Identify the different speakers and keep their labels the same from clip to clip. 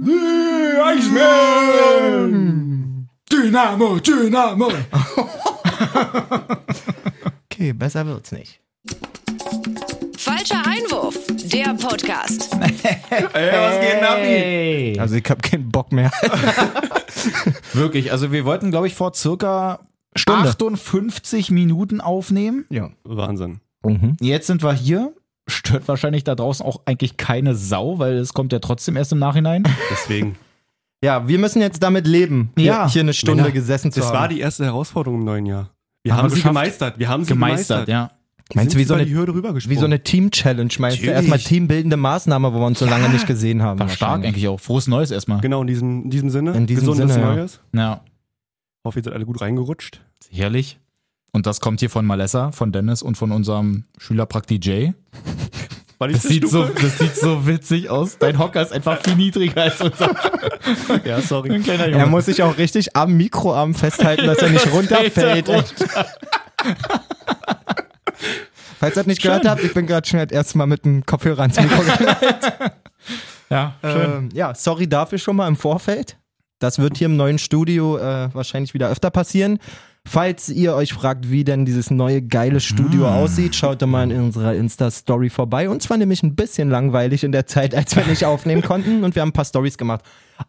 Speaker 1: The Iceman! Dynamo, Dynamo!
Speaker 2: Okay, besser wird's nicht.
Speaker 3: Falscher Einwurf, der Podcast.
Speaker 1: Ey, was geht denn ab? Ey?
Speaker 2: Hey. Also ich hab keinen Bock mehr.
Speaker 4: Wirklich, also wir wollten, glaube ich, vor circa
Speaker 2: Stunde.
Speaker 4: 58 Minuten aufnehmen.
Speaker 2: Ja.
Speaker 5: Wahnsinn.
Speaker 2: Mhm.
Speaker 4: Jetzt sind wir hier. Stört wahrscheinlich da draußen auch eigentlich keine Sau, weil es kommt ja trotzdem erst im Nachhinein.
Speaker 5: Deswegen.
Speaker 2: Ja, wir müssen jetzt damit leben,
Speaker 4: Ja.
Speaker 2: hier, hier eine Stunde
Speaker 5: Männer,
Speaker 2: gesessen zu
Speaker 5: Das
Speaker 2: haben.
Speaker 5: war die erste Herausforderung im neuen Jahr. Wir
Speaker 4: Haben
Speaker 5: haben,
Speaker 4: wir
Speaker 5: sie
Speaker 4: geschafft.
Speaker 5: gemeistert. Wir haben sie
Speaker 4: Gemeistert, ja.
Speaker 5: gemeistert. Wir
Speaker 2: Meinst du,
Speaker 5: sind
Speaker 2: wie so
Speaker 5: über
Speaker 2: eine,
Speaker 5: die Hürde
Speaker 2: wie
Speaker 5: rübergesprungen.
Speaker 2: so eine Team-Challenge? Meinst du
Speaker 5: Natürlich.
Speaker 2: erstmal teambildende Maßnahme, wo wir uns so lange nicht gesehen haben?
Speaker 4: War stark
Speaker 2: wahrscheinlich.
Speaker 4: eigentlich auch. Frohes Neues erstmal.
Speaker 5: Genau, in diesem, in diesem Sinne.
Speaker 2: In diesem
Speaker 5: Gesundes
Speaker 2: Sinne, ja.
Speaker 5: Neues.
Speaker 4: Ja,
Speaker 5: Hoffe, ihr seid alle gut reingerutscht.
Speaker 4: herrlich. Und das kommt hier von Malessa, von Dennis und von unserem Schülerprakt DJ.
Speaker 5: War die
Speaker 4: Das
Speaker 5: erste
Speaker 4: sieht, so,
Speaker 5: Stufe?
Speaker 4: das sieht so witzig aus. Dein Hocker ist einfach viel niedriger als unser.
Speaker 5: Ja, sorry.
Speaker 4: Ein kleiner
Speaker 2: Er muss sich auch richtig am Mikroarm festhalten, dass er nicht runterfällt. Falls ihr das nicht gehört habt, ich bin gerade schon das erste Mal mit dem Kopfhörer ans Mikro gegangen.
Speaker 4: Ja, schön.
Speaker 2: ähm, Ja, sorry dafür schon mal im Vorfeld. Das wird hier im neuen Studio äh, wahrscheinlich wieder öfter passieren. Falls ihr euch fragt, wie denn dieses neue geile Studio aussieht, schaut doch mal in unserer Insta-Story vorbei. Uns war nämlich ein bisschen langweilig in der Zeit, als wir nicht aufnehmen konnten und wir haben ein paar Stories gemacht.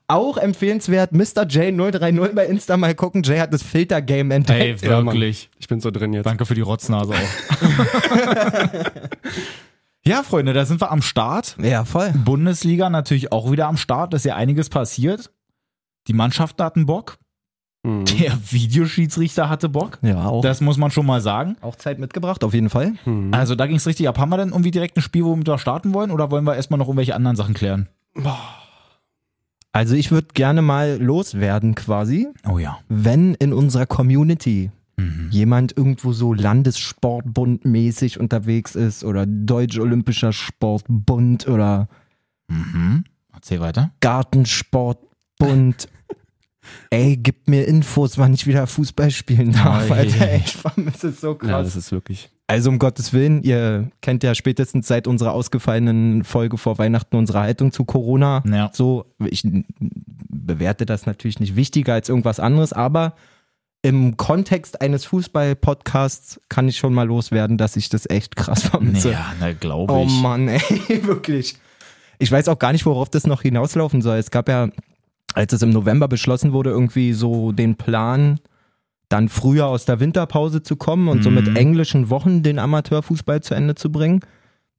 Speaker 2: Auch empfehlenswert, Mr. J030 bei Insta mal gucken. Jay hat das Filter-Game entdeckt.
Speaker 4: Ey, wirklich.
Speaker 5: Ich bin so drin jetzt.
Speaker 4: Danke für die Rotznase auch. ja, Freunde, da sind wir am Start.
Speaker 2: Ja, voll.
Speaker 4: Bundesliga natürlich auch wieder am Start. Ist ja einiges passiert. Die Mannschaft hatten Bock.
Speaker 5: Mhm.
Speaker 4: Der Videoschiedsrichter hatte Bock.
Speaker 2: Ja, auch.
Speaker 4: Das muss man schon mal sagen.
Speaker 2: auch Zeit mitgebracht, auf jeden Fall.
Speaker 5: Mhm.
Speaker 4: Also da ging es richtig ab. Haben wir denn irgendwie direkt ein Spiel, womit wir starten wollen? Oder wollen wir erstmal noch irgendwelche anderen Sachen klären?
Speaker 2: Also ich würde gerne mal loswerden quasi,
Speaker 4: Oh ja.
Speaker 2: wenn in unserer Community jemand irgendwo so Landessportbund-mäßig unterwegs ist oder Deutsch-Olympischer Sportbund oder
Speaker 4: Mhm. Erzähl weiter.
Speaker 2: Gartensportbund. Ey, gib mir Infos, wann ich wieder Fußball spielen darf,
Speaker 4: Oi.
Speaker 2: Alter. Ey, ich vermisse es so krass.
Speaker 5: Oh ja, das ist wirklich.
Speaker 2: Also um Gottes Willen, ihr kennt ja spätestens seit unserer ausgefallenen Folge vor Weihnachten unsere Haltung zu Corona.
Speaker 4: Ja.
Speaker 2: So, ich bewerte das natürlich nicht wichtiger als irgendwas anderes, aber im Kontext eines Fußball-Podcasts kann ich schon mal loswerden, dass ich das echt krass vermisse.
Speaker 4: Ja, na glaube
Speaker 2: oh
Speaker 4: ich.
Speaker 2: Mann, ey, wirklich. Ich weiß auch gar nicht, worauf das noch hinauslaufen soll. Es gab ja, als es im November beschlossen wurde, irgendwie so den Plan, dann früher aus der Winterpause zu kommen und so mit englischen Wochen den Amateurfußball zu Ende zu bringen.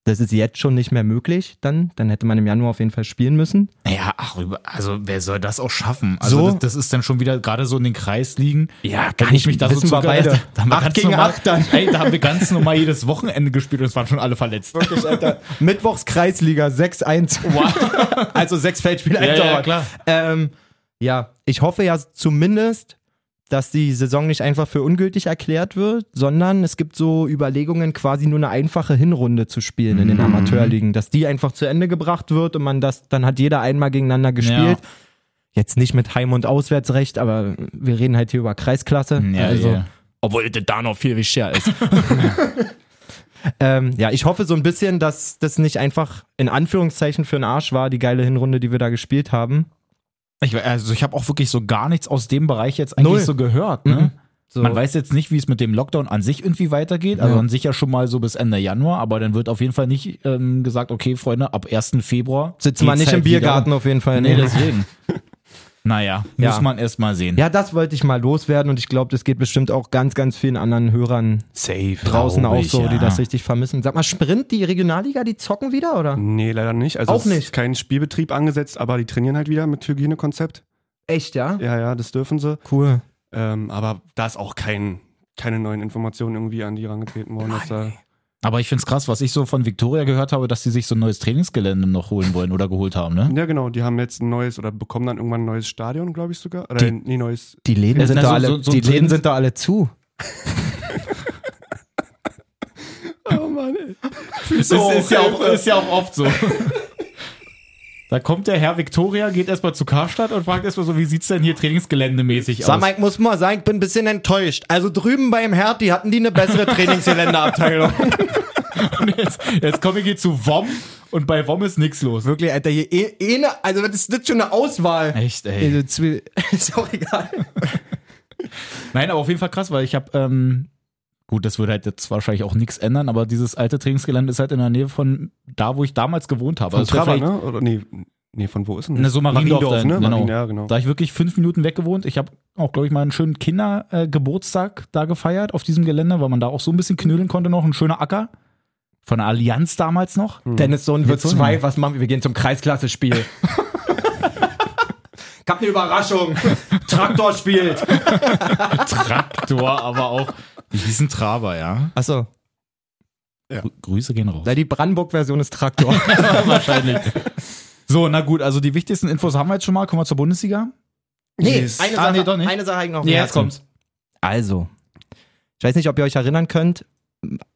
Speaker 2: Das ist jetzt schon nicht mehr möglich, dann. Dann hätte man im Januar auf jeden Fall spielen müssen.
Speaker 4: Ja, ach, über- also wer soll das auch schaffen? Also
Speaker 2: So?
Speaker 4: das, das ist dann schon wieder gerade so in den Kreis liegen.
Speaker 2: Ja,
Speaker 4: Wenn ich mich da so
Speaker 2: wissen wir
Speaker 4: zurückerinnere,
Speaker 2: beide.
Speaker 4: Da haben wir
Speaker 2: Acht
Speaker 4: ganz
Speaker 2: gegen
Speaker 4: normal,
Speaker 2: acht dann.
Speaker 4: Ey, da haben wir ganz normal jedes Wochenende gespielt und es waren schon alle verletzt.
Speaker 2: Wirklich, Alter. Mittwochs Kreisliga 6-1.
Speaker 4: Wow.
Speaker 2: Also sechs Feldspiele, ein
Speaker 4: Ja,
Speaker 2: Torwart.
Speaker 4: ja, klar.
Speaker 2: Ähm, ja, ich hoffe ja zumindest, dass die Saison nicht einfach für ungültig erklärt wird, sondern es gibt so Überlegungen, quasi nur eine einfache Hinrunde zu spielen in
Speaker 4: Mhm.
Speaker 2: den Amateurligen, dass die einfach zu Ende gebracht wird und man das, dann hat jeder einmal gegeneinander gespielt.
Speaker 4: Ja.
Speaker 2: Jetzt nicht mit Heim- und Auswärtsrecht, aber wir reden halt hier über Kreisklasse.
Speaker 4: Ja,
Speaker 2: also,
Speaker 4: ja.
Speaker 2: Obwohl das da noch viel wichtiger ist. ähm, ja, ich hoffe so ein bisschen, dass das nicht einfach in Anführungszeichen für den Arsch war, die geile Hinrunde, die wir da gespielt haben.
Speaker 4: Ich, also ich habe auch wirklich so gar nichts aus dem Bereich jetzt eigentlich
Speaker 2: Null.
Speaker 4: so gehört. Ne?
Speaker 2: Mhm. So.
Speaker 4: Man weiß jetzt nicht, wie es mit dem Lockdown an sich irgendwie weitergeht. Also
Speaker 2: Ja.
Speaker 4: an sich ja schon mal so bis Ende Januar, aber dann wird auf jeden Fall nicht ähm, gesagt, okay, Freunde, ab 1. Februar
Speaker 2: Sitzen wir
Speaker 4: geht's
Speaker 2: nicht
Speaker 4: halt
Speaker 2: im Biergarten
Speaker 4: Wieder.
Speaker 2: auf jeden Fall.
Speaker 4: Nee,
Speaker 2: Äh, nee.
Speaker 4: deswegen. naja,
Speaker 2: Ja.
Speaker 4: muss man erst mal sehen.
Speaker 2: ja, das wollte ich mal loswerden und ich glaube, das geht bestimmt auch ganz, ganz vielen anderen Hörern
Speaker 4: Safe.
Speaker 2: draußen auch so, die das
Speaker 4: richtig.
Speaker 2: richtig vermissen. Sag mal, Sprint, die Regionalliga, die zocken wieder, oder?
Speaker 5: Nee, leider nicht. Also
Speaker 2: Auch
Speaker 5: es
Speaker 2: nicht.
Speaker 5: ist kein Spielbetrieb angesetzt, aber die trainieren halt wieder mit Hygienekonzept.
Speaker 2: Echt, ja?
Speaker 5: Ja, ja, das dürfen sie.
Speaker 2: Cool.
Speaker 5: Ähm, aber da ist auch kein, keine neuen Informationen irgendwie an die herangetreten worden. Dass da,
Speaker 4: Aber ich find's krass, was ich so von Victoria gehört habe, dass sie sich so ein neues Trainingsgelände noch holen wollen oder geholt haben, ne?
Speaker 5: ja, genau. Die haben jetzt ein neues oder bekommen dann irgendwann ein neues Stadion, glaube ich sogar. Oder
Speaker 2: Die-
Speaker 5: nee, neues.
Speaker 2: Die Läden,
Speaker 4: Ja,
Speaker 2: sind,
Speaker 4: na,
Speaker 2: da
Speaker 4: so-
Speaker 2: alle,
Speaker 4: so- so
Speaker 2: die
Speaker 4: ein
Speaker 2: Läden
Speaker 4: Trainings-
Speaker 2: sind da alle zu.
Speaker 5: Oh Mann, ey.
Speaker 4: Ist, ist, ja auch, ist ja auch oft so. Da kommt der Herr Victoria, geht erstmal zu Karstadt und fragt erstmal so, wie sieht's denn hier trainingsgeländemäßig
Speaker 2: Sag
Speaker 4: aus?
Speaker 2: mal, ich muss mal sagen, ich bin ein bisschen enttäuscht. Also drüben beim Herd, die hatten die eine bessere Trainingsgeländeabteilung.
Speaker 4: Und jetzt, jetzt komme ich hier zu WOM und bei WOM ist nichts los.
Speaker 2: Wirklich, Alter, hier eh, eh ne, also das ist das schon eine Auswahl.
Speaker 4: Echt, ey.
Speaker 2: Also, Zwie- ist auch egal.
Speaker 4: Nein, aber auf jeden Fall krass, weil ich habe, ähm, gut, das würde halt jetzt wahrscheinlich auch nichts ändern, aber dieses alte Trainingsgelände ist halt in der Nähe von da, wo ich damals gewohnt habe. Also
Speaker 5: Von
Speaker 4: das
Speaker 5: Treffer,
Speaker 4: vielleicht-
Speaker 5: ne? Oder nee, nee, von wo ist denn?
Speaker 4: Na, so Mariendorf,
Speaker 5: Mariendorf,
Speaker 4: dann,
Speaker 5: ne?
Speaker 4: genau.
Speaker 5: Marien- ja, genau.
Speaker 4: Da ich wirklich fünf Minuten weg gewohnt. Ich habe auch, glaube ich, mal einen schönen Kindergeburtstag äh, Geburtstag da gefeiert auf diesem Gelände, weil man da auch so ein bisschen knödeln konnte noch. Ein schöner Acker. Von der Allianz damals noch.
Speaker 2: Dennis Sohn wird
Speaker 4: Jetzt
Speaker 2: zwei, was machen wir? Wir gehen zum Kreisklasse-Spiel. ich hab eine Überraschung. Traktor spielt.
Speaker 4: Traktor, aber auch. Die hießen Traber, ja.
Speaker 2: Achso,
Speaker 4: Gr- Grüße gehen raus.
Speaker 2: na, die Brandenburg-Version ist Traktor.
Speaker 4: Wahrscheinlich. So, na gut, also die wichtigsten Infos haben wir jetzt schon mal. Kommen wir zur Bundesliga.
Speaker 2: nee,
Speaker 4: Yes.
Speaker 2: eine
Speaker 4: Ah,
Speaker 2: Sache,
Speaker 4: nee, doch nicht.
Speaker 2: eine Sache hab ich noch.
Speaker 4: Nee,
Speaker 2: im
Speaker 4: jetzt
Speaker 2: Herzen.
Speaker 4: kommt's.
Speaker 2: Also, ich weiß nicht, ob ihr euch erinnern könnt.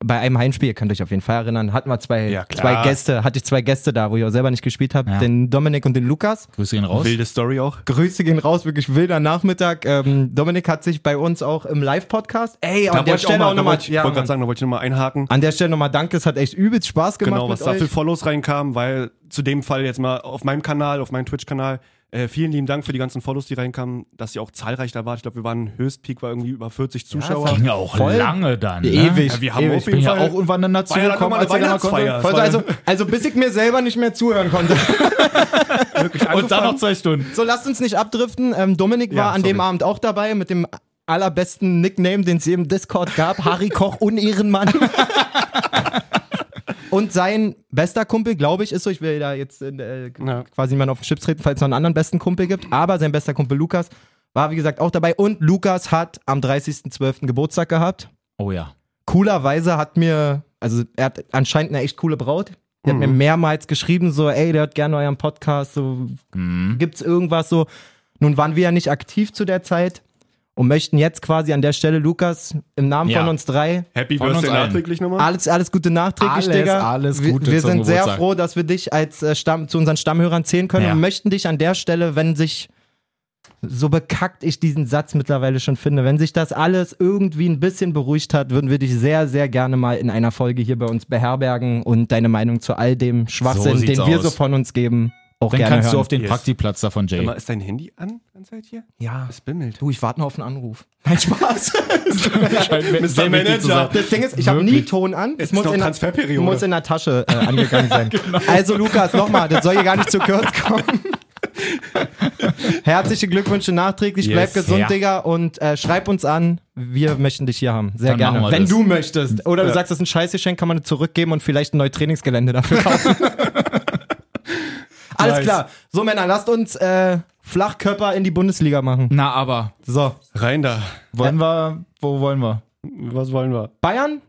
Speaker 2: Bei einem Heimspiel, ihr könnt euch auf jeden Fall erinnern, hatten wir zwei,
Speaker 5: Ja, klar.
Speaker 2: zwei Gäste, hatte ich zwei Gäste da, wo ich auch selber nicht gespielt habe,
Speaker 4: Ja.
Speaker 2: den Dominik und den Lukas.
Speaker 4: Grüße gehen raus.
Speaker 5: Wilde Story auch.
Speaker 2: Grüße gehen raus, wirklich wilder Nachmittag. Ähm, Dominik hat sich bei uns auch im Live-Podcast. Ey, an der Stelle auch
Speaker 5: da
Speaker 2: nochmal.
Speaker 5: wollte ich,
Speaker 2: Ja,
Speaker 5: wollte gerade
Speaker 2: Mann.
Speaker 5: sagen, da wollte ich nochmal einhaken.
Speaker 2: an der Stelle nochmal danke, es hat echt übelst Spaß gemacht.
Speaker 5: Genau, was
Speaker 2: mit
Speaker 5: da für
Speaker 2: euch.
Speaker 5: Follows reinkamen, weil zu dem Fall jetzt mal auf meinem Kanal, auf meinem Twitch-Kanal, äh, vielen lieben Dank für die ganzen Follows, die reinkamen, dass sie auch zahlreich da waren. Ich glaube, wir waren Höchstpeak war irgendwie über 40 Zuschauer.
Speaker 2: es
Speaker 4: Ging ja auch
Speaker 2: Voll.
Speaker 4: lange dann.
Speaker 2: Ewig.
Speaker 4: Ne?
Speaker 5: Ja, wir haben
Speaker 2: ewig.
Speaker 5: auf
Speaker 4: Ich bin
Speaker 5: jeden
Speaker 4: ja
Speaker 5: Fall-
Speaker 4: auch irgendwann dann dazu
Speaker 5: War ja dann
Speaker 4: gekommen,
Speaker 5: nochmal
Speaker 4: als
Speaker 5: eine
Speaker 4: ich dann mal konnte.
Speaker 5: Weihnachtsfeier.
Speaker 2: Voll, also, also bis ich mir selber nicht mehr zuhören konnte.
Speaker 4: Und dann noch zwei Stunden.
Speaker 2: So, lasst uns nicht abdriften. Ähm, Dominik war
Speaker 5: Ja,
Speaker 2: an
Speaker 5: sorry.
Speaker 2: dem Abend auch dabei mit dem allerbesten Nickname, den es je im Discord gab. Harry Koch Unehrenmann. Und sein bester Kumpel, glaube ich, ist so, ich will da jetzt äh,
Speaker 5: Ja.
Speaker 2: quasi niemanden auf den Chips treten, falls es noch einen anderen besten Kumpel gibt, aber sein bester Kumpel Lukas war, wie gesagt, auch dabei. Und Lukas hat am 30.12. Geburtstag gehabt.
Speaker 4: Oh ja.
Speaker 2: Coolerweise hat mir, also er hat anscheinend eine echt coole Braut. Die hat mir mehrmals geschrieben, so, ey, der hört gerne euren Podcast, so, gibt's irgendwas so. Nun waren wir ja nicht aktiv zu der Zeit und möchten jetzt quasi an der Stelle, Lukas, im Namen
Speaker 4: Ja.
Speaker 2: von uns drei,
Speaker 5: Happy
Speaker 4: Von uns
Speaker 5: Birthday
Speaker 4: allen.
Speaker 5: nachträglich nochmal.
Speaker 2: alles, alles Gute nachträglich,
Speaker 4: Alles,
Speaker 2: Digga.
Speaker 4: alles
Speaker 2: Wir-
Speaker 4: Gute
Speaker 2: Wir
Speaker 4: zum
Speaker 2: sind sehr
Speaker 4: Geburtstag.
Speaker 2: froh, dass wir dich als äh, Stamm, zu unseren Stammhörern zählen können
Speaker 4: Ja.
Speaker 2: und möchten dich an der Stelle, wenn sich so bekackt ich diesen Satz mittlerweile schon finde, wenn sich das alles irgendwie ein bisschen beruhigt hat, würden wir dich sehr, sehr gerne mal in einer Folge hier bei uns beherbergen und deine Meinung zu all dem Schwachsinn,
Speaker 4: sieht's
Speaker 2: den wir
Speaker 4: aus.
Speaker 2: so von uns geben, auch
Speaker 4: Dann
Speaker 2: gerne
Speaker 4: kannst
Speaker 2: hören.
Speaker 4: du auf den
Speaker 5: Yes.
Speaker 4: Praktiplatz da von Jay.
Speaker 5: Immer, ist dein Handy an? Ganz halt hier?
Speaker 2: ja.
Speaker 5: Es bimmelt.
Speaker 2: Du, ich warte noch auf einen Anruf. Nein, Spaß.
Speaker 4: Mr.
Speaker 2: Das Ding ist, ich habe nie Ton an. Es
Speaker 5: ist doch
Speaker 2: in der,
Speaker 5: Transferperiode.
Speaker 2: muss in der Tasche äh, angegangen sein.
Speaker 4: Genau.
Speaker 2: Also Lukas, nochmal, das soll hier gar nicht zu kurz kommen. Herzliche Glückwünsche nachträglich.
Speaker 4: Yes,
Speaker 2: Bleib gesund,
Speaker 4: ja.
Speaker 2: Digga. Und äh, schreib uns an. Wir möchten dich hier haben. Sehr
Speaker 4: Dann machen
Speaker 2: gerne.
Speaker 4: wir
Speaker 2: Wenn
Speaker 4: das.
Speaker 2: du möchtest. Oder du sagst, das ist ein Scheißgeschenk, kann man das zurückgeben und vielleicht ein neues Trainingsgelände dafür kaufen. Alles
Speaker 4: Nice.
Speaker 2: klar. So, Männer, lasst uns äh, Flachkörper in die Bundesliga machen.
Speaker 4: Na, aber
Speaker 2: So.
Speaker 5: Rein da.
Speaker 4: wollen wir, wo wollen wir?
Speaker 5: Was wollen wir?
Speaker 2: Bayern?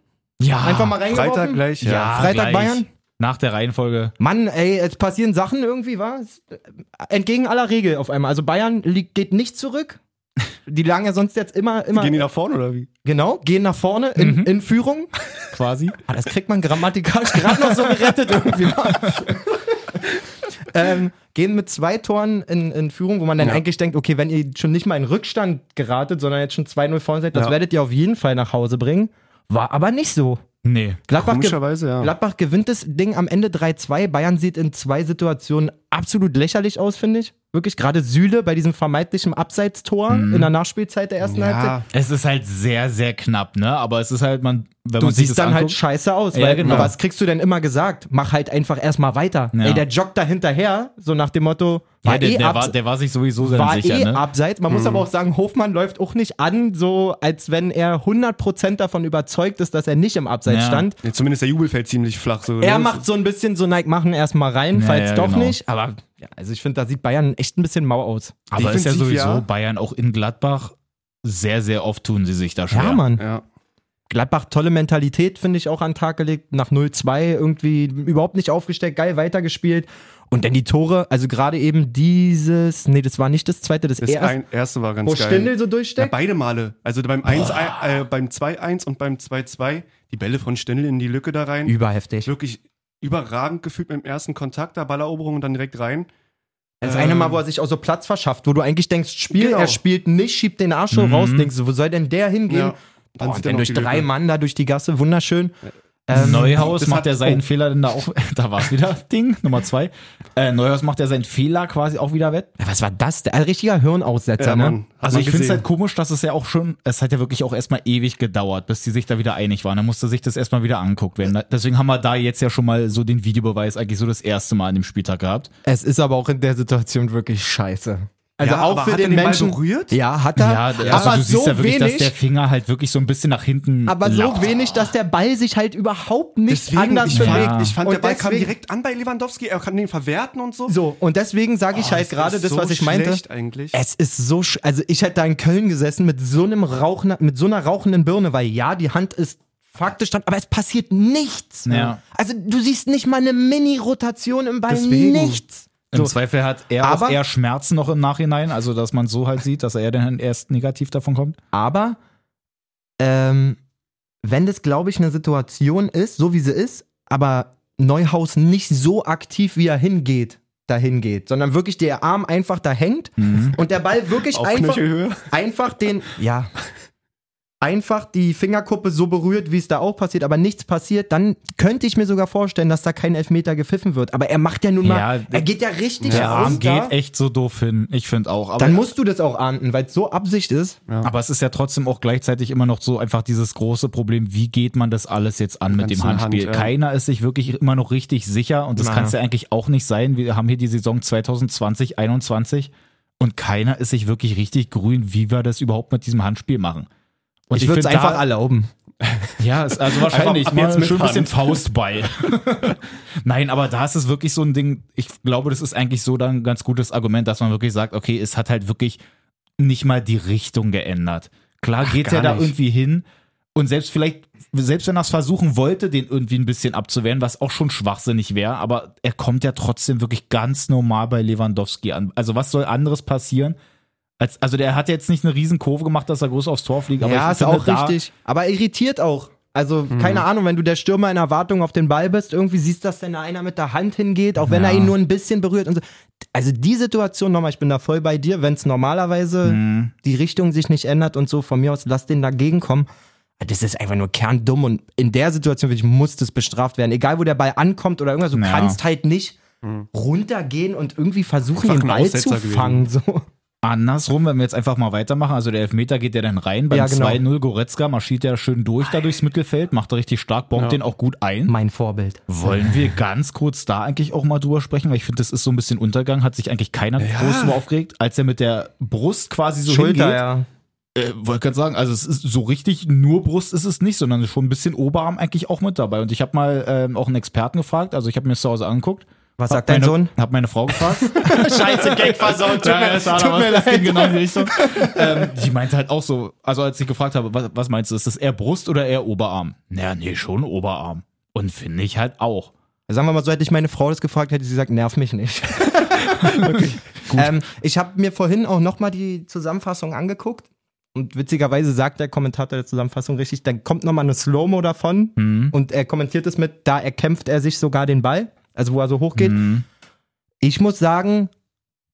Speaker 4: Ja,
Speaker 2: Einfach mal
Speaker 4: Ah,
Speaker 2: reingeworfen?
Speaker 5: Freitag gleich?
Speaker 4: ja,
Speaker 2: Freitag
Speaker 4: gleich.
Speaker 2: Bayern?
Speaker 4: Nach der Reihenfolge.
Speaker 2: Mann, ey, es passieren Sachen irgendwie, war entgegen aller Regel auf einmal. Also Bayern liegt, geht nicht zurück. Die lagen ja sonst jetzt immer, immer
Speaker 5: Gehen die nach vorne oder wie?
Speaker 2: genau, gehen nach vorne
Speaker 5: Mhm.
Speaker 2: in, in Führung.
Speaker 4: Quasi.
Speaker 2: Ah, das kriegt man grammatikalisch gerade noch so gerettet irgendwie. ähm, gehen mit zwei Toren in, in Führung, wo man dann
Speaker 5: Ja.
Speaker 2: eigentlich denkt, okay, wenn ihr schon nicht mal in Rückstand geratet, sondern jetzt schon 2-0 vorne seid, das
Speaker 5: Ja.
Speaker 2: werdet ihr auf jeden Fall nach Hause bringen. War aber nicht so.
Speaker 4: Nee.
Speaker 2: Gladbach, ge
Speaker 5: ja.
Speaker 2: Gladbach gewinnt das Ding am Ende 3-2. Bayern sieht in zwei Situationen absolut lächerlich aus, finde ich. Wirklich gerade Süle bei diesem vermeintlichen Abseitstor
Speaker 4: Mhm.
Speaker 2: in der Nachspielzeit der ersten Halbzeit.
Speaker 4: Es ist halt sehr, sehr knapp, ne? Aber es ist halt, man, wenn
Speaker 2: Du
Speaker 4: man sich
Speaker 2: siehst
Speaker 4: das
Speaker 2: dann halt
Speaker 4: anguckt,
Speaker 2: scheiße aus,
Speaker 4: Ja,
Speaker 2: weil
Speaker 4: genau.
Speaker 2: was kriegst du denn immer gesagt? Mach halt einfach erstmal weiter.
Speaker 4: Ja.
Speaker 2: Ey, der joggt da hinterher, so nach dem Motto, war
Speaker 4: ja, der,
Speaker 2: eh,
Speaker 4: der,
Speaker 2: abs
Speaker 4: war, der war sich sowieso dann
Speaker 2: war
Speaker 4: sicher,
Speaker 2: eh
Speaker 4: ne?
Speaker 2: abseits. Man muss aber auch sagen, Hofmann läuft auch nicht an, so als wenn er 100% davon überzeugt ist, dass er nicht im Abseits
Speaker 4: Ja.
Speaker 2: stand.
Speaker 5: Ja, zumindest der Jubel fällt ziemlich flach. So,
Speaker 2: Er
Speaker 5: ne?
Speaker 2: macht so ein bisschen so Nike machen erstmal rein,
Speaker 4: Ja,
Speaker 2: falls
Speaker 4: ja,
Speaker 2: doch
Speaker 4: genau.
Speaker 2: nicht. Aber ja, also ich finde, da sieht Bayern echt ein bisschen mau aus.
Speaker 4: Aber ist ja
Speaker 5: defensiv,
Speaker 4: sowieso
Speaker 5: ja.
Speaker 4: Bayern auch in Gladbach. Sehr, sehr oft tun sie sich da schwer.
Speaker 2: Ja, Mann.
Speaker 5: Ja.
Speaker 2: Gladbach, tolle Mentalität, finde ich, auch an den Tag gelegt. Nach 0-2 irgendwie überhaupt nicht aufgesteckt, geil weitergespielt. Und dann die Tore, also gerade eben dieses, nee, das war nicht das zweite, das,
Speaker 5: Das
Speaker 2: erste,
Speaker 5: ein, erste war ganz
Speaker 2: wo
Speaker 5: geil.
Speaker 2: Stindel so
Speaker 5: Ja,
Speaker 2: durchsteckt.
Speaker 5: beide Male. Also beim 1, äh, beim 2-1 und beim 2-2, die Bälle von Stindl in die Lücke da rein.
Speaker 2: Überheftig.
Speaker 5: Wirklich überragend gefühlt mit dem ersten Kontakt, da Balleroberung und dann direkt rein.
Speaker 2: Das eine Mal, wo er sich auch so Platz verschafft, wo du eigentlich denkst, Spiel,
Speaker 5: äh, Genau. Mhm.
Speaker 2: er spielt nicht, schiebt den Arsch so raus, denkst du, wo soll denn der hingehen?
Speaker 5: Ja, dann
Speaker 2: Boah,
Speaker 5: sieht
Speaker 2: und dann
Speaker 5: er noch
Speaker 2: durch
Speaker 5: die
Speaker 2: drei
Speaker 5: Lücke.
Speaker 2: Mann da durch die Gasse, wunderschön. Ähm,
Speaker 4: Neuhaus
Speaker 5: das
Speaker 4: macht
Speaker 5: hat-
Speaker 4: ja seinen
Speaker 5: oh.
Speaker 4: Fehler denn da auch, da war es wieder, Ding, Nummer zwei. Äh, Neuhaus macht ja seinen Fehler quasi auch wieder wett.
Speaker 2: Was war das? denn? Ein richtiger Hirnaussetzer,
Speaker 5: Ja,
Speaker 2: ne?
Speaker 5: Mann. Hat
Speaker 4: Also
Speaker 5: man
Speaker 4: ich finde es
Speaker 5: gesehen.
Speaker 4: halt komisch, dass es ja auch schon, es hat ja wirklich auch erstmal ewig gedauert, bis die sich da wieder einig waren. Da musste sich das erstmal wieder angeguckt werden.
Speaker 2: Äh.
Speaker 4: Deswegen haben wir da jetzt ja schon mal so den Videobeweis eigentlich so das erste Mal an dem Spieltag gehabt.
Speaker 2: Es ist aber auch in der Situation wirklich scheiße. Also
Speaker 5: Ja,
Speaker 2: auch
Speaker 5: aber
Speaker 2: für
Speaker 5: hat
Speaker 2: den
Speaker 5: er den Ball
Speaker 2: Menschen.
Speaker 5: berührt?
Speaker 2: Ja, hat er.
Speaker 4: Ja, also
Speaker 2: aber
Speaker 4: du siehst
Speaker 2: so
Speaker 4: ja wirklich, dass der
Speaker 2: wenig.
Speaker 4: Finger halt wirklich so ein bisschen nach hinten
Speaker 2: Aber so
Speaker 4: lauft.
Speaker 2: wenig, dass der Ball sich halt überhaupt nicht
Speaker 5: Deswegen,
Speaker 2: anders
Speaker 5: ich
Speaker 2: bewegt.
Speaker 5: fand, ich fand
Speaker 2: Und
Speaker 5: der Ball kam
Speaker 2: deswegen-
Speaker 5: direkt an bei Lewandowski, er kann den verwerten und so.
Speaker 2: So, und deswegen sage ich
Speaker 5: Oh,
Speaker 2: halt
Speaker 5: das
Speaker 2: gerade
Speaker 5: ist
Speaker 2: das,
Speaker 5: so
Speaker 2: was ich meinte.
Speaker 5: schlecht eigentlich.
Speaker 2: Es ist so, sch also ich hätte da in Köln gesessen mit so einem rauchenden, mit so einer rauchenden Birne, weil ja, die Hand ist faktisch dran, aber es passiert nichts.
Speaker 4: Ja.
Speaker 2: Also du siehst nicht mal eine Mini-Rotation im Ball,
Speaker 5: Deswegen.
Speaker 2: nichts.
Speaker 4: Im Zweifel hat er
Speaker 2: Aber-
Speaker 4: auch eher Schmerzen noch im Nachhinein, also dass man so halt sieht, dass er dann erst negativ davon kommt.
Speaker 2: Aber ähm, wenn das, glaube ich, eine Situation ist, so wie sie ist, aber Neuhaus nicht so aktiv, wie er hingeht, dahin geht, sondern wirklich der Arm einfach da hängt und der Ball wirklich
Speaker 5: Auf
Speaker 2: einfach
Speaker 5: Knöchelhöhe.
Speaker 2: einfach den, ja, einfach die Fingerkuppe so berührt, wie es da auch passiert, aber nichts passiert, dann könnte ich mir sogar vorstellen, dass da kein Elfmeter gepfiffen wird. Aber er macht ja nun mal,
Speaker 4: Ja,
Speaker 2: er geht ja richtig
Speaker 4: Der
Speaker 2: raus
Speaker 4: Arm
Speaker 2: da.
Speaker 4: geht echt so doof hin, ich finde auch. Aber,
Speaker 2: Dann musst du das auch ahnden, weil es so Absicht ist.
Speaker 4: aber es ist ja trotzdem auch gleichzeitig immer noch so einfach dieses große Problem, wie geht man das alles jetzt an mit
Speaker 5: Ganz
Speaker 4: dem
Speaker 5: in der
Speaker 4: Handspiel?
Speaker 5: Hand, ja.
Speaker 4: Keiner ist sich wirklich immer noch richtig sicher und das
Speaker 2: Na.
Speaker 4: kann es ja eigentlich auch nicht sein. Wir haben hier die Saison 2020, 21 und keiner ist sich wirklich richtig grün, wie wir das überhaupt mit diesem Handspiel machen. Und
Speaker 2: ich würde es
Speaker 4: find da-
Speaker 2: einfach erlauben.
Speaker 4: Ja, ist also wahrscheinlich.
Speaker 5: Einfach ab
Speaker 4: mal
Speaker 5: jetzt mit
Speaker 4: schön ein bisschen
Speaker 5: Hand.
Speaker 4: Faustball. Nein, aber da ist es wirklich so ein Ding, ich glaube, das ist eigentlich so dann ein ganz gutes Argument, dass man wirklich sagt, okay, es hat halt wirklich nicht mal die Richtung geändert. Klar geht er
Speaker 5: gar
Speaker 4: da
Speaker 5: nicht.
Speaker 4: irgendwie hin und selbst vielleicht, selbst wenn er es versuchen wollte, den irgendwie ein bisschen abzuwehren, was auch schon schwachsinnig wäre, aber er kommt ja trotzdem wirklich ganz normal bei Lewandowski an. Also was soll anderes passieren? Als, also der hat jetzt nicht eine riesen Kurve gemacht, dass er groß aufs Tor fliegt, aber
Speaker 2: ja,
Speaker 4: ich
Speaker 2: ist
Speaker 4: finde,
Speaker 2: auch
Speaker 4: da, Mhm.
Speaker 2: richtig. Aber irritiert auch. Also, keine Ahnung, wenn du der Stürmer in Erwartung auf den Ball bist, irgendwie siehst du, dass denn da einer mit der Hand hingeht, auch wenn er
Speaker 4: Ja.
Speaker 2: ihn nur ein bisschen berührt und so. Also, die Situation nochmal, ich bin da voll bei dir, wenn es normalerweise
Speaker 4: Mhm.
Speaker 2: die Richtung sich nicht ändert und so, von mir aus, lass den dagegen kommen. Das ist einfach nur kerndumm und in der Situation, finde ich, muss das bestraft werden. Egal, wo der Ball ankommt oder irgendwas, du
Speaker 4: Ja.
Speaker 2: kannst halt nicht runtergehen und irgendwie versuchen,
Speaker 5: Mhm. Einfach
Speaker 2: den
Speaker 5: ein
Speaker 2: Ball zu
Speaker 5: Aussetzer gewesen.
Speaker 2: fangen. So.
Speaker 4: Andersrum, wenn wir jetzt einfach mal weitermachen, also der Elfmeter geht ja dann rein, beim
Speaker 2: Ja, genau.
Speaker 4: 2-0 Goretzka marschiert ja schön durch da durchs Mittelfeld, macht er richtig stark, bombt den auch gut ein.
Speaker 2: Mein Vorbild.
Speaker 4: Wollen wir ganz kurz da eigentlich auch mal drüber sprechen, weil ich finde, das ist so ein bisschen Untergang, hat sich eigentlich keiner groß drüber aufgeregt, als er mit der Brust quasi so hingeht.
Speaker 2: ja.
Speaker 4: Äh, Wollte gerade sagen, also es ist so richtig nur Brust ist es nicht, sondern schon ein bisschen Oberarm eigentlich auch mit dabei. Und ich habe mal ähm, auch einen Experten gefragt, also ich habe mir das zu Hause angeguckt.
Speaker 2: Was
Speaker 4: Hab
Speaker 2: sagt dein
Speaker 4: meine,
Speaker 2: Sohn?
Speaker 4: Hab meine Frau gefragt. Scheiße, Gag versaut. Tut mir,
Speaker 2: tut mir
Speaker 4: leid. Ging genau in die Richtung. ähm, die meinte halt auch so, also als ich gefragt habe, was, was meinst du, ist das eher Brust oder eher Oberarm? Naja, nee, schon Oberarm. Und finde ich halt auch.
Speaker 2: Sagen wir mal so, hätte ich meine Frau das gefragt, hätte sie gesagt, nerv mich nicht. ähm, ich habe mir vorhin auch nochmal die Zusammenfassung angeguckt. Und witzigerweise sagt der Kommentator der Zusammenfassung richtig, dann kommt nochmal eine Slow-Mo davon.
Speaker 4: Hm.
Speaker 2: Und er kommentiert es mit, da erkämpft er sich sogar den Ball. Also wo er so hochgeht.
Speaker 4: Hm.
Speaker 2: Ich muss sagen,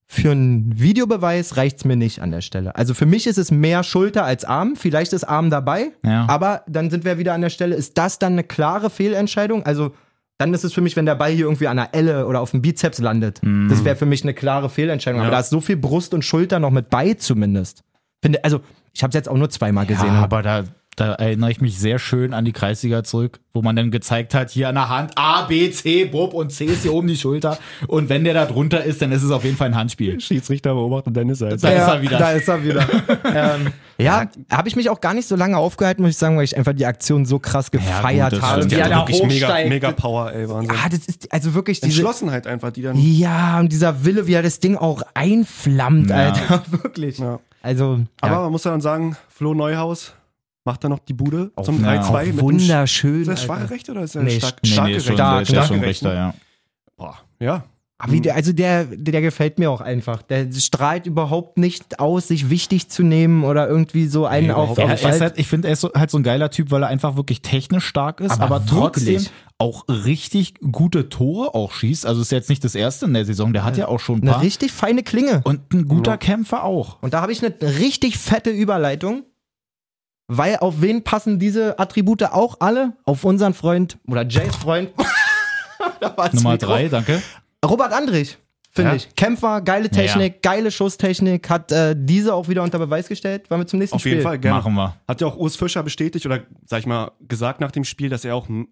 Speaker 2: für einen Videobeweis reicht's mir nicht an der Stelle. Also für mich ist es mehr Schulter als Arm. Vielleicht ist Arm dabei.
Speaker 4: Ja.
Speaker 2: Aber dann sind wir wieder an der Stelle. Ist das dann eine klare Fehlentscheidung? Also dann ist es für mich, wenn der Ball hier irgendwie an der Elle oder auf dem Bizeps landet.
Speaker 4: Mhm.
Speaker 2: Das wäre für mich eine klare Fehlentscheidung. Aber da ist so viel Brust und Schulter noch mit bei zumindest. Finde, also ich habe es jetzt auch nur zweimal gesehen.
Speaker 4: Ja, aber da, da erinnere ich mich sehr schön an die Kreisliga zurück, wo man dann gezeigt hat, hier an der Hand A, B, C, Bob und C ist hier oben die Schulter. Und wenn der da drunter ist, dann ist es auf jeden Fall ein Handspiel.
Speaker 5: Schiedsrichter beobachtet Dennis halt.
Speaker 4: Da
Speaker 2: ja,
Speaker 4: ist er wieder.
Speaker 2: Da ist er wieder. ähm, ja, habe ich mich auch gar nicht so lange aufgehalten, muss ich sagen, weil ich einfach die Aktion so krass gefeiert
Speaker 4: das
Speaker 2: habe.
Speaker 4: stimmt.
Speaker 2: Wie
Speaker 4: Ja,
Speaker 2: er
Speaker 5: hat
Speaker 2: da
Speaker 5: wirklich mega,
Speaker 2: hochsteigt.
Speaker 5: mega Power, ey, Wahnsinn.
Speaker 2: Ah, das ist also wirklich diese,
Speaker 5: Entschlossenheit einfach, die dann.
Speaker 2: Ja, und dieser Wille, wie er das Ding auch einflammt, Alter. Wirklich.
Speaker 5: Ja.
Speaker 2: Also,
Speaker 5: Aber
Speaker 2: ja,
Speaker 5: man muss dann sagen, Flo Neuhaus macht dann noch die Bude zum
Speaker 4: ja,
Speaker 5: 3-2 mit einem Sch-
Speaker 2: wunderschön.
Speaker 5: Ist das
Speaker 2: Alter.
Speaker 5: schwache Rechte oder ist das
Speaker 2: Nee,
Speaker 5: stark,
Speaker 2: nee,
Speaker 5: starke
Speaker 4: schon,
Speaker 5: Rechte?
Speaker 2: Stark,
Speaker 4: der ist
Speaker 2: stark
Speaker 4: schon
Speaker 5: rechte.
Speaker 4: rechter, ja.
Speaker 5: Boah, ja.
Speaker 2: Aber wie der, also der, der gefällt mir auch einfach. Der strahlt überhaupt nicht aus, sich wichtig zu nehmen oder irgendwie so einen
Speaker 5: Nee,
Speaker 2: auf.
Speaker 5: überhaupt
Speaker 2: auf
Speaker 4: Er, er ist
Speaker 2: Wald-
Speaker 4: halt, ich finde, er ist so, halt so ein geiler Typ, weil er einfach wirklich technisch stark ist, aber,
Speaker 2: Aber
Speaker 4: trotzdem
Speaker 2: wirklich.
Speaker 4: auch richtig gute Tore auch schießt. Also ist jetzt nicht das erste in der Saison, der hat ja auch schon ein
Speaker 2: eine
Speaker 4: paar.
Speaker 2: richtig feine Klinge.
Speaker 4: Und ein guter Kämpfer auch.
Speaker 2: Und da habe ich eine richtig fette Überleitung, Weil auf wen passen diese Attribute auch alle? Auf unseren Freund oder Jays Freund. Da war's
Speaker 4: Nummer
Speaker 2: Mikro.
Speaker 4: drei, danke.
Speaker 2: Robert Andrich, finde
Speaker 4: Ja.
Speaker 2: ich. Kämpfer, geile Technik, geile Schusstechnik. Hat äh, diese auch wieder unter Beweis gestellt. Wollen wir zum nächsten
Speaker 5: Auf
Speaker 2: Spiel?
Speaker 5: jeden Fall, gerne.
Speaker 4: Machen wir.
Speaker 5: Hat ja auch Urs Fischer bestätigt oder, sag ich mal, gesagt nach dem Spiel, dass er auch m-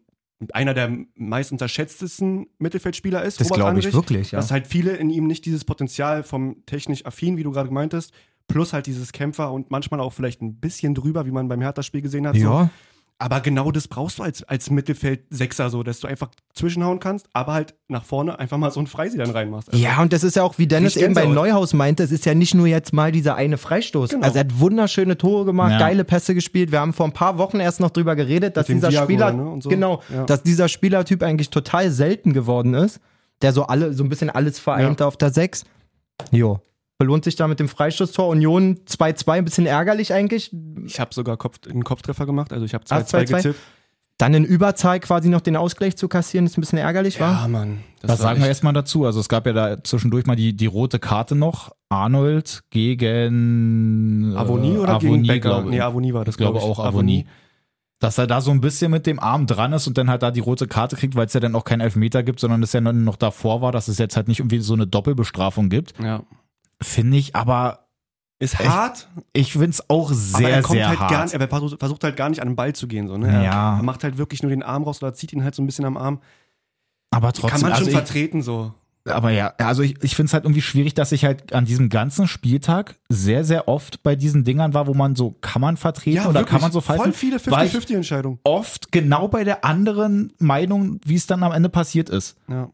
Speaker 5: einer der meist unterschätztesten Mittelfeldspieler ist.
Speaker 2: Das
Speaker 5: Robert
Speaker 2: glaube ich
Speaker 5: Andrich.
Speaker 2: wirklich, ja.
Speaker 5: Dass halt viele in ihm nicht dieses Potenzial vom technisch affin, wie du gerade meintest, plus halt dieses Kämpfer und manchmal auch vielleicht ein bisschen drüber, wie man beim Hertha-Spiel gesehen hat. So.
Speaker 2: Ja,
Speaker 5: Aber genau das brauchst du als, als Mittelfeld-Sechser so, dass du einfach zwischenhauen kannst, aber halt nach vorne einfach mal so einen Freisi dann reinmachst. Also,
Speaker 2: ja, und das ist ja auch, wie Dennis
Speaker 5: Krieg
Speaker 2: eben bei
Speaker 5: Gänsehaut.
Speaker 2: Neuhaus meinte, es ist ja nicht nur jetzt mal dieser eine Freistoß.
Speaker 5: Genau.
Speaker 2: Also er hat wunderschöne Tore gemacht,
Speaker 4: Ja.
Speaker 2: geile Pässe gespielt. Wir haben vor ein paar Wochen erst noch drüber geredet, dass
Speaker 5: dem
Speaker 2: dieser
Speaker 5: Diago,
Speaker 2: Spieler,
Speaker 5: ne, und so.
Speaker 2: genau,
Speaker 5: Ja.
Speaker 2: dass dieser Spielertyp eigentlich total selten geworden ist, der so alle, so ein bisschen alles vereint auf der Sechs. Jo. Belohnt sich da mit dem Freistoßtor Union 2-2, ein bisschen ärgerlich eigentlich.
Speaker 5: Ich habe sogar Kopf, einen Kopftreffer gemacht, also ich habe
Speaker 2: Ah,
Speaker 5: 2-2
Speaker 2: 2-2.
Speaker 5: getippt.
Speaker 2: Dann in Überzahl quasi noch den Ausgleich zu kassieren, ist ein bisschen ärgerlich, war?
Speaker 5: Ja, Mann.
Speaker 4: Das
Speaker 5: war
Speaker 4: sagen wir
Speaker 5: echt-
Speaker 4: erstmal dazu. Also es gab ja da zwischendurch mal die, die rote Karte noch. Arnold gegen äh,
Speaker 5: Avoni oder gegen Becker?
Speaker 4: glaube ich.
Speaker 5: Nee, Avoni war das,
Speaker 4: ich glaube
Speaker 5: glaub ich.
Speaker 4: auch Avoni. Dass er da so ein bisschen mit dem Arm dran ist und dann halt da die rote Karte kriegt, weil es ja dann auch keinen Elfmeter gibt, sondern es ja noch- noch davor war, dass es jetzt halt nicht irgendwie so eine Doppelbestrafung gibt.
Speaker 5: Ja.
Speaker 4: Finde ich aber,
Speaker 5: Ist hart,
Speaker 4: ich finde es auch sehr,
Speaker 5: aber er kommt
Speaker 4: sehr
Speaker 5: halt
Speaker 4: hart.
Speaker 5: gar nicht, er versucht versucht halt gar nicht an den Ball zu gehen. So, ne?
Speaker 4: Ja.
Speaker 5: Er macht halt wirklich nur den Arm raus oder zieht ihn halt so ein bisschen am Arm.
Speaker 4: aber trotzdem,
Speaker 5: Kann man
Speaker 4: also
Speaker 5: schon
Speaker 4: ich-
Speaker 5: vertreten so.
Speaker 4: Aber ja, also ich, ich finde es halt irgendwie schwierig, dass ich halt an diesem ganzen Spieltag sehr, sehr oft bei diesen Dingern war, wo man so, kann man vertreten oder
Speaker 5: wirklich.
Speaker 4: kann man so pfeifen?
Speaker 5: Voll viele
Speaker 4: war ich
Speaker 5: 50-50-Entscheidungen.
Speaker 4: oft genau bei der anderen Meinung, wie es dann am Ende passiert ist.
Speaker 5: Ja.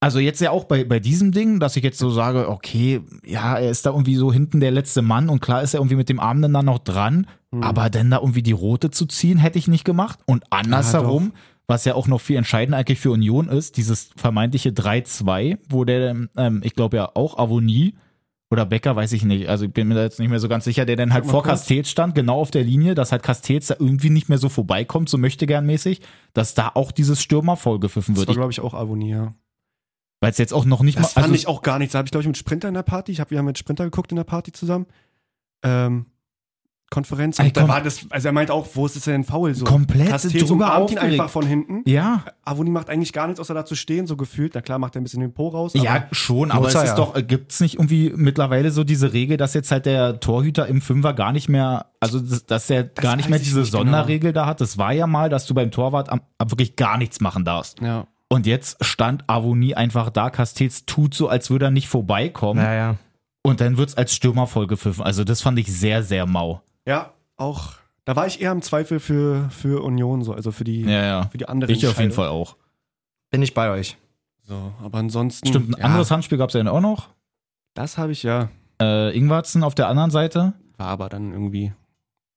Speaker 4: Also jetzt ja auch bei, bei diesem Ding, dass ich jetzt so sage, okay, ja, er ist da irgendwie so hinten der letzte Mann und klar ist er irgendwie mit dem Arm dann da noch dran,
Speaker 5: Hm.
Speaker 4: aber dann da irgendwie die rote zu ziehen, hätte ich nicht gemacht. Und andersherum, was ja auch noch viel entscheidender eigentlich für Union ist, dieses vermeintliche 3-2, wo der, ähm, ich glaube ja auch Avonie oder Becker, weiß ich nicht, also ich bin mir da jetzt nicht mehr so ganz sicher, der dann halt
Speaker 5: mal
Speaker 4: vor
Speaker 5: kurz.
Speaker 4: Castells stand, genau auf der Linie, dass halt Castells da irgendwie nicht mehr so vorbeikommt, so möchte gern mäßig, dass da auch dieses Stürmerfoul gepfiffen
Speaker 5: Das
Speaker 4: wird.
Speaker 5: war, glaube ich, auch Avoni, ja.
Speaker 4: Weil es jetzt auch noch nicht
Speaker 5: Das
Speaker 4: mal. also
Speaker 5: fand ich auch gar nichts. Da habe ich, glaube ich, mit Sprinter in der Party, ich hab, wir haben mit Sprinter geguckt in der Party zusammen. Ähm, Konferenz.
Speaker 4: Ey,
Speaker 5: Und da
Speaker 4: komm.
Speaker 5: war das, also er meinte auch, wo ist das denn faul? So.
Speaker 4: Komplett
Speaker 5: Castells
Speaker 4: drüber
Speaker 5: umarmt ihn
Speaker 4: aufgeregt.
Speaker 5: einfach von hinten.
Speaker 4: Ja.
Speaker 5: Avoni macht eigentlich gar nichts, außer da zu stehen, so gefühlt. Na klar, macht er ein bisschen den Po raus.
Speaker 4: Ja, schon, aber
Speaker 2: Muss
Speaker 4: es
Speaker 2: er
Speaker 4: ist
Speaker 2: ja.
Speaker 4: doch, gibt es nicht irgendwie mittlerweile so diese Regel, dass jetzt halt der Torhüter im Fünfer gar nicht mehr, also das- dass er gar nicht
Speaker 5: weiß
Speaker 4: mehr
Speaker 5: ich
Speaker 4: diese
Speaker 5: nicht genau.
Speaker 4: Sonderregel da hat? Das war ja mal, dass du beim Torwart am, am wirklich gar nichts machen darfst.
Speaker 5: Aber, ja.
Speaker 4: Und jetzt stand Avoni einfach da, Castells tut so, als würde er nicht vorbeikommen.
Speaker 2: Naja.
Speaker 4: Und dann wird es als Stürmer vollgepfiffen. Also das fand ich sehr, sehr mau.
Speaker 5: Ja, auch. Da war ich eher im Zweifel für, für Union, so, also für die,
Speaker 4: ja.
Speaker 5: für die anderen.
Speaker 4: Ich auf jeden
Speaker 5: Scheide.
Speaker 4: Fall auch.
Speaker 2: Bin ich bei euch.
Speaker 5: So, aber ansonsten.
Speaker 4: Stimmt, ein
Speaker 5: ja,
Speaker 4: anderes Handspiel gab es Hm. ja dann auch noch.
Speaker 5: Das habe ich ja.
Speaker 4: Äh, Ingwarzen auf der anderen Seite.
Speaker 5: War aber dann irgendwie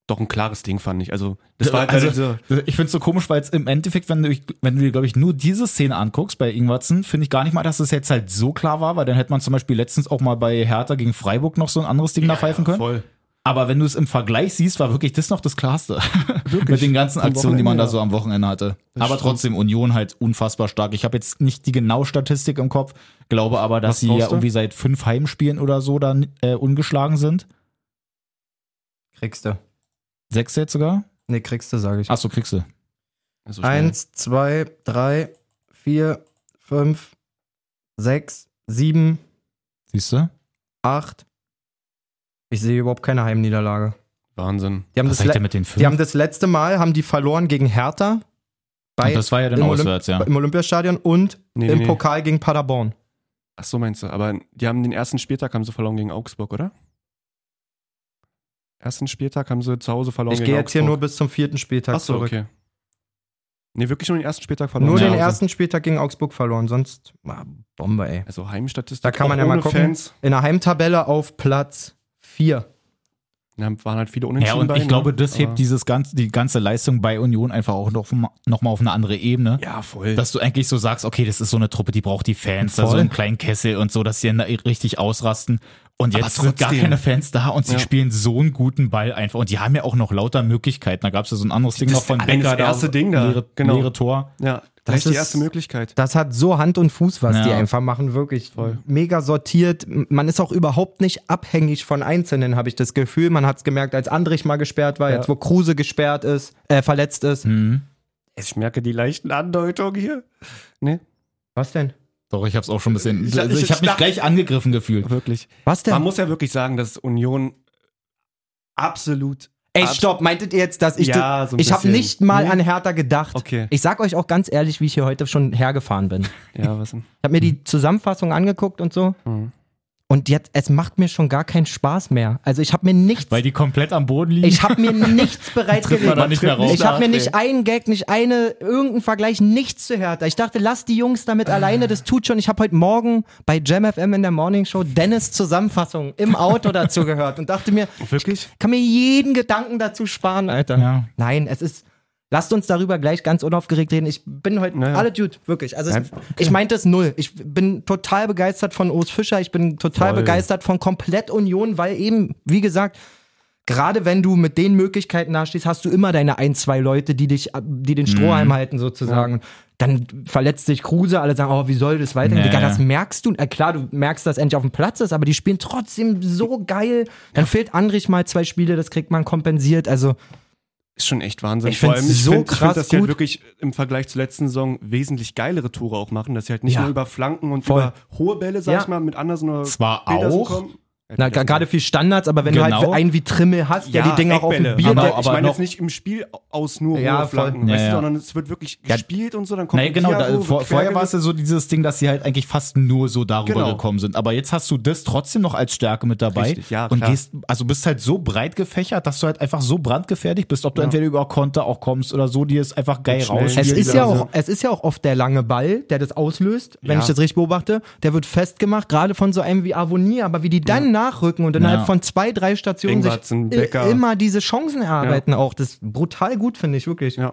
Speaker 5: doch ein klares Ding, fand ich. Also, das
Speaker 4: Ja,
Speaker 5: war halt
Speaker 4: also-
Speaker 5: diese,
Speaker 4: Ich finde es so komisch, weil es im Endeffekt, wenn du, wenn du dir, glaube ich, nur diese Szene anguckst bei Ingwarzen, finde ich gar nicht mal, dass es jetzt halt so klar war, weil dann hätte man zum Beispiel letztens auch mal bei Hertha gegen Freiburg noch so ein anderes Ding da pfeifen können.
Speaker 5: voll.
Speaker 4: Aber wenn du es im Vergleich siehst, war wirklich das noch das Klarste. Mit den ganzen
Speaker 5: Am
Speaker 4: Aktionen, die man
Speaker 5: Wochenende,
Speaker 4: da so am Wochenende hatte. aber
Speaker 5: stimmt.
Speaker 4: trotzdem, Union halt unfassbar stark. Ich habe jetzt nicht die genaue Statistik im Kopf, glaube aber, dass
Speaker 5: Was
Speaker 4: sie
Speaker 5: brauchst
Speaker 4: ja
Speaker 5: du?
Speaker 4: irgendwie seit fünf Heimspielen oder so dann äh, ungeschlagen sind.
Speaker 2: Kriegst du.
Speaker 4: Sechs jetzt sogar?
Speaker 2: Nee, kriegst du, sage ich.
Speaker 4: Achso, kriegst du.
Speaker 5: So Also schnell.
Speaker 2: Eins, zwei, drei, vier, fünf, sechs, sieben,
Speaker 4: Siehst du?
Speaker 2: acht. Ich sehe überhaupt keine Heimniederlage.
Speaker 5: Wahnsinn.
Speaker 2: Die haben, das,
Speaker 4: Was sag ich denn
Speaker 2: le
Speaker 4: mit den fünf?
Speaker 2: die haben das letzte Mal haben die verloren gegen Hertha bei,
Speaker 4: Und das war ja dann
Speaker 2: im Olymp-
Speaker 4: auswärts, ja.
Speaker 2: im Olympiastadion und
Speaker 5: Nee,
Speaker 2: im
Speaker 5: nee, nee.
Speaker 2: Pokal gegen Paderborn.
Speaker 5: Ach so, meinst du. Aber die haben den ersten Spieltag haben sie verloren gegen Augsburg, oder? Ersten Spieltag haben sie zu Hause verloren
Speaker 2: Ich
Speaker 5: gegen
Speaker 2: gehe jetzt hier nur
Speaker 5: Augsburg.
Speaker 2: bis zum vierten Spieltag
Speaker 5: Ach so,
Speaker 2: zurück.
Speaker 5: okay. Nee, wirklich nur den ersten Spieltag verloren.
Speaker 2: Nur
Speaker 4: Ja,
Speaker 2: den
Speaker 4: also-
Speaker 2: ersten Spieltag gegen Augsburg verloren, sonst ah, Bombe, ey.
Speaker 5: Also Heimstatistik.
Speaker 2: Da kann man
Speaker 5: auch
Speaker 2: ja mal
Speaker 5: ohne
Speaker 2: gucken.
Speaker 5: Fans.
Speaker 2: In der Heimtabelle auf Platz 4.
Speaker 5: Da waren halt viele
Speaker 4: Ja,
Speaker 5: Unentschieden
Speaker 4: und
Speaker 5: bei,
Speaker 4: ich
Speaker 5: ne?
Speaker 4: glaube, das
Speaker 5: Aber-
Speaker 4: hebt dieses ganze, die ganze Leistung bei Union einfach auch noch, noch mal auf eine andere Ebene.
Speaker 5: Ja, voll.
Speaker 4: Dass du eigentlich so sagst, okay, das ist so eine Truppe, die braucht die Fans, da so
Speaker 2: Voll.
Speaker 4: einen kleinen Kessel und so, dass sie dann da richtig ausrasten. Und
Speaker 5: Aber
Speaker 4: jetzt sind gar
Speaker 5: trotzdem.
Speaker 4: keine Fans da und sie
Speaker 5: Ja.
Speaker 4: spielen so einen guten Ball einfach. Und die haben ja auch noch lauter Möglichkeiten. Da gab es ja so ein anderes Ding
Speaker 5: Das
Speaker 4: noch von
Speaker 5: allein das
Speaker 4: Becker.
Speaker 5: erste Ding da,
Speaker 4: Leere,
Speaker 5: genau.
Speaker 4: leere Tor.
Speaker 5: ja, Vielleicht die
Speaker 2: ist-
Speaker 5: erste Möglichkeit.
Speaker 2: Das hat so Hand und Fuß, was
Speaker 4: Ja.
Speaker 2: die einfach machen, wirklich mega sortiert. Man ist auch überhaupt nicht abhängig von Einzelnen, habe ich das Gefühl. Man hat es gemerkt, als Andrich mal gesperrt war, jetzt wo Kruse gesperrt ist, äh, verletzt ist.
Speaker 5: Hm. Ich merke die leichten Andeutungen hier. Nee,
Speaker 2: Was denn?
Speaker 4: Doch, ich hab's auch schon ein bisschen.
Speaker 5: Ich-
Speaker 4: also, ich
Speaker 5: ich-
Speaker 4: habe mich
Speaker 5: ich-
Speaker 4: gleich angegriffen gefühlt.
Speaker 5: wirklich.
Speaker 2: Was denn?
Speaker 5: Man muss ja wirklich sagen, dass Union absolut.
Speaker 2: Ey,
Speaker 5: abs-
Speaker 2: stopp, meintet ihr jetzt, dass ich.
Speaker 5: Ja,
Speaker 2: das-
Speaker 5: so ein
Speaker 2: ich habe
Speaker 5: bisschen.
Speaker 2: nicht mal
Speaker 5: Nee.
Speaker 2: an Hertha gedacht.
Speaker 5: Okay.
Speaker 2: Ich sag euch auch ganz ehrlich, wie ich hier heute schon hergefahren bin.
Speaker 5: Ja, was denn?
Speaker 2: Ich habe mir die Zusammenfassung angeguckt und so.
Speaker 5: Mhm.
Speaker 2: Und jetzt, es macht mir schon gar keinen Spaß mehr. Also ich habe mir nichts.
Speaker 4: Weil die komplett am Boden liegen.
Speaker 2: Ich habe mir nichts
Speaker 4: Tritt man da
Speaker 2: bereitgelegt.
Speaker 4: nicht mehr raus.
Speaker 2: Ich habe mir
Speaker 5: Nee.
Speaker 2: nicht einen Gag, nicht eine, irgendeinen Vergleich, nichts zu Hertha. Ich dachte, lass die Jungs damit alleine, das tut schon. Ich habe heute Morgen bei Jam FM in der Morning Show Dennis Zusammenfassung im Auto dazu gehört und dachte mir,
Speaker 5: Wirklich?
Speaker 2: ich kann mir jeden Gedanken dazu sparen, Alter.
Speaker 4: Ja.
Speaker 2: Nein, es ist. Lasst uns darüber gleich ganz unaufgeregt reden. Ich bin heute
Speaker 5: Naja.
Speaker 2: alle Dude, wirklich. Also es, ich meinte es null. Ich bin total begeistert von Urs Fischer. Ich bin total begeistert von komplett Union, weil eben, wie gesagt, gerade wenn du mit den Möglichkeiten dastehst, hast du immer deine ein, zwei Leute, die dich, äh, die den Strohhalm
Speaker 5: Mhm.
Speaker 2: halten sozusagen. Dann verletzt sich Kruse, alle sagen, oh, wie soll das weitergehen?
Speaker 4: Nee.
Speaker 2: Digga, das merkst du. Äh, klar, du merkst, dass er endlich auf dem Platz ist, aber die spielen trotzdem so geil. Dann fehlt Andrich mal zwei Spiele, das kriegt man kompensiert. Also,
Speaker 5: Ist schon echt Wahnsinn.
Speaker 2: Ich find's so
Speaker 5: ich
Speaker 2: krass
Speaker 5: dass die
Speaker 2: gut.
Speaker 5: halt wirklich im Vergleich zur letzten Saison wesentlich geilere Tore auch machen, dass sie halt nicht
Speaker 2: Ja.
Speaker 5: nur über Flanken und
Speaker 2: Voll.
Speaker 5: über hohe Bälle, sag
Speaker 2: Ja.
Speaker 5: ich mal, mit Andersen oder
Speaker 4: Zwar
Speaker 5: Petersen
Speaker 4: auch.
Speaker 5: kommen. Äh,
Speaker 2: na,
Speaker 5: Petersen.
Speaker 2: g- gerade viel Standards, aber wenn du halt
Speaker 4: Genau.
Speaker 2: einen wie Trimmel hast,
Speaker 5: ja,
Speaker 2: der die Dinger auch auf
Speaker 5: Eckbälle.
Speaker 2: dem Bier
Speaker 5: aber,
Speaker 4: deckt.
Speaker 5: ich
Speaker 4: aber
Speaker 5: meine
Speaker 4: noch-
Speaker 5: jetzt nicht im Spiel aus nur
Speaker 2: Ja,
Speaker 5: hohe
Speaker 2: voll.
Speaker 5: Flanken,
Speaker 4: Ja,
Speaker 5: weißt
Speaker 4: ja.
Speaker 5: du, sondern es wird wirklich
Speaker 4: Ja.
Speaker 5: gespielt und so, dann kommt
Speaker 4: Naja, genau.
Speaker 5: Thiago,
Speaker 4: Da,
Speaker 5: wird
Speaker 4: vor,
Speaker 5: quer
Speaker 4: vorher war es
Speaker 5: gelegt.
Speaker 4: ja so dieses Ding, dass sie halt eigentlich fast nur so darüber
Speaker 5: Genau.
Speaker 4: gekommen sind. Aber jetzt hast du das trotzdem noch als Stärke mit dabei.
Speaker 5: Richtig, ja,
Speaker 4: und
Speaker 5: klar.
Speaker 4: gehst, also bist halt so breit gefächert, dass du halt einfach so brandgefährlich bist, ob du entweder über Konter auch kommst oder so, dir es einfach geil
Speaker 5: schnell.
Speaker 4: raus.
Speaker 2: Es
Speaker 5: Spiel
Speaker 2: ist,
Speaker 5: wieder
Speaker 2: ja
Speaker 5: so.
Speaker 2: auch, es ist ja auch oft der lange Ball, der das auslöst, wenn
Speaker 5: Ja.
Speaker 2: ich das richtig beobachte. Der wird festgemacht, gerade von so einem wie Avonie, aber wie die dann nachrücken und innerhalb
Speaker 4: Ja.
Speaker 2: von zwei, drei Stationen sich
Speaker 5: Ingwertsen, Becker.
Speaker 2: i- immer diese Chancen erarbeiten auch. Das ist brutal gut, finde ich, wirklich.
Speaker 5: Ja.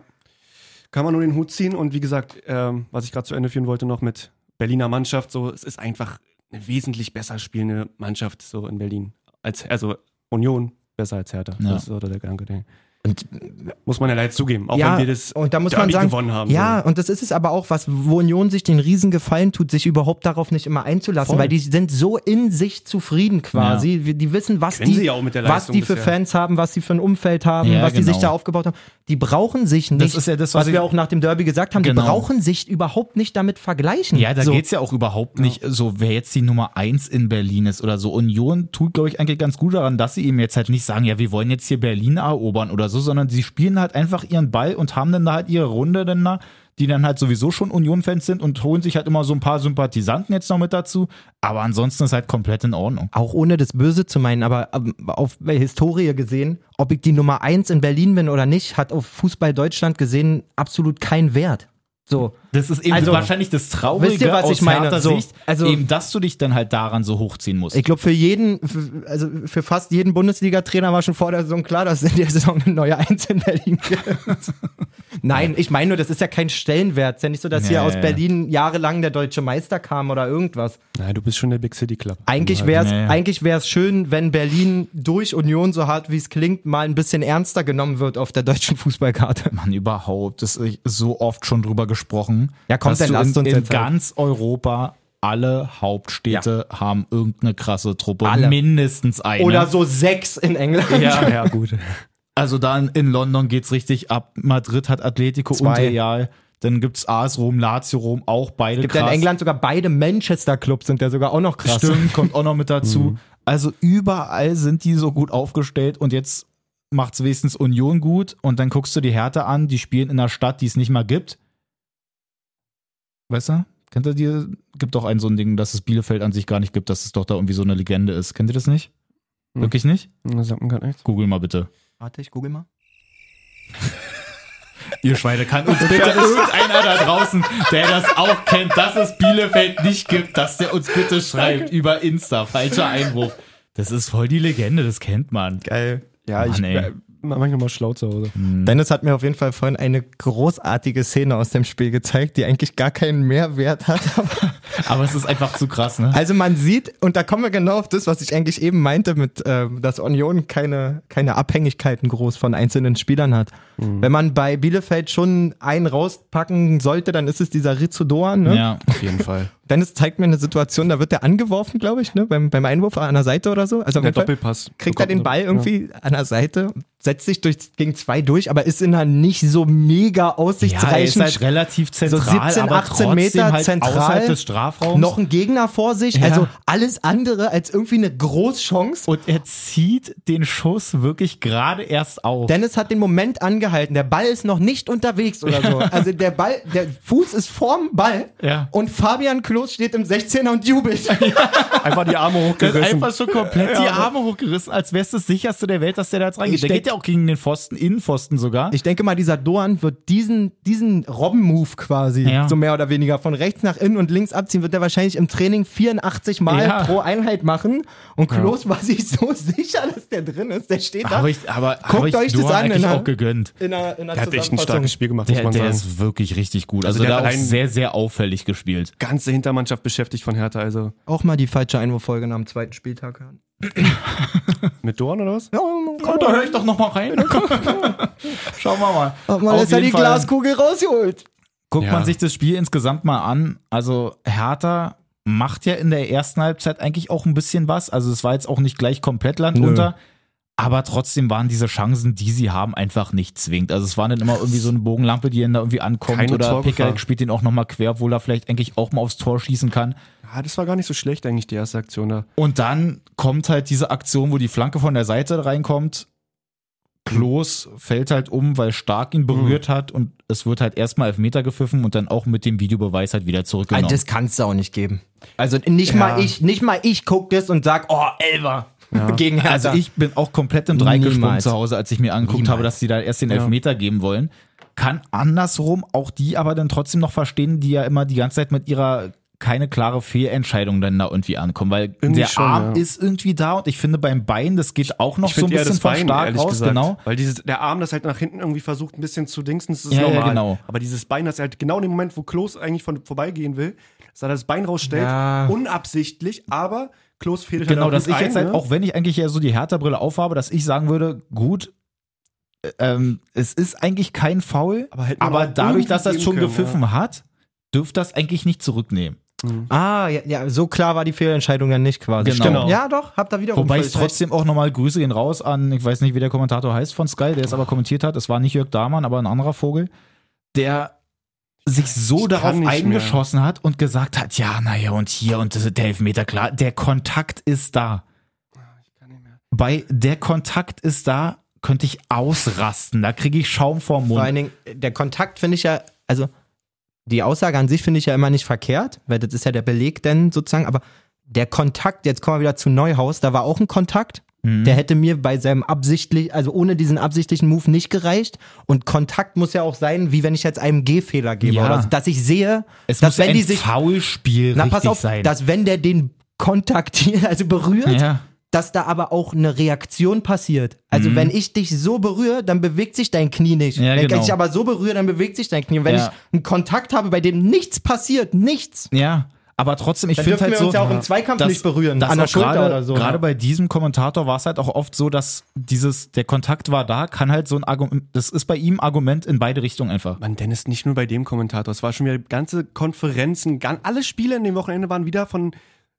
Speaker 5: Kann man nur den Hut ziehen und wie gesagt, ähm, was ich gerade zu Ende führen wollte noch mit Berliner Mannschaft, so, es ist einfach eine wesentlich besser spielende Mannschaft so in Berlin. Als, also Union besser als Hertha.
Speaker 4: Ja.
Speaker 5: Das ist so der Gedanke, den
Speaker 2: Und
Speaker 5: muss man ja leider zugeben, auch
Speaker 2: ja,
Speaker 5: wenn wir das
Speaker 2: und da muss
Speaker 5: Derby
Speaker 2: man sagen,
Speaker 5: gewonnen haben.
Speaker 2: ja, und das ist es aber auch, was wo Union sich den riesen Gefallen tut, sich überhaupt darauf nicht immer einzulassen,
Speaker 5: Voll.
Speaker 2: weil die sind so in sich zufrieden quasi. Die, die wissen, was
Speaker 5: Können
Speaker 2: die,
Speaker 5: sie ja auch mit der
Speaker 2: was
Speaker 5: Leistung
Speaker 2: die für
Speaker 5: bisher.
Speaker 2: Fans haben, was sie für ein Umfeld haben,
Speaker 4: Ja,
Speaker 2: was die sich
Speaker 4: genau.
Speaker 2: da aufgebaut haben. Die brauchen sich nicht,
Speaker 4: ist ja das,
Speaker 2: was,
Speaker 4: was ich-
Speaker 2: wir auch nach dem Derby gesagt haben,
Speaker 4: Genau.
Speaker 2: die brauchen sich überhaupt nicht damit vergleichen.
Speaker 4: Ja, da
Speaker 2: so.
Speaker 4: geht's ja auch überhaupt nicht so, wer jetzt die Nummer eins in Berlin ist oder so. Union tut, glaube ich, eigentlich ganz gut daran, dass sie ihm jetzt halt nicht sagen, ja, wir wollen jetzt hier Berlin erobern oder so, sondern sie spielen halt einfach ihren Ball und haben dann da halt ihre Runde dann da, die dann halt sowieso schon Union-Fans sind und holen sich halt immer so ein paar Sympathisanten jetzt noch mit dazu. Aber ansonsten ist halt komplett in Ordnung.
Speaker 2: auch ohne das Böse zu meinen, aber ähm, auf der Historie gesehen, ob ich die Nummer eins in Berlin bin oder nicht, hat auf Fußball Deutschland gesehen absolut keinen Wert. So.
Speaker 4: Das ist eben
Speaker 2: Also,
Speaker 4: wahrscheinlich das Traurige
Speaker 2: wisst ihr, was
Speaker 4: aus
Speaker 2: ich meine?
Speaker 4: Hertha
Speaker 2: So,
Speaker 4: Sicht,
Speaker 2: also-
Speaker 4: eben, dass du dich dann halt daran so hochziehen musst.
Speaker 2: Ich glaube, für jeden, für, also für fast jeden Bundesliga-Trainer war schon vor der Saison klar, dass es in der Saison eine neue Eins in Berlin gibt. Nein, ich meine nur, das ist ja kein Stellenwert. Es ist ja nicht so, dass hier
Speaker 4: Nee.
Speaker 2: aus Berlin jahrelang der deutsche Meister kam oder irgendwas.
Speaker 5: Nein, du bist schon der Big City Club.
Speaker 2: Eigentlich wäre es
Speaker 4: Nee.
Speaker 2: eigentlich wär's schön, wenn Berlin durch Union, so hart wie es klingt, mal ein bisschen ernster genommen wird auf der deutschen Fußballkarte.
Speaker 4: Mann, überhaupt. Das ist so oft schon drüber gesprochen.
Speaker 2: Ja, kommt,
Speaker 4: dass
Speaker 2: dann
Speaker 4: du
Speaker 2: lasst
Speaker 4: in,
Speaker 2: uns
Speaker 4: in
Speaker 2: jetzt halt-
Speaker 4: ganz Europa alle Hauptstädte haben irgendeine krasse Truppe.
Speaker 2: Alle.
Speaker 4: Mindestens eine.
Speaker 2: Oder so sechs in England.
Speaker 4: Ja,
Speaker 5: Ja, gut.
Speaker 4: also dann in London geht's richtig ab. Madrid hat Atletico und
Speaker 2: Zwei.
Speaker 4: Real. Dann gibt's AS Rom, Lazio Rom, auch beide
Speaker 2: Gibt ja
Speaker 4: krass.
Speaker 2: in England sogar beide Manchester-Clubs sind ja sogar auch noch krass.
Speaker 4: Stimmt, kommt auch noch mit dazu. Also überall sind die so gut aufgestellt und jetzt macht's wenigstens Union gut und dann guckst du die Härte an, die spielen in einer Stadt, die es nicht mal gibt. Weißt du? Kennt ihr die? Gibt doch ein so ein Ding, dass es Bielefeld an sich gar nicht gibt, dass es doch da irgendwie so eine Legende ist. Kennt ihr das nicht?
Speaker 5: Hm.
Speaker 4: Wirklich nicht?
Speaker 5: Das sagt man gar nichts.
Speaker 4: Google mal bitte.
Speaker 2: Warte, ich google mal.
Speaker 4: Ihr Schweine, kann uns bitte irgendeiner da draußen, der das auch kennt, dass es Bielefeld nicht gibt, dass der uns bitte schreibt über Insta. Falscher Einwurf. Das ist voll die Legende, das kennt man.
Speaker 2: Geil.
Speaker 5: Ja,
Speaker 4: Mann,
Speaker 5: ich,
Speaker 4: ey.
Speaker 5: äh, mach ich nochmal schlau zu Hause.
Speaker 2: Dennis hat mir auf jeden Fall vorhin eine großartige Szene aus dem Spiel gezeigt, die eigentlich gar keinen Mehrwert hat. Aber
Speaker 4: Aber es ist einfach zu krass, ne?
Speaker 2: Also man sieht, und da kommen wir genau auf das, was ich eigentlich eben meinte, mit, ähm, dass Union keine, keine Abhängigkeiten groß von einzelnen Spielern hat. Wenn man bei Bielefeld schon einen rauspacken sollte, dann ist es dieser Rizzo Doan. Ne?
Speaker 4: Ja.
Speaker 5: Auf jeden Fall.
Speaker 2: Dennis zeigt mir eine Situation, da wird der angeworfen, glaube ich, ne? beim, beim Einwurf an der Seite oder so. Also auf
Speaker 5: Der
Speaker 2: jeden Fall
Speaker 5: Doppelpass.
Speaker 4: Oh
Speaker 2: kriegt er den Ball
Speaker 4: ne.
Speaker 5: Ja.
Speaker 2: irgendwie an der Seite, setzt sich durch, gegen zwei durch, aber ist in einer nicht so mega
Speaker 4: Ja, er ist
Speaker 2: aussichtsreichen
Speaker 4: halt relativ zentral,
Speaker 2: 17,
Speaker 4: aber
Speaker 2: 18
Speaker 4: trotzdem
Speaker 2: Meter
Speaker 4: halt
Speaker 2: zentral.
Speaker 4: außerhalb des Strafraums.
Speaker 2: noch ein Gegner vor sich,
Speaker 4: Ja.
Speaker 2: also alles andere als irgendwie eine Großchance.
Speaker 4: und er zieht den Schuss wirklich gerade erst auf.
Speaker 2: Dennis hat den Moment angehalten. Der Ball ist noch nicht unterwegs oder so. Also der Ball, der Fuß ist vorm Ball
Speaker 4: Ja.
Speaker 2: und Fabian Klos steht im 16er und jubelt.
Speaker 5: Einfach die Arme
Speaker 4: Der hat
Speaker 5: hochgerissen.
Speaker 4: einfach schon komplett die Arme hochgerissen, als wäre es das sicherste der Welt, dass der da jetzt reingeht.
Speaker 2: Ich
Speaker 4: Der
Speaker 2: denk-
Speaker 4: geht ja auch gegen den Pfosten, Innenpfosten sogar.
Speaker 2: Ich denke mal, dieser Doan wird diesen, diesen Robben-Move quasi,
Speaker 4: Ja.
Speaker 2: so mehr oder weniger, von rechts nach innen und links abziehen, wird er wahrscheinlich im Training 84 Mal
Speaker 4: Ja.
Speaker 2: pro Einheit machen. Und Klos war sich so sicher, dass der drin ist. Der steht da
Speaker 4: Hab ich, aber
Speaker 2: Guckt
Speaker 4: hab ich
Speaker 2: euch das
Speaker 4: Doan
Speaker 2: an,
Speaker 4: eigentlich
Speaker 2: ne?
Speaker 4: auch gegönnt.
Speaker 2: in einer, in einer
Speaker 5: Der hat echt ein
Speaker 2: Zusammenfassung.
Speaker 5: starkes Spiel gemacht, muss
Speaker 4: Der,
Speaker 5: man
Speaker 4: der
Speaker 5: sagen.
Speaker 4: ist wirklich richtig gut. Also,
Speaker 5: Also der
Speaker 4: der,
Speaker 5: hat
Speaker 4: hat auch
Speaker 5: allein-
Speaker 4: sehr, sehr auffällig gespielt.
Speaker 5: Ganze Hintermannschaft beschäftigt von Hertha, also
Speaker 2: Auch mal die falsche Einwurffolge nach dem zweiten Spieltag hören.
Speaker 5: mit Dorn oder was?
Speaker 2: Ja,
Speaker 4: Oh, da höre ich doch nochmal rein. Schauen wir mal.
Speaker 2: hat man
Speaker 4: Auf
Speaker 2: jetzt ja
Speaker 4: jeden
Speaker 2: die
Speaker 4: Fall
Speaker 2: Glaskugel rausgeholt.
Speaker 4: Guckt
Speaker 5: Ja.
Speaker 4: man sich das Spiel insgesamt mal an. Also Hertha macht ja in der ersten Halbzeit eigentlich auch ein bisschen was. Also es war jetzt auch nicht gleich komplett Land
Speaker 2: Nö.
Speaker 4: unter. Aber trotzdem waren diese Chancen, die sie haben, einfach nicht zwingend. Also es waren dann immer irgendwie so eine Bogenlampe, die dann da irgendwie ankommt.
Speaker 5: Keine
Speaker 4: oder
Speaker 5: Torgefahr.
Speaker 4: Pickard spielt den auch nochmal quer, obwohl er vielleicht eigentlich auch mal aufs Tor schießen kann.
Speaker 5: Ja, das war gar nicht so schlecht eigentlich, die erste Aktion da.
Speaker 4: Und dann kommt halt diese Aktion, wo die Flanke von der Seite reinkommt. Klos fällt halt um, weil Stark ihn
Speaker 5: Mhm.
Speaker 4: berührt hat und es wird halt erstmal Elfmeter gepfiffen und dann auch mit dem Videobeweis halt wieder
Speaker 2: Ah,
Speaker 4: zurückgenommen.
Speaker 2: Das kannst du auch nicht geben. Also nicht mal ich, nicht mal ich guck das und sag, oh, Elber gegen Hertha.
Speaker 4: also ich bin auch komplett im Dreieck gesprungen
Speaker 2: Niemals.
Speaker 4: zu Hause, als ich mir angeguckt habe, dass die da erst den Elfmeter geben wollen. Kann andersrum auch die aber dann trotzdem noch verstehen, die ja immer die ganze Zeit mit ihrer keine klare Fehlentscheidung dann da irgendwie ankommen, weil
Speaker 5: Irgendwie
Speaker 4: der
Speaker 5: schon,
Speaker 4: Arm
Speaker 5: ja.
Speaker 4: ist irgendwie da und ich finde beim Bein, das geht auch noch
Speaker 5: Ich
Speaker 4: so ein
Speaker 5: finde eher
Speaker 4: bisschen
Speaker 5: das Bein,
Speaker 4: verstarkt
Speaker 5: ehrlich
Speaker 4: aus,
Speaker 5: gesagt.
Speaker 4: genau.
Speaker 5: Weil dieses, der Arm das halt nach hinten irgendwie versucht, ein bisschen zu dingsen, das ist
Speaker 4: Ja, ja,
Speaker 5: normal.
Speaker 4: genau.
Speaker 5: Aber dieses Bein, das er halt genau in dem Moment, wo Klos eigentlich von vorbeigehen will, dass er das Bein rausstellt,
Speaker 2: Ja.
Speaker 5: unabsichtlich, aber Klos fehlt
Speaker 4: Genau,
Speaker 5: halt auch
Speaker 4: dass
Speaker 5: gut
Speaker 4: ich
Speaker 5: ein,
Speaker 4: jetzt halt,
Speaker 5: ne?
Speaker 4: auch wenn ich eigentlich ja so die Hertha-Brille aufhabe, dass ich sagen würde, gut, äh, ähm, es ist eigentlich kein Foul,
Speaker 5: Aber hätte man
Speaker 4: aber
Speaker 5: auch
Speaker 4: dadurch, dass das
Speaker 5: irgendwie
Speaker 4: schon
Speaker 5: geben können,
Speaker 4: gepfiffen hat, dürft das eigentlich nicht zurücknehmen.
Speaker 2: ah, ja, ja, so klar war die Fehlentscheidung ja nicht quasi.
Speaker 4: Genau.
Speaker 2: Stimmt. Ja, doch, hab da wieder
Speaker 4: Wobei ich trotzdem auch nochmal Grüße gehen raus an, ich weiß nicht, wie der Kommentator heißt von Sky, der es aber kommentiert hat. Es war nicht Jörg Dahmann, aber ein anderer Vogel, der sich so
Speaker 5: Ich
Speaker 4: darauf
Speaker 5: kann nicht mehr.
Speaker 4: eingeschossen hat und gesagt hat, ja, naja, und hier und das- der Elfmeter, klar, der Kontakt ist da. Bei der Kontakt ist da, könnte ich ausrasten. Da kriege ich Schaum vorm
Speaker 2: Vor allen
Speaker 4: Mund.
Speaker 2: Dingen, der Kontakt finde ich ja, also die Aussage an sich finde ich ja immer nicht verkehrt, weil das ist ja der Beleg denn sozusagen, aber der Kontakt, jetzt kommen wir wieder zu Neuhaus, da war auch ein Kontakt,
Speaker 4: Mhm.
Speaker 2: der hätte mir bei seinem absichtlich, also ohne diesen absichtlichen Move nicht gereicht und Kontakt muss ja auch sein, wie wenn ich jetzt einem Gehfehler gebe,
Speaker 4: Ja.
Speaker 2: oder so, dass ich sehe,
Speaker 4: Es
Speaker 2: dass
Speaker 4: muss
Speaker 2: wenn
Speaker 4: ein
Speaker 2: die sich
Speaker 4: Foulspiel
Speaker 2: Na,
Speaker 4: richtig
Speaker 2: pass auf,
Speaker 4: sein.
Speaker 2: dass wenn der den kontaktiert, also berührt,
Speaker 4: ja.
Speaker 2: dass da aber auch eine Reaktion passiert. Also wenn ich dich so berühre, dann bewegt sich dein Knie nicht.
Speaker 4: Ja,
Speaker 2: wenn
Speaker 4: genau.
Speaker 2: ich dich aber so berühre, dann bewegt sich dein Knie. Und wenn
Speaker 4: Ja.
Speaker 2: ich einen Kontakt habe, bei dem nichts passiert, nichts,
Speaker 4: ja, aber trotzdem, ich
Speaker 2: dann
Speaker 4: finde
Speaker 2: dürfen
Speaker 4: halt
Speaker 2: wir
Speaker 4: so,
Speaker 2: uns ja auch im Zweikampf nicht berühren.
Speaker 4: das
Speaker 2: an der
Speaker 4: auch
Speaker 2: Schulter
Speaker 4: gerade,
Speaker 2: oder so.
Speaker 4: Gerade
Speaker 2: ne?
Speaker 4: bei diesem Kommentator war es halt auch oft so, dass dieses, der Kontakt war da, kann halt so ein Argument, das ist bei ihm ein Argument in beide Richtungen einfach.
Speaker 5: Mann, Dennis, nicht nur bei dem Kommentator. Es war schon wieder ganze Konferenzen, gan- alle Spiele in dem Wochenende waren wieder von,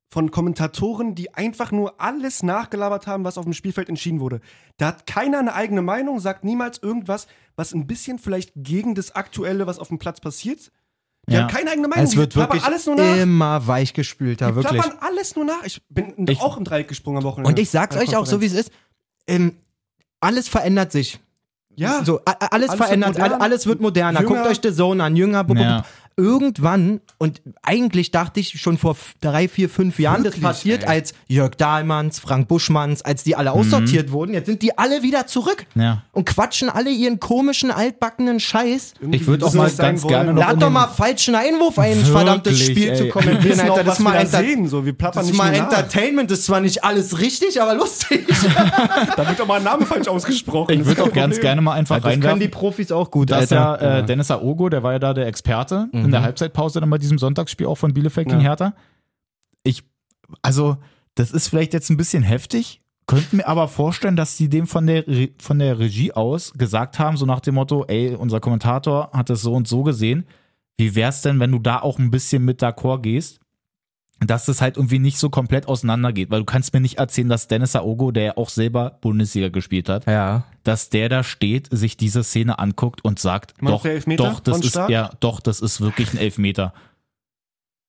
Speaker 5: von Kommentatoren, die einfach nur alles nachgelabert haben, was auf dem Spielfeld entschieden wurde. Da hat keiner eine eigene Meinung, sagt niemals irgendwas, was ein bisschen vielleicht gegen das Aktuelle, was auf dem Platz passiert. Die
Speaker 4: Ja.
Speaker 5: haben keine eigene Meinung,
Speaker 2: es wird
Speaker 5: die plappern
Speaker 2: wirklich
Speaker 5: alles nur nach.
Speaker 2: immer weichgespülter,
Speaker 5: die
Speaker 2: wirklich.
Speaker 5: plappern alles nur nach. Ich bin
Speaker 4: Ich-
Speaker 5: auch im Dreieck gesprungen am Wochenende.
Speaker 2: Und ich sag's
Speaker 5: Bei der
Speaker 2: euch auch so, wie
Speaker 5: Konferenz.
Speaker 2: es ist. Ähm, alles verändert sich.
Speaker 5: Ja,
Speaker 2: So, a- a- alles,
Speaker 5: Alles wird
Speaker 2: verändert,
Speaker 5: modern.
Speaker 2: alles wird moderner.
Speaker 5: Jünger.
Speaker 2: Guckt euch The Zone an, jünger. bub- bub-
Speaker 4: Ja.
Speaker 2: irgendwann, und eigentlich dachte ich schon vor f- drei, vier, fünf Jahren, das passiert, als Jörg Dahlmanns, Frank Buschmanns, als die alle aussortiert wurden, jetzt sind die alle wieder zurück
Speaker 4: Mhm. Ja.
Speaker 2: und quatschen alle ihren komischen, altbackenen Scheiß.
Speaker 4: Ich würd auch mal ganz gerne noch-
Speaker 2: Lad doch mal falschen Einwurf ein,
Speaker 4: Wirklich,
Speaker 2: verdammtes Spiel
Speaker 4: ey.
Speaker 2: zu
Speaker 5: Wir
Speaker 2: kommentieren,
Speaker 5: wissen
Speaker 2: Alter.
Speaker 5: auch,
Speaker 2: Das
Speaker 5: was
Speaker 2: ist mal,
Speaker 5: wir da
Speaker 2: enter
Speaker 5: sehen. So, wir plappern
Speaker 2: das ist
Speaker 5: nicht
Speaker 2: mal
Speaker 5: nur nach.
Speaker 2: Entertainment, das ist zwar nicht alles richtig, aber lustig.
Speaker 5: Da wird doch mal ein Name falsch ausgesprochen.
Speaker 4: Ich
Speaker 5: Das ist
Speaker 4: würde
Speaker 5: kein
Speaker 4: auch ganz
Speaker 5: Problem.
Speaker 4: gerne mal einfach reinwerfen.
Speaker 2: Profis auch gut,
Speaker 4: dass ja Mhm. äh, Dennis Aogo, der war ja da der Experte in der Halbzeitpause dann bei diesem Sonntagsspiel auch von Bielefeld gegen
Speaker 5: Ja.
Speaker 4: Hertha. Ich, also, das ist vielleicht jetzt ein bisschen heftig, könnte mir aber vorstellen, dass die dem von der, Re- von der Regie aus gesagt haben, so nach dem Motto, ey, unser Kommentator hat das so und so gesehen. Wie wär's denn, wenn du da auch ein bisschen mit d'accord gehst? Dass das halt irgendwie nicht so komplett auseinandergeht, weil du kannst mir nicht erzählen, dass Dennis Aogo, der ja auch selber Bundesliga gespielt hat,
Speaker 2: ja.
Speaker 4: dass der da steht, sich diese Szene anguckt und sagt,
Speaker 5: Meinst
Speaker 4: doch,
Speaker 5: du Elfmeter
Speaker 4: doch, das
Speaker 5: von
Speaker 4: ist,
Speaker 5: Stark?
Speaker 4: ja, doch, das ist wirklich ein Elfmeter.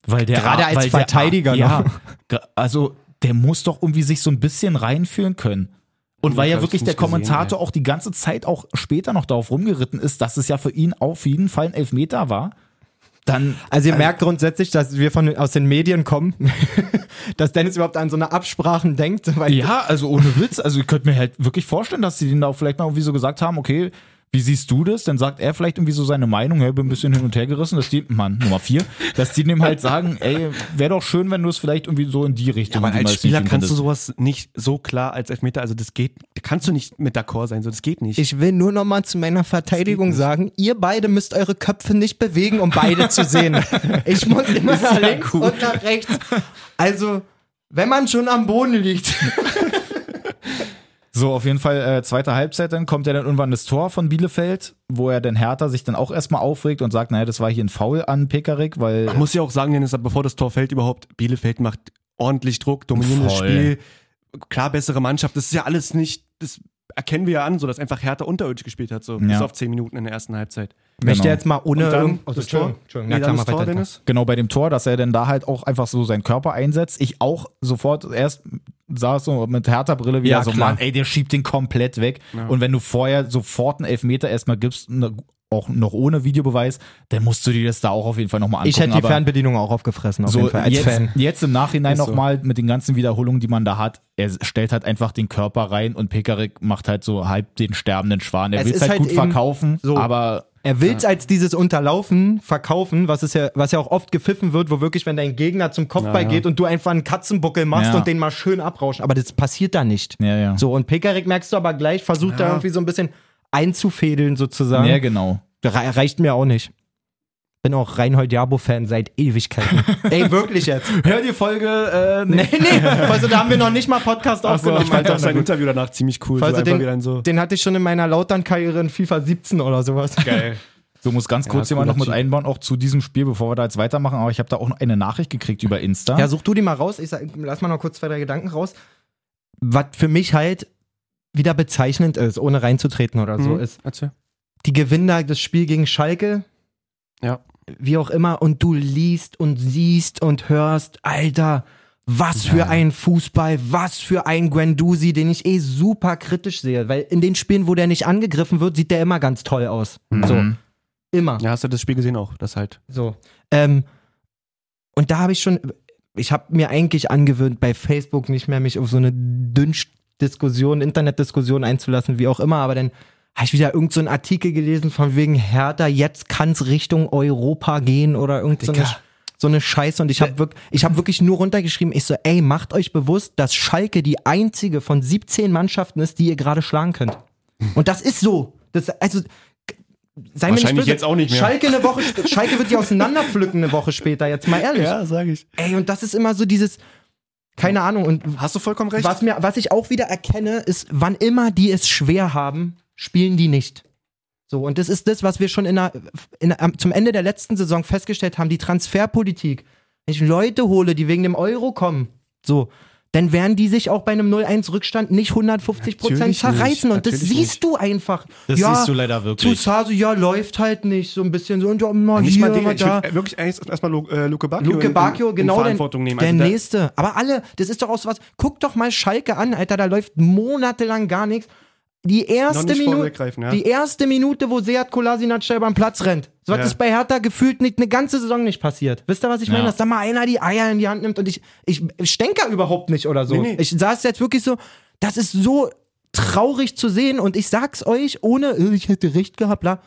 Speaker 4: Weil der
Speaker 2: Gerade als
Speaker 4: weil der-
Speaker 2: Verteidiger
Speaker 4: ja,
Speaker 2: noch.
Speaker 4: gra- also der muss doch irgendwie sich so ein bisschen reinfühlen können. Und weil
Speaker 5: Ich
Speaker 4: ja
Speaker 5: hab's
Speaker 4: wirklich
Speaker 5: nicht
Speaker 4: der
Speaker 5: gesehen,
Speaker 4: Kommentator auch die ganze Zeit auch später noch darauf rumgeritten ist, dass es ja für ihn auf jeden Fall ein Elfmeter war, dann
Speaker 2: Also ihr merkt grundsätzlich, dass wir von, aus den Medien kommen, dass Dennis überhaupt an so eine Absprachen denkt. Weil
Speaker 4: Ja, also ohne Witz. Also ich könnte mir halt wirklich vorstellen, dass die den da auch vielleicht mal irgendwie so gesagt haben, okay, wie siehst du das? Dann sagt er vielleicht irgendwie so seine Meinung, ja, ich bin ein bisschen hin und her gerissen, dass die, Mann, Nummer vier, dass die dem halt sagen, ey, wäre doch schön, wenn du es vielleicht irgendwie so in die Richtung
Speaker 5: Aber
Speaker 4: irgendwie
Speaker 5: als
Speaker 4: mal
Speaker 5: Spieler
Speaker 4: schieben
Speaker 5: kannst du
Speaker 4: könntest.
Speaker 5: sowas nicht so klar als Elfmeter, also das geht, da kannst du nicht mit d'accord sein, so das geht nicht.
Speaker 2: Ich will nur noch mal zu meiner Verteidigung sagen, ihr beide müsst eure Köpfe nicht bewegen, um beide zu sehen. Ich muss immer nach links und nach rechts. Also, wenn man schon am Boden liegt.
Speaker 4: Genau. So, auf jeden Fall, äh, zweite Halbzeit, dann kommt ja dann irgendwann das Tor von Bielefeld, wo er dann Hertha sich dann auch erstmal aufregt und sagt, naja, das war hier ein Foul an Pekarik, weil
Speaker 5: Man muss ja auch sagen, Dennis, bevor das Tor fällt überhaupt, Bielefeld macht ordentlich Druck, dominierendes
Speaker 4: Voll.
Speaker 5: Spiel, klar bessere Mannschaft, das ist ja alles nicht, das erkennen wir ja an, so dass einfach Hertha unterirdisch gespielt hat, so bis auf zehn Minuten in der ersten Halbzeit.
Speaker 2: Ich möchte
Speaker 4: Genau.
Speaker 2: jetzt mal ohne...
Speaker 5: Und dann
Speaker 2: irgend-
Speaker 5: das Tor?
Speaker 2: Entschuldigung. Na
Speaker 5: Nee, dann
Speaker 2: klar,
Speaker 5: das
Speaker 2: mal
Speaker 5: Tor,
Speaker 2: weiter.
Speaker 5: Dennis?
Speaker 4: Genau bei dem Tor, dass er dann da halt auch einfach so seinen Körper einsetzt. Ich auch sofort erst saß so mit härter Brille wieder
Speaker 2: Ja,
Speaker 4: so,
Speaker 2: klar.
Speaker 4: Mann, ey, der schiebt den komplett weg. Und wenn du vorher sofort einen Elfmeter erstmal gibst, ne, auch noch ohne Videobeweis, dann musst du dir das da auch auf jeden Fall nochmal angucken.
Speaker 2: Ich hätte die
Speaker 4: Aber
Speaker 2: Fernbedienung auch aufgefressen, auf jeden Fall, als
Speaker 4: jetzt,
Speaker 2: Fan.
Speaker 4: jetzt im Nachhinein
Speaker 5: Ist so.
Speaker 4: nochmal mit den ganzen Wiederholungen, die man da hat, er stellt halt einfach den Körper rein und Pekarik macht halt so halb den sterbenden Schwan. Er
Speaker 2: Es
Speaker 4: will es
Speaker 2: ist
Speaker 4: halt,
Speaker 2: halt
Speaker 4: gut
Speaker 2: eben
Speaker 4: verkaufen,
Speaker 2: so.
Speaker 4: aber
Speaker 2: Er will es als dieses Unterlaufen verkaufen, was, ist ja, was ja auch oft gepfiffen wird, wo wirklich, wenn dein Gegner zum Kopfball
Speaker 5: ja.
Speaker 2: geht und du einfach einen Katzenbuckel machst
Speaker 4: Ja.
Speaker 2: und den mal schön abrauschen. Aber das passiert da nicht.
Speaker 4: Ja, ja.
Speaker 2: So, und Pekarik merkst du aber gleich, versucht da
Speaker 5: Ja.
Speaker 2: irgendwie so ein bisschen einzufädeln sozusagen.
Speaker 4: ja, genau.
Speaker 2: Re reicht mir auch nicht. Bin auch Reinhold Jabo-Fan seit Ewigkeiten. Ey, wirklich jetzt.
Speaker 4: Hör die Folge, äh,
Speaker 2: Nee, nee, also da haben wir noch nicht mal Podcast
Speaker 4: so,
Speaker 2: aufgenommen.
Speaker 5: Ich fand
Speaker 2: Alter.
Speaker 5: auch sein Interview danach ziemlich cool, so
Speaker 2: Also
Speaker 5: einfach
Speaker 2: den,
Speaker 5: wieder in so.
Speaker 2: den hatte ich schon in meiner Lautern-Karriere in FIFA 17 oder sowas.
Speaker 5: Geil.
Speaker 4: So muss ganz kurz jemand noch mit einbauen, auch zu diesem Spiel, bevor wir da jetzt weitermachen. Aber ich habe da auch noch eine Nachricht gekriegt über Insta.
Speaker 2: Ja, such du die mal raus. Ich sag, lass mal noch kurz zwei, drei Gedanken raus. Was für mich halt wieder bezeichnend ist, ohne reinzutreten oder so,
Speaker 5: Mhm.
Speaker 2: ist,
Speaker 5: Erzähl.
Speaker 2: die gewinnen da das Spiel gegen Schalke.
Speaker 5: Ja.
Speaker 2: Wie auch immer. Und du liest und siehst und hörst, Alter, was für ein Fußball, was für ein Guendouzi, den ich eh super kritisch sehe. Weil in den Spielen, wo der nicht angegriffen wird, sieht der immer ganz toll aus. So,
Speaker 4: Mhm.
Speaker 2: immer.
Speaker 5: Ja, hast du das Spiel gesehen auch, das halt.
Speaker 2: So. Ähm, und da habe ich schon, ich habe mir eigentlich angewöhnt, bei Facebook nicht mehr mich auf so eine Dünsch-Diskussion, Internetdiskussion einzulassen, wie auch immer, aber dann habe ich wieder irgendeinen so einen Artikel gelesen von wegen Hertha, jetzt kann es Richtung Europa gehen oder irgend so eine,
Speaker 5: Dicker. Äh.
Speaker 2: so eine Scheiße. Und ich habe wirklich, ich hab wirklich nur runtergeschrieben, ich so, ey, macht euch bewusst, dass Schalke die einzige von 17 Mannschaften ist, die ihr gerade schlagen könnt. Und das ist so. Das, also, sei mir nicht
Speaker 5: Wahrscheinlich
Speaker 2: böse.
Speaker 5: jetzt auch nicht mehr.
Speaker 2: Schalke, eine Woche, sp- Schalke wird die auseinanderpflücken eine Woche später, jetzt mal ehrlich.
Speaker 5: sage ich.
Speaker 2: Ey, und das ist immer so dieses, keine Ahnung. Und
Speaker 5: Hast du vollkommen recht.
Speaker 2: was, mir, was ich auch wieder erkenne, ist, wann immer die es schwer haben, spielen die nicht. So, und das ist das, was wir schon in der, in der, am- zum Ende der letzten Saison festgestellt haben, die Transferpolitik. Wenn ich Leute hole, die wegen dem Euro kommen, so, dann werden die sich auch bei einem 0-1-Rückstand nicht 150 Prozent
Speaker 5: Natürlich nicht,
Speaker 2: zerreißen. Und das
Speaker 5: natürlich
Speaker 2: siehst du einfach.
Speaker 4: Das
Speaker 2: ja,
Speaker 4: siehst du leider
Speaker 2: zu
Speaker 4: wirklich.
Speaker 2: Sasu, ja, läuft halt nicht, so ein bisschen so, und ja, mal
Speaker 5: Nicht
Speaker 2: hier,
Speaker 5: mal den,
Speaker 2: mal
Speaker 5: ich
Speaker 2: da.
Speaker 5: würd, äh, wirklich erst- erstmal Lu- äh, Luke Bacchio, in-
Speaker 2: Luke
Speaker 5: in-
Speaker 2: Bacchio,
Speaker 5: in
Speaker 2: genau der,
Speaker 5: Verantwortung nehmen.
Speaker 2: der
Speaker 5: Also da-
Speaker 2: nächste. Aber alle, das ist doch aus was. Guck doch mal Schalke an, Alter, da läuft monatelang gar nichts. die
Speaker 5: Noch
Speaker 2: erste
Speaker 5: nicht
Speaker 2: Minute,
Speaker 5: vorgegriffen, ja.
Speaker 2: die erste Minute, wo Seat Kolasinac selber am Platz rennt. So was
Speaker 5: Ja.
Speaker 2: ist bei Hertha gefühlt nicht eine ganze Saison nicht passiert. Wisst ihr, was ich meine?
Speaker 4: Ja.
Speaker 2: Dass da mal einer die Eier in die Hand nimmt und ich, ich stenker überhaupt nicht oder so.
Speaker 5: Nee, nee.
Speaker 2: Ich saß jetzt wirklich so, das ist so traurig zu sehen und ich sag's euch, ohne, äh, ich hätte recht gehabt, bla.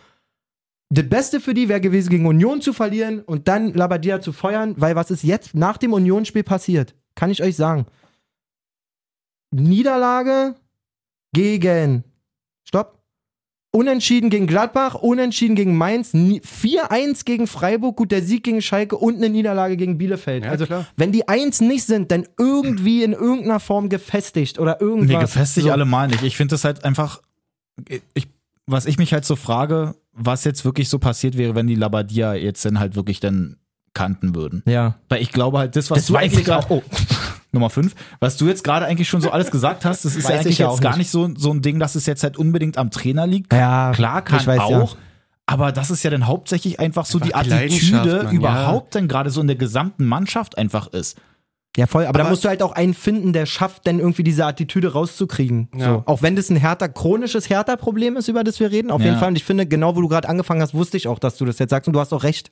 Speaker 2: Das Beste für die wäre gewesen, gegen Union zu verlieren und dann Labadia zu feuern, weil was ist jetzt nach dem Unionsspiel passiert? Kann ich euch sagen. Niederlage gegen. Stopp. Unentschieden gegen Gladbach, unentschieden gegen Mainz, ni- 4-1 gegen Freiburg, gut, der Sieg gegen Schalke und eine Niederlage gegen Bielefeld.
Speaker 5: Ja,
Speaker 2: also,
Speaker 5: klar.
Speaker 2: wenn die eins nicht sind, dann irgendwie in irgendeiner Form gefestigt oder irgendwas.
Speaker 4: Nee, gefestigt
Speaker 2: So.
Speaker 4: allemal nicht. Ich finde das halt einfach, ich, was ich mich halt so frage, was jetzt wirklich so passiert wäre, wenn die Labadia jetzt dann halt wirklich dann kanten würden.
Speaker 2: Ja.
Speaker 4: Weil ich glaube halt, das, was
Speaker 2: Das
Speaker 4: du
Speaker 2: weiß
Speaker 4: eigentlich
Speaker 2: ich auch.
Speaker 4: gerade. Oh. Nummer 5. Was du jetzt gerade eigentlich schon so alles gesagt hast, das ist
Speaker 2: Weiß
Speaker 4: ja eigentlich
Speaker 2: ich ja auch
Speaker 4: jetzt gar
Speaker 2: nicht.
Speaker 4: nicht so, so ein Ding, dass es jetzt halt unbedingt am Trainer liegt.
Speaker 2: Ja,
Speaker 4: Klar kann
Speaker 2: ich weiß, ja.
Speaker 4: auch. Aber das ist ja dann hauptsächlich einfach so
Speaker 5: Einfach
Speaker 4: die,
Speaker 5: die Leidenschaft,
Speaker 4: Attitüde
Speaker 5: Mann,
Speaker 4: überhaupt dann gerade so in der gesamten Mannschaft einfach ist.
Speaker 2: Ja, voll, aber, da
Speaker 5: Aber-
Speaker 2: musst du halt auch einen finden, der schafft, dann irgendwie diese Attitüde rauszukriegen. So.
Speaker 5: Ja.
Speaker 2: Auch wenn das ein härter, chronisches härter Problem ist, über das wir reden, auf
Speaker 4: Ja.
Speaker 2: jeden Fall. Und ich finde, genau wo du gerade angefangen hast, wusste ich auch, dass du das jetzt sagst und du hast auch recht.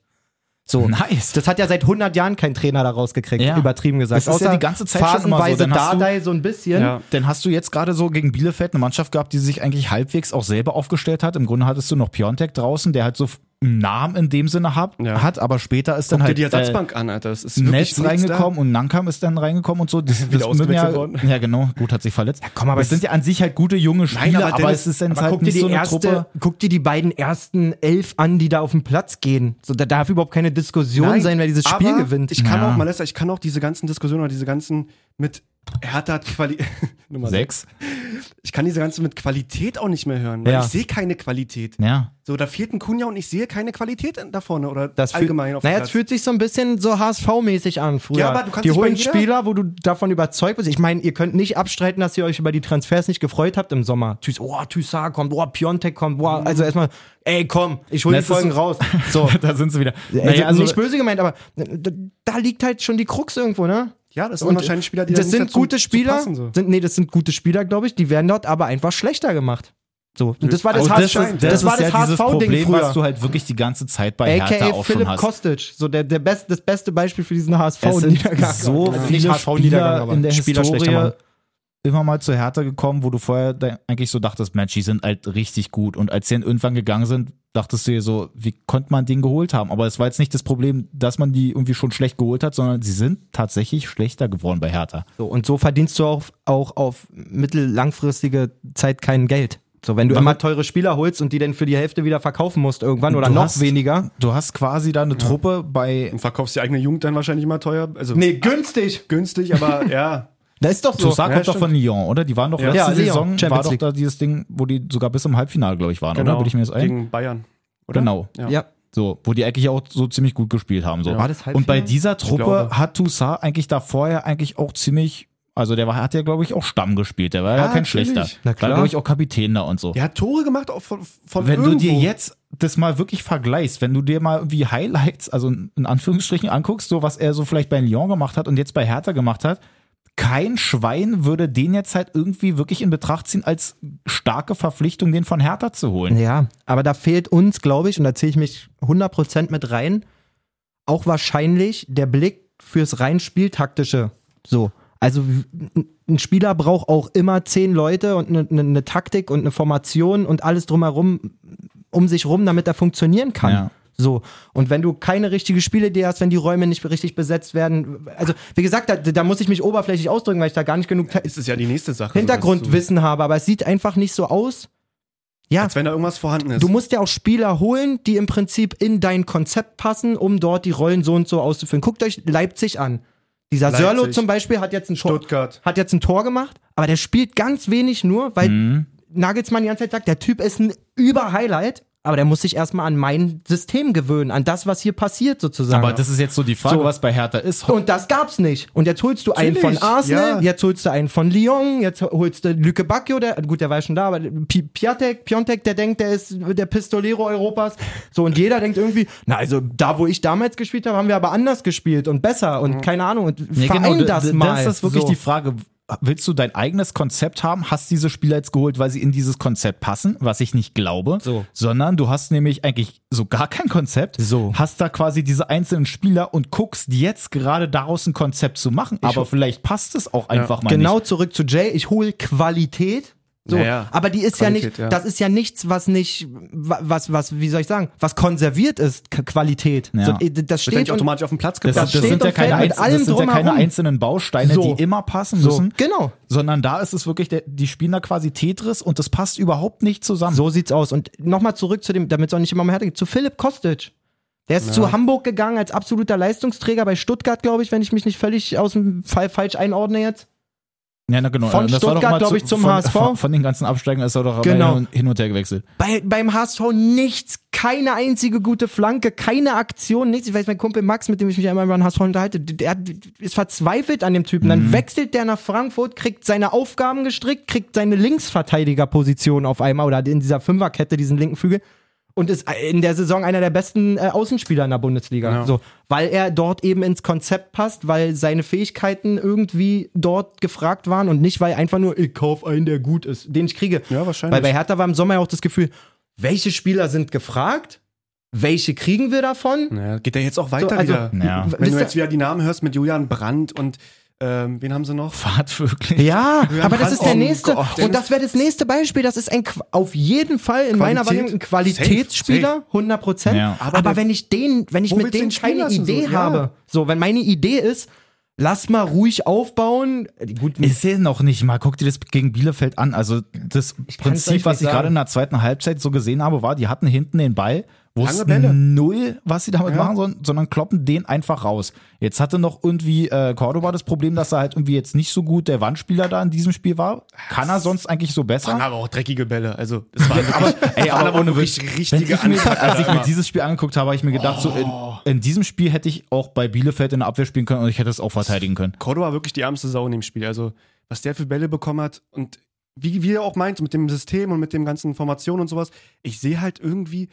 Speaker 2: So.
Speaker 5: Hm.
Speaker 4: Nice.
Speaker 2: Das hat ja seit 100 Jahren kein Trainer daraus gekriegt,
Speaker 4: Ja.
Speaker 2: übertrieben gesagt.
Speaker 4: Das ist ja die ganze Zeit schon immer so,
Speaker 2: phasenweise
Speaker 4: dann hast du-
Speaker 2: Dardai so ein bisschen.
Speaker 5: Ja.
Speaker 4: Dann hast du jetzt gerade so gegen Bielefeld eine Mannschaft gehabt, die sich eigentlich halbwegs auch selber aufgestellt hat. Im Grunde hattest du noch Piontek draußen, der halt so einen Namen in dem Sinne hat,
Speaker 5: Ja.
Speaker 4: hat aber später ist dann
Speaker 5: Guck dir
Speaker 4: halt
Speaker 5: die
Speaker 4: äh,
Speaker 5: Ersatzbank an, Alter. Das ist wirklich
Speaker 4: Netz
Speaker 5: nichts ne?
Speaker 4: reingekommen
Speaker 2: um
Speaker 4: und Nankam ist dann reingekommen und so. Das, das
Speaker 5: Wieder
Speaker 4: mögen ja,
Speaker 5: ausgewechselt worden.
Speaker 4: ja, genau. Gut, hat sich verletzt. Ja,
Speaker 2: komm, aber
Speaker 4: das
Speaker 2: es-
Speaker 4: sind ja an sich halt gute junge Spieler,
Speaker 5: aber
Speaker 4: aber,
Speaker 5: Dennis,
Speaker 4: es ist dann
Speaker 2: Aber
Speaker 4: halt
Speaker 2: guck, dir
Speaker 4: nicht
Speaker 2: die
Speaker 4: so eine Truppe.
Speaker 2: erste, guck dir die beiden ersten elf an, die da auf dem Platz gehen. So, da darf überhaupt keine Diskussion
Speaker 5: Nein,
Speaker 2: sein, wer dieses Spiel
Speaker 5: aber
Speaker 2: gewinnt.
Speaker 5: Ich kann
Speaker 4: Ja.
Speaker 5: auch, Malessa, ich kann auch diese ganzen Diskussionen oder diese ganzen mit Hertha hat Quali Nummer
Speaker 4: Sechs.
Speaker 5: Ich kann diese ganzen mit Qualität auch nicht mehr hören, weil
Speaker 2: Ja.
Speaker 5: ich sehe keine Qualität.
Speaker 4: Ja.
Speaker 5: So, da fehlt ein Kunja und ich sehe keine Qualität in- da vorne oder
Speaker 2: Das fühlt-
Speaker 5: allgemein auf dem
Speaker 2: Naja,
Speaker 5: Platz.
Speaker 2: es fühlt sich so ein bisschen so HSV-mäßig an früher.
Speaker 5: Ja, aber du kannst
Speaker 2: die
Speaker 5: nicht bei
Speaker 2: holen
Speaker 5: jeder-
Speaker 2: Spieler, wo du davon überzeugt bist. Ich meine, ihr könnt nicht abstreiten, dass ihr euch über die Transfers nicht gefreut habt im Sommer. Tüß, oh, Thyssa kommt, oh, Piontek kommt, boah, also erstmal, ey, komm, ich hole
Speaker 4: Na,
Speaker 2: die
Speaker 4: es ist
Speaker 2: Folgen
Speaker 4: so-
Speaker 2: raus. So.
Speaker 4: da sind sie wieder.
Speaker 2: Also,
Speaker 4: Naja, also,
Speaker 2: nicht böse gemeint, aber da, da liegt halt schon die Krux irgendwo, ne?
Speaker 5: ja, das
Speaker 2: Und
Speaker 5: sind wahrscheinlich Spieler, die da
Speaker 2: das
Speaker 5: nicht
Speaker 2: sind
Speaker 5: dazu-
Speaker 2: gute
Speaker 5: zu
Speaker 2: Spieler.
Speaker 5: passen, so.
Speaker 2: sind, nee, das sind gute Spieler, glaube ich. Die werden dort aber einfach schlechter gemacht. So. Und das war das,
Speaker 4: und
Speaker 2: HSV,
Speaker 4: Oh, das, ist, das,
Speaker 2: das war
Speaker 4: ist
Speaker 2: das
Speaker 4: ja dieses
Speaker 2: HSV-Ding
Speaker 4: Problem,
Speaker 2: früher.
Speaker 4: was du halt wirklich die ganze Zeit bei Hertha
Speaker 2: AKA
Speaker 4: auch schon
Speaker 2: Philipp
Speaker 4: hast.
Speaker 2: Kostic, so der, der best, das beste Beispiel für diesen
Speaker 4: es sind
Speaker 2: HSV-Niedergang.
Speaker 4: so
Speaker 2: Also nicht
Speaker 4: viele
Speaker 2: HSV-Niedergang,
Speaker 4: Spieler
Speaker 2: aber
Speaker 4: in der
Speaker 2: Spieler schlechter
Speaker 4: Historie
Speaker 2: machen.
Speaker 4: immer mal zur Härte gekommen, wo du vorher de- eigentlich so dachtest, Mensch, die sind halt richtig gut. Und als sie dann irgendwann gegangen sind, dachtest du dir so, wie konnte man den geholt haben? Aber es war jetzt nicht das Problem, dass man die irgendwie schon schlecht geholt hat, sondern sie sind tatsächlich schlechter geworden bei Hertha.
Speaker 2: So, und so verdienst du auch, auch auf mittellangfristige Zeit kein Geld. So, wenn du immer teure Spieler holst und die dann für die Hälfte wieder verkaufen musst irgendwann oder
Speaker 4: Du
Speaker 2: noch
Speaker 4: hast-
Speaker 2: weniger.
Speaker 4: Du hast quasi da eine Truppe bei
Speaker 5: Und verkaufst die eigene Jugend dann wahrscheinlich mal teuer. Also
Speaker 2: Nee, günstig.
Speaker 5: günstig, aber ja.
Speaker 2: Das ist doch so.
Speaker 4: Toussaint
Speaker 5: ja,
Speaker 4: kommt doch
Speaker 5: stimmt.
Speaker 4: von Lyon, oder? Die waren doch letzte
Speaker 2: Ja, Lyon,
Speaker 4: Saison, war
Speaker 2: Champions
Speaker 4: doch
Speaker 2: League. Genau.
Speaker 4: da dieses Ding, wo die sogar bis im Halbfinale, glaube ich, waren, oder? Würde ich mir das ein?
Speaker 5: Gegen Bayern. Oder?
Speaker 4: Genau.
Speaker 5: Ja.
Speaker 2: ja.
Speaker 4: So, wo die eigentlich auch so ziemlich gut gespielt haben. So.
Speaker 2: War das Halbfinale?
Speaker 4: und bei dieser Truppe
Speaker 5: glaube.
Speaker 4: hat Toussaint eigentlich da vorher eigentlich auch ziemlich, also der war, hat ja, glaube ich, auch Stamm gespielt. Der war ja
Speaker 5: Ah,
Speaker 4: kein
Speaker 5: natürlich.
Speaker 4: schlechter.
Speaker 2: Na
Speaker 4: War,
Speaker 2: klar.
Speaker 4: glaube ich, auch Kapitän da und so.
Speaker 5: Der hat Tore gemacht auch von, von
Speaker 4: Wenn
Speaker 5: irgendwo.
Speaker 4: du dir jetzt das mal wirklich vergleichst, wenn du dir mal irgendwie Highlights, also in in Anführungsstrichen anguckst, so was er so vielleicht bei Lyon gemacht hat und jetzt bei Hertha gemacht hat, kein Schwein würde den jetzt halt irgendwie wirklich in Betracht ziehen als starke Verpflichtung, den von Hertha zu holen.
Speaker 2: Ja, aber da fehlt uns, glaube ich, und da zähle ich mich 100% mit rein, auch wahrscheinlich der Blick fürs rein Spieltaktische. So. Also w- ein Spieler braucht auch immer zehn Leute und eine, eine, eine Taktik und eine Formation und alles drumherum um sich rum, damit er funktionieren kann.
Speaker 4: Ja.
Speaker 2: So. Und wenn du keine richtige Spielidee hast, wenn die Räume nicht richtig besetzt werden, also wie gesagt, da, da muss ich mich oberflächlich ausdrücken, weil ich da gar nicht genug Ta-
Speaker 5: ist es ja die nächste Sache. dass
Speaker 2: Hintergrundwissen habe, aber es sieht einfach nicht so aus.
Speaker 5: du-
Speaker 2: Ja.
Speaker 5: Als wenn da irgendwas vorhanden ist.
Speaker 2: Du musst ja auch Spieler holen, die im Prinzip in dein Konzept passen, um dort die Rollen so und so auszuführen. Guckt euch Leipzig an. Dieser
Speaker 5: Leipzig.
Speaker 2: Sörlo zum Beispiel hat jetzt ein Tor,
Speaker 5: Stuttgart.
Speaker 2: hat jetzt ein Tor gemacht, aber der spielt ganz wenig nur, weil Nagelsmann die ganze Zeit sagt, der Typ ist ein Überhighlight, aber der muss sich erstmal an mein System gewöhnen, an das, was hier passiert sozusagen.
Speaker 4: Aber das ist jetzt so die Frage,
Speaker 2: So.
Speaker 4: was bei Hertha ist.
Speaker 2: und das gab's nicht. Und jetzt holst du einen von
Speaker 5: Natürlich,
Speaker 2: Arsenal,
Speaker 5: ja.
Speaker 2: jetzt holst du einen von Lyon, jetzt holst du Lüke Bacchio, der, gut, der war ja schon da, aber Pi- Piatek, Piontek, der denkt, der ist der Pistolero Europas. So, und jeder denkt irgendwie, na, also da, wo ich damals gespielt habe, haben wir aber anders gespielt und besser und keine Ahnung, und
Speaker 4: Ja,
Speaker 2: verein
Speaker 4: genau, d-
Speaker 2: das
Speaker 4: d-
Speaker 2: mal.
Speaker 4: Das ist wirklich
Speaker 2: so.
Speaker 4: die Frage. willst du dein eigenes Konzept haben, hast diese Spieler jetzt geholt, weil sie in dieses Konzept passen, was ich nicht glaube,
Speaker 2: So.
Speaker 4: sondern du hast nämlich eigentlich so gar kein Konzept,
Speaker 2: So.
Speaker 4: hast da quasi diese einzelnen Spieler und guckst jetzt gerade daraus ein Konzept zu machen, aber vielleicht passt es auch einfach mal
Speaker 2: genau
Speaker 4: nicht.
Speaker 2: zurück zu Jay. Ich hole Qualität. So,
Speaker 5: Naja,
Speaker 2: aber die ist ja
Speaker 5: Qualität,
Speaker 2: nicht,
Speaker 5: ja.
Speaker 2: das ist ja nichts, was nicht, wa- was, was, wie soll ich sagen, was konserviert ist, K Qualität.
Speaker 4: Ja.
Speaker 2: So, äh, das
Speaker 5: Wird ja
Speaker 2: steht
Speaker 5: nicht
Speaker 2: und-
Speaker 5: automatisch auf den Platz
Speaker 4: Das,
Speaker 5: gebracht.
Speaker 4: das,
Speaker 2: steht
Speaker 4: sind ja
Speaker 2: und
Speaker 4: keine,
Speaker 2: fällt mit
Speaker 4: einz- das
Speaker 2: allem
Speaker 4: sind ja keine
Speaker 2: drumherum.
Speaker 4: einzelnen Bausteine,
Speaker 2: So.
Speaker 4: die immer passen
Speaker 2: so,
Speaker 4: müssen,
Speaker 2: genau.
Speaker 4: sondern da ist es wirklich, der, die spielen da quasi Tetris und das passt überhaupt nicht zusammen.
Speaker 2: So sieht's aus. Und nochmal zurück zu dem, damit es auch nicht immer mehr hergeht, zu Philipp Kostic. Der ist zu Hamburg gegangen als absoluter Leistungsträger bei Stuttgart, glaube ich, wenn ich mich nicht völlig aus dem Fall falsch einordne jetzt.
Speaker 4: Ja, na genau.
Speaker 2: Von
Speaker 4: das war doch
Speaker 2: Stuttgart,
Speaker 4: mal
Speaker 2: glaub
Speaker 4: zu-
Speaker 2: ich, zum
Speaker 4: von,
Speaker 2: HSV.
Speaker 4: Von, von den ganzen Absteigern ist er doch
Speaker 2: Genau.
Speaker 4: hin, und, hin und her gewechselt.
Speaker 2: Bei, beim HSV nichts, keine einzige gute Flanke, keine Aktion, nichts. Ich weiß, mein Kumpel Max, mit dem ich mich einmal über den HSV unterhalte, der hat- ist verzweifelt an dem Typen. Dann wechselt der nach Frankfurt, kriegt seine Aufgaben gestrickt, kriegt seine Linksverteidigerposition auf einmal oder in dieser Fünferkette, diesen linken Flügel. Und ist äh, in der Saison einer der besten äh, Außenspieler in der Bundesliga.
Speaker 5: Ja.
Speaker 2: So, weil er dort eben ins Konzept passt, weil seine Fähigkeiten irgendwie dort gefragt waren und nicht, weil einfach nur, ich kauf einen, der gut ist, den ich kriege.
Speaker 5: Ja, wahrscheinlich.
Speaker 2: Weil bei Hertha war im Sommer ja auch das Gefühl, welche Spieler sind gefragt? Welche kriegen wir davon?
Speaker 5: naja, geht der jetzt auch
Speaker 2: So,
Speaker 5: weiter
Speaker 2: also,
Speaker 5: wieder?
Speaker 4: Ja.
Speaker 2: w-
Speaker 5: Wenn
Speaker 2: wisst
Speaker 5: du
Speaker 2: ihr-
Speaker 5: jetzt wieder die Namen hörst mit Julian Brandt und ähm, wen haben sie noch?
Speaker 4: Fahrt wirklich.
Speaker 2: ja, aber das
Speaker 5: Brandt-
Speaker 2: ist der
Speaker 5: Oh
Speaker 2: nächste.
Speaker 5: Gott.
Speaker 2: und das wäre das nächste Beispiel. Das ist ein Qu- auf jeden Fall in meiner
Speaker 5: Qualität.
Speaker 2: Wahrnehmung ein Qualitätsspieler, 100 Prozent.
Speaker 4: Ja.
Speaker 2: Aber,
Speaker 5: Aber der-
Speaker 2: wenn ich den, wenn ich
Speaker 5: Wo
Speaker 2: mit
Speaker 5: willst du
Speaker 2: denen
Speaker 5: ihn spielen
Speaker 2: keine
Speaker 5: lassen, so?
Speaker 2: Idee
Speaker 5: Ja.
Speaker 2: habe, so wenn meine Idee ist, lass mal ruhig aufbauen. Gut,
Speaker 4: Ich sehe noch nicht mal. Guck dir das gegen Bielefeld an. Also das
Speaker 2: kann's euch
Speaker 4: Prinzip,
Speaker 2: nicht
Speaker 4: was ich
Speaker 2: sagen.
Speaker 4: gerade in der zweiten Halbzeit so gesehen habe, war, die hatten hinten den Ball,
Speaker 5: Lange Bälle.
Speaker 4: wussten null, was sie damit machen sollen, sondern kloppen den einfach raus. Jetzt hatte noch irgendwie äh, Cordoba das Problem, dass er halt irgendwie jetzt nicht so gut der Wandspieler da in diesem Spiel war. Kann er sonst eigentlich so besser?
Speaker 5: aber auch dreckige Bälle. Also, das waren wirklich,
Speaker 4: Ey, aber ohne Witz, wenn ich mir, als ich mir
Speaker 5: Anfang.
Speaker 4: dieses Spiel angeguckt habe, habe ich mir gedacht,
Speaker 2: Oh.
Speaker 4: so in, in diesem Spiel hätte ich auch bei Bielefeld in der Abwehr spielen können und ich hätte es auch verteidigen können.
Speaker 5: Cordoba wirklich die ärmste Sau in dem Spiel. Also, was der für Bälle bekommen hat und wie, wie er auch meint, mit dem System und mit dem ganzen Informationen und sowas, ich sehe halt irgendwie,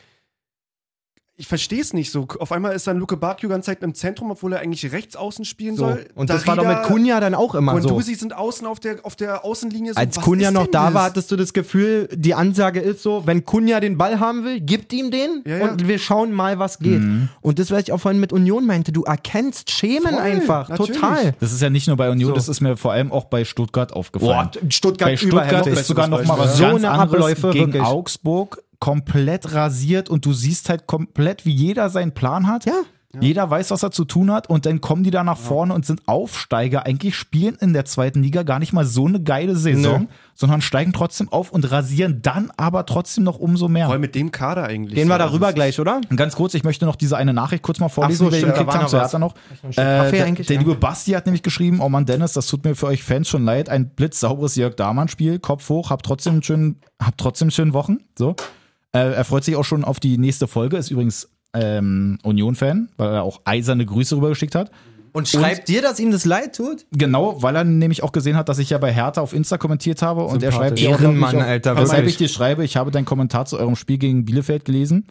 Speaker 5: ich verstehe es nicht so. Auf einmal ist dann Luke Bakio ganze Zeit im Zentrum, obwohl er eigentlich rechts außen spielen
Speaker 2: so.
Speaker 5: soll.
Speaker 2: Und das war doch mit Kunja dann auch immer so.
Speaker 5: Kundusi sind außen auf der, auf der Außenlinie. So,
Speaker 2: Als
Speaker 5: was
Speaker 2: Kunja
Speaker 5: ist
Speaker 2: noch
Speaker 5: denn
Speaker 2: da
Speaker 5: das?
Speaker 2: war, hattest du das Gefühl, die Ansage ist so, wenn Kunja den Ball haben will, gibt ihm den
Speaker 5: Ja, ja.
Speaker 2: und wir schauen mal, was geht. Und das, was ich auch vorhin mit Union meinte, du erkennst Schemen
Speaker 5: Voll,
Speaker 2: einfach,
Speaker 5: natürlich.
Speaker 2: total.
Speaker 4: Das ist ja nicht nur bei Union,
Speaker 2: So.
Speaker 4: das ist mir vor allem auch bei Stuttgart aufgefallen.
Speaker 2: Stuttgart,
Speaker 4: bei Stuttgart ist sogar noch mal was
Speaker 2: So
Speaker 4: ganz
Speaker 2: eine
Speaker 4: anderes
Speaker 2: Abläufe,
Speaker 4: gegen
Speaker 2: wirklich.
Speaker 4: Augsburg komplett rasiert und du siehst halt komplett, wie jeder seinen Plan hat.
Speaker 2: Ja.
Speaker 4: Jeder weiß, was er zu tun hat und dann kommen die da nach vorne und sind Aufsteiger. Eigentlich spielen in der zweiten Liga gar nicht mal so eine geile Saison,
Speaker 2: Nö.
Speaker 4: sondern steigen trotzdem auf und rasieren dann aber trotzdem noch umso mehr.
Speaker 5: Vor allem mit dem Kader eigentlich.
Speaker 2: Gehen wir
Speaker 5: So,
Speaker 2: darüber
Speaker 5: das ist-
Speaker 2: gleich, oder?
Speaker 4: Und Ganz kurz, ich möchte noch diese eine Nachricht kurz mal vorlesen,
Speaker 2: Ach so,
Speaker 4: die wir
Speaker 2: stimmt,
Speaker 4: gekriegt
Speaker 2: da war
Speaker 4: haben.
Speaker 2: noch
Speaker 4: Zuerst
Speaker 2: was.
Speaker 4: dann noch.
Speaker 2: Ach,
Speaker 4: Äh,
Speaker 2: fair
Speaker 4: der
Speaker 2: eigentlich,
Speaker 4: der
Speaker 2: ja.
Speaker 4: liebe Basti hat nämlich geschrieben, oh Mann, Dennis, das tut mir für euch Fans schon leid. Ein blitzsauberes Jörg Dahmann-Spiel. Kopf hoch, habt trotzdem einen schönen, habt trotzdem schönen Wochen. So. Äh, er freut sich auch schon auf die nächste Folge, ist übrigens ähm, Union-Fan, weil er auch eiserne Grüße rübergeschickt hat.
Speaker 2: Und schreibt dir, dass ihm das leid tut?
Speaker 4: Genau, weil er nämlich auch gesehen hat, dass ich ja bei Hertha auf Insta kommentiert habe und er schreibt ja auch
Speaker 2: Ehrenmann,
Speaker 4: noch nicht-
Speaker 2: Alter,
Speaker 4: Weshalb
Speaker 2: wirklich.
Speaker 4: ich dir schreibe, ich habe deinen Kommentar zu eurem Spiel gegen Bielefeld gelesen,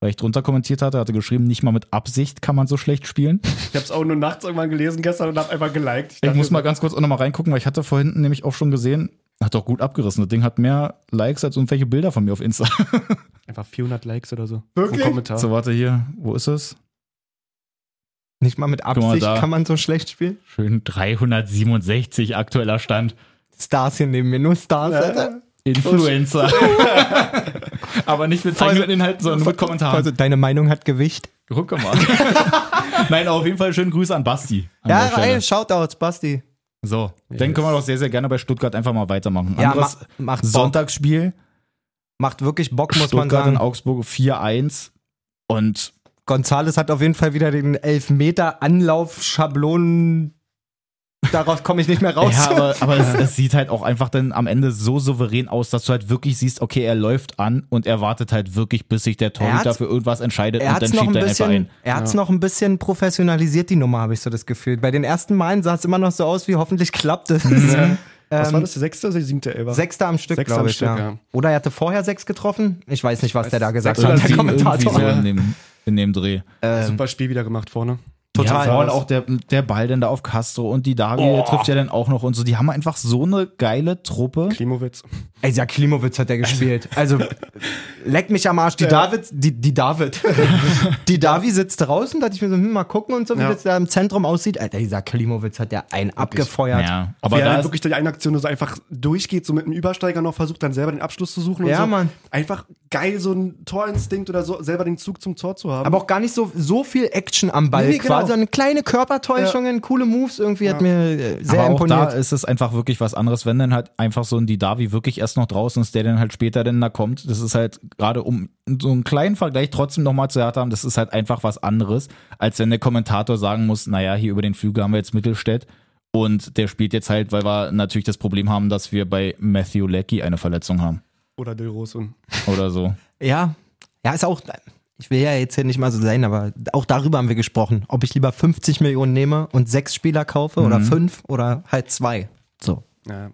Speaker 4: weil ich drunter kommentiert hatte, hatte geschrieben, nicht mal mit Absicht kann man so schlecht spielen.
Speaker 5: Ich hab's auch nur nachts irgendwann gelesen gestern und hab einfach geliked.
Speaker 4: Ich muss mal ganz kurz auch nochmal reingucken, weil ich hatte vorhin nämlich auch schon gesehen, hat doch gut abgerissen. Das Ding hat mehr Likes als irgendwelche Bilder von mir auf Insta.
Speaker 5: Einfach 400 Likes oder so.
Speaker 2: Wirklich?
Speaker 5: Pro Kommentar.
Speaker 4: So, warte hier, wo ist es?
Speaker 2: Nicht mal mit
Speaker 4: mal
Speaker 2: Absicht
Speaker 4: da.
Speaker 2: kann man so schlecht spielen.
Speaker 4: Schön 367 aktueller Stand.
Speaker 2: Stars hier neben mir, nur Stars, Alter.
Speaker 4: Influencer. Aber nicht mit zeigenden Inhalten, sondern nur mit Kommentaren.
Speaker 2: Also, deine Meinung hat Gewicht.
Speaker 4: Guck mal. Nein, auf jeden Fall schönen Grüße an Basti. An
Speaker 2: Ja,
Speaker 4: der Stelle.
Speaker 2: ey, Shoutouts, Basti.
Speaker 4: So, dann können wir doch sehr, sehr gerne bei Stuttgart einfach mal weitermachen.
Speaker 2: Ja,
Speaker 4: Anderes
Speaker 2: ma- macht Bock.
Speaker 4: Sonntagsspiel,
Speaker 2: Macht wirklich Bock, muss man
Speaker 4: Stuttgart in
Speaker 2: sagen.
Speaker 4: Augsburg 4-1 und
Speaker 2: Gonzales hat auf jeden Fall wieder den Elfmeter-Anlauf-Schablonen. Daraus komme ich nicht mehr raus.
Speaker 4: ja, aber, aber es, es sieht halt auch einfach dann am Ende so souverän aus, dass du halt wirklich siehst, okay, er läuft an und er wartet halt wirklich, bis sich der
Speaker 2: Er
Speaker 4: Torhüter
Speaker 2: hat's-
Speaker 4: für irgendwas entscheidet
Speaker 2: er
Speaker 4: und
Speaker 2: hat
Speaker 4: dann
Speaker 2: es noch,
Speaker 4: schiebt
Speaker 2: ein
Speaker 4: er ihn einfach ein.
Speaker 2: bisschen- er hat's noch ein bisschen professionalisiert, die Nummer, habe ich so das Gefühl. Bei den ersten Malen sah es immer noch so aus, wie hoffentlich klappt es.
Speaker 5: Mhm.
Speaker 2: Ähm,
Speaker 5: Was war das, der sechste oder der siebte Elfer?
Speaker 2: Sechster am Stück,
Speaker 5: Sechster am
Speaker 2: glaube ich.
Speaker 5: Stück,
Speaker 2: ja.
Speaker 5: ja.
Speaker 2: Oder er hatte vorher sechs getroffen. Ich weiß nicht, was der da gesagt
Speaker 5: sechs
Speaker 2: hat,
Speaker 5: oder
Speaker 2: der
Speaker 5: sieben,
Speaker 4: Irgendwie
Speaker 2: Kommentator.
Speaker 4: so in dem, in dem Dreh.
Speaker 5: Super Spiel wieder gemacht vorne.
Speaker 4: Total.
Speaker 2: Total.
Speaker 4: Ja, vor allem auch der, der Ball dann da auf Castro und die Davi der trifft ja dann auch noch und so. Die haben einfach so eine geile Truppe.
Speaker 5: Klimowitz.
Speaker 2: Ey, ja, Klimowitz hat er gespielt. Also, leck mich am Arsch. Die David, die, die David. die Davi sitzt draußen, da dachte ich mir so, hm, mal gucken und so, wie
Speaker 5: Ja.
Speaker 2: das da im Zentrum aussieht. Alter, dieser Klimowitz hat ja einen abgefeuert.
Speaker 4: Ja,
Speaker 5: Aber
Speaker 4: aber da
Speaker 5: ja, dann
Speaker 4: ist,
Speaker 5: halt wirklich die eine Aktion, so einfach durchgeht, so mit einem Übersteiger noch versucht, dann selber den Abschluss zu suchen
Speaker 2: Ja,
Speaker 5: und so.
Speaker 2: Mann.
Speaker 5: Einfach geil, so ein Torinstinkt oder so, selber den Zug zum Tor zu haben.
Speaker 2: Aber auch gar nicht so, so viel Action am Ball
Speaker 5: Nee, nee,
Speaker 2: quasi,
Speaker 5: genau.
Speaker 2: sondern kleine Körpertäuschungen, coole Moves irgendwie hat mir äh, sehr
Speaker 4: aber auch
Speaker 2: imponiert.
Speaker 4: da ist es einfach wirklich was anderes, wenn dann halt einfach so ein Didavi wirklich erst noch draußen ist, der dann halt später dann da kommt. Das ist halt gerade, um so einen kleinen Vergleich trotzdem nochmal zu haben, das ist halt einfach was anderes, als wenn der Kommentator sagen muss, naja, hier über den Flügel haben wir jetzt Mittelstädt und der spielt jetzt halt, weil wir natürlich das Problem haben, dass wir bei Matthew Leckie eine Verletzung haben
Speaker 5: oder Del Rosso.
Speaker 4: oder so.
Speaker 2: Ja, ja, ist auch. Ich will ja jetzt hier nicht mal so sein, aber auch darüber haben wir gesprochen, ob ich lieber 50 Millionen nehme und sechs Spieler kaufe oder fünf oder halt zwei. So.
Speaker 5: Ja.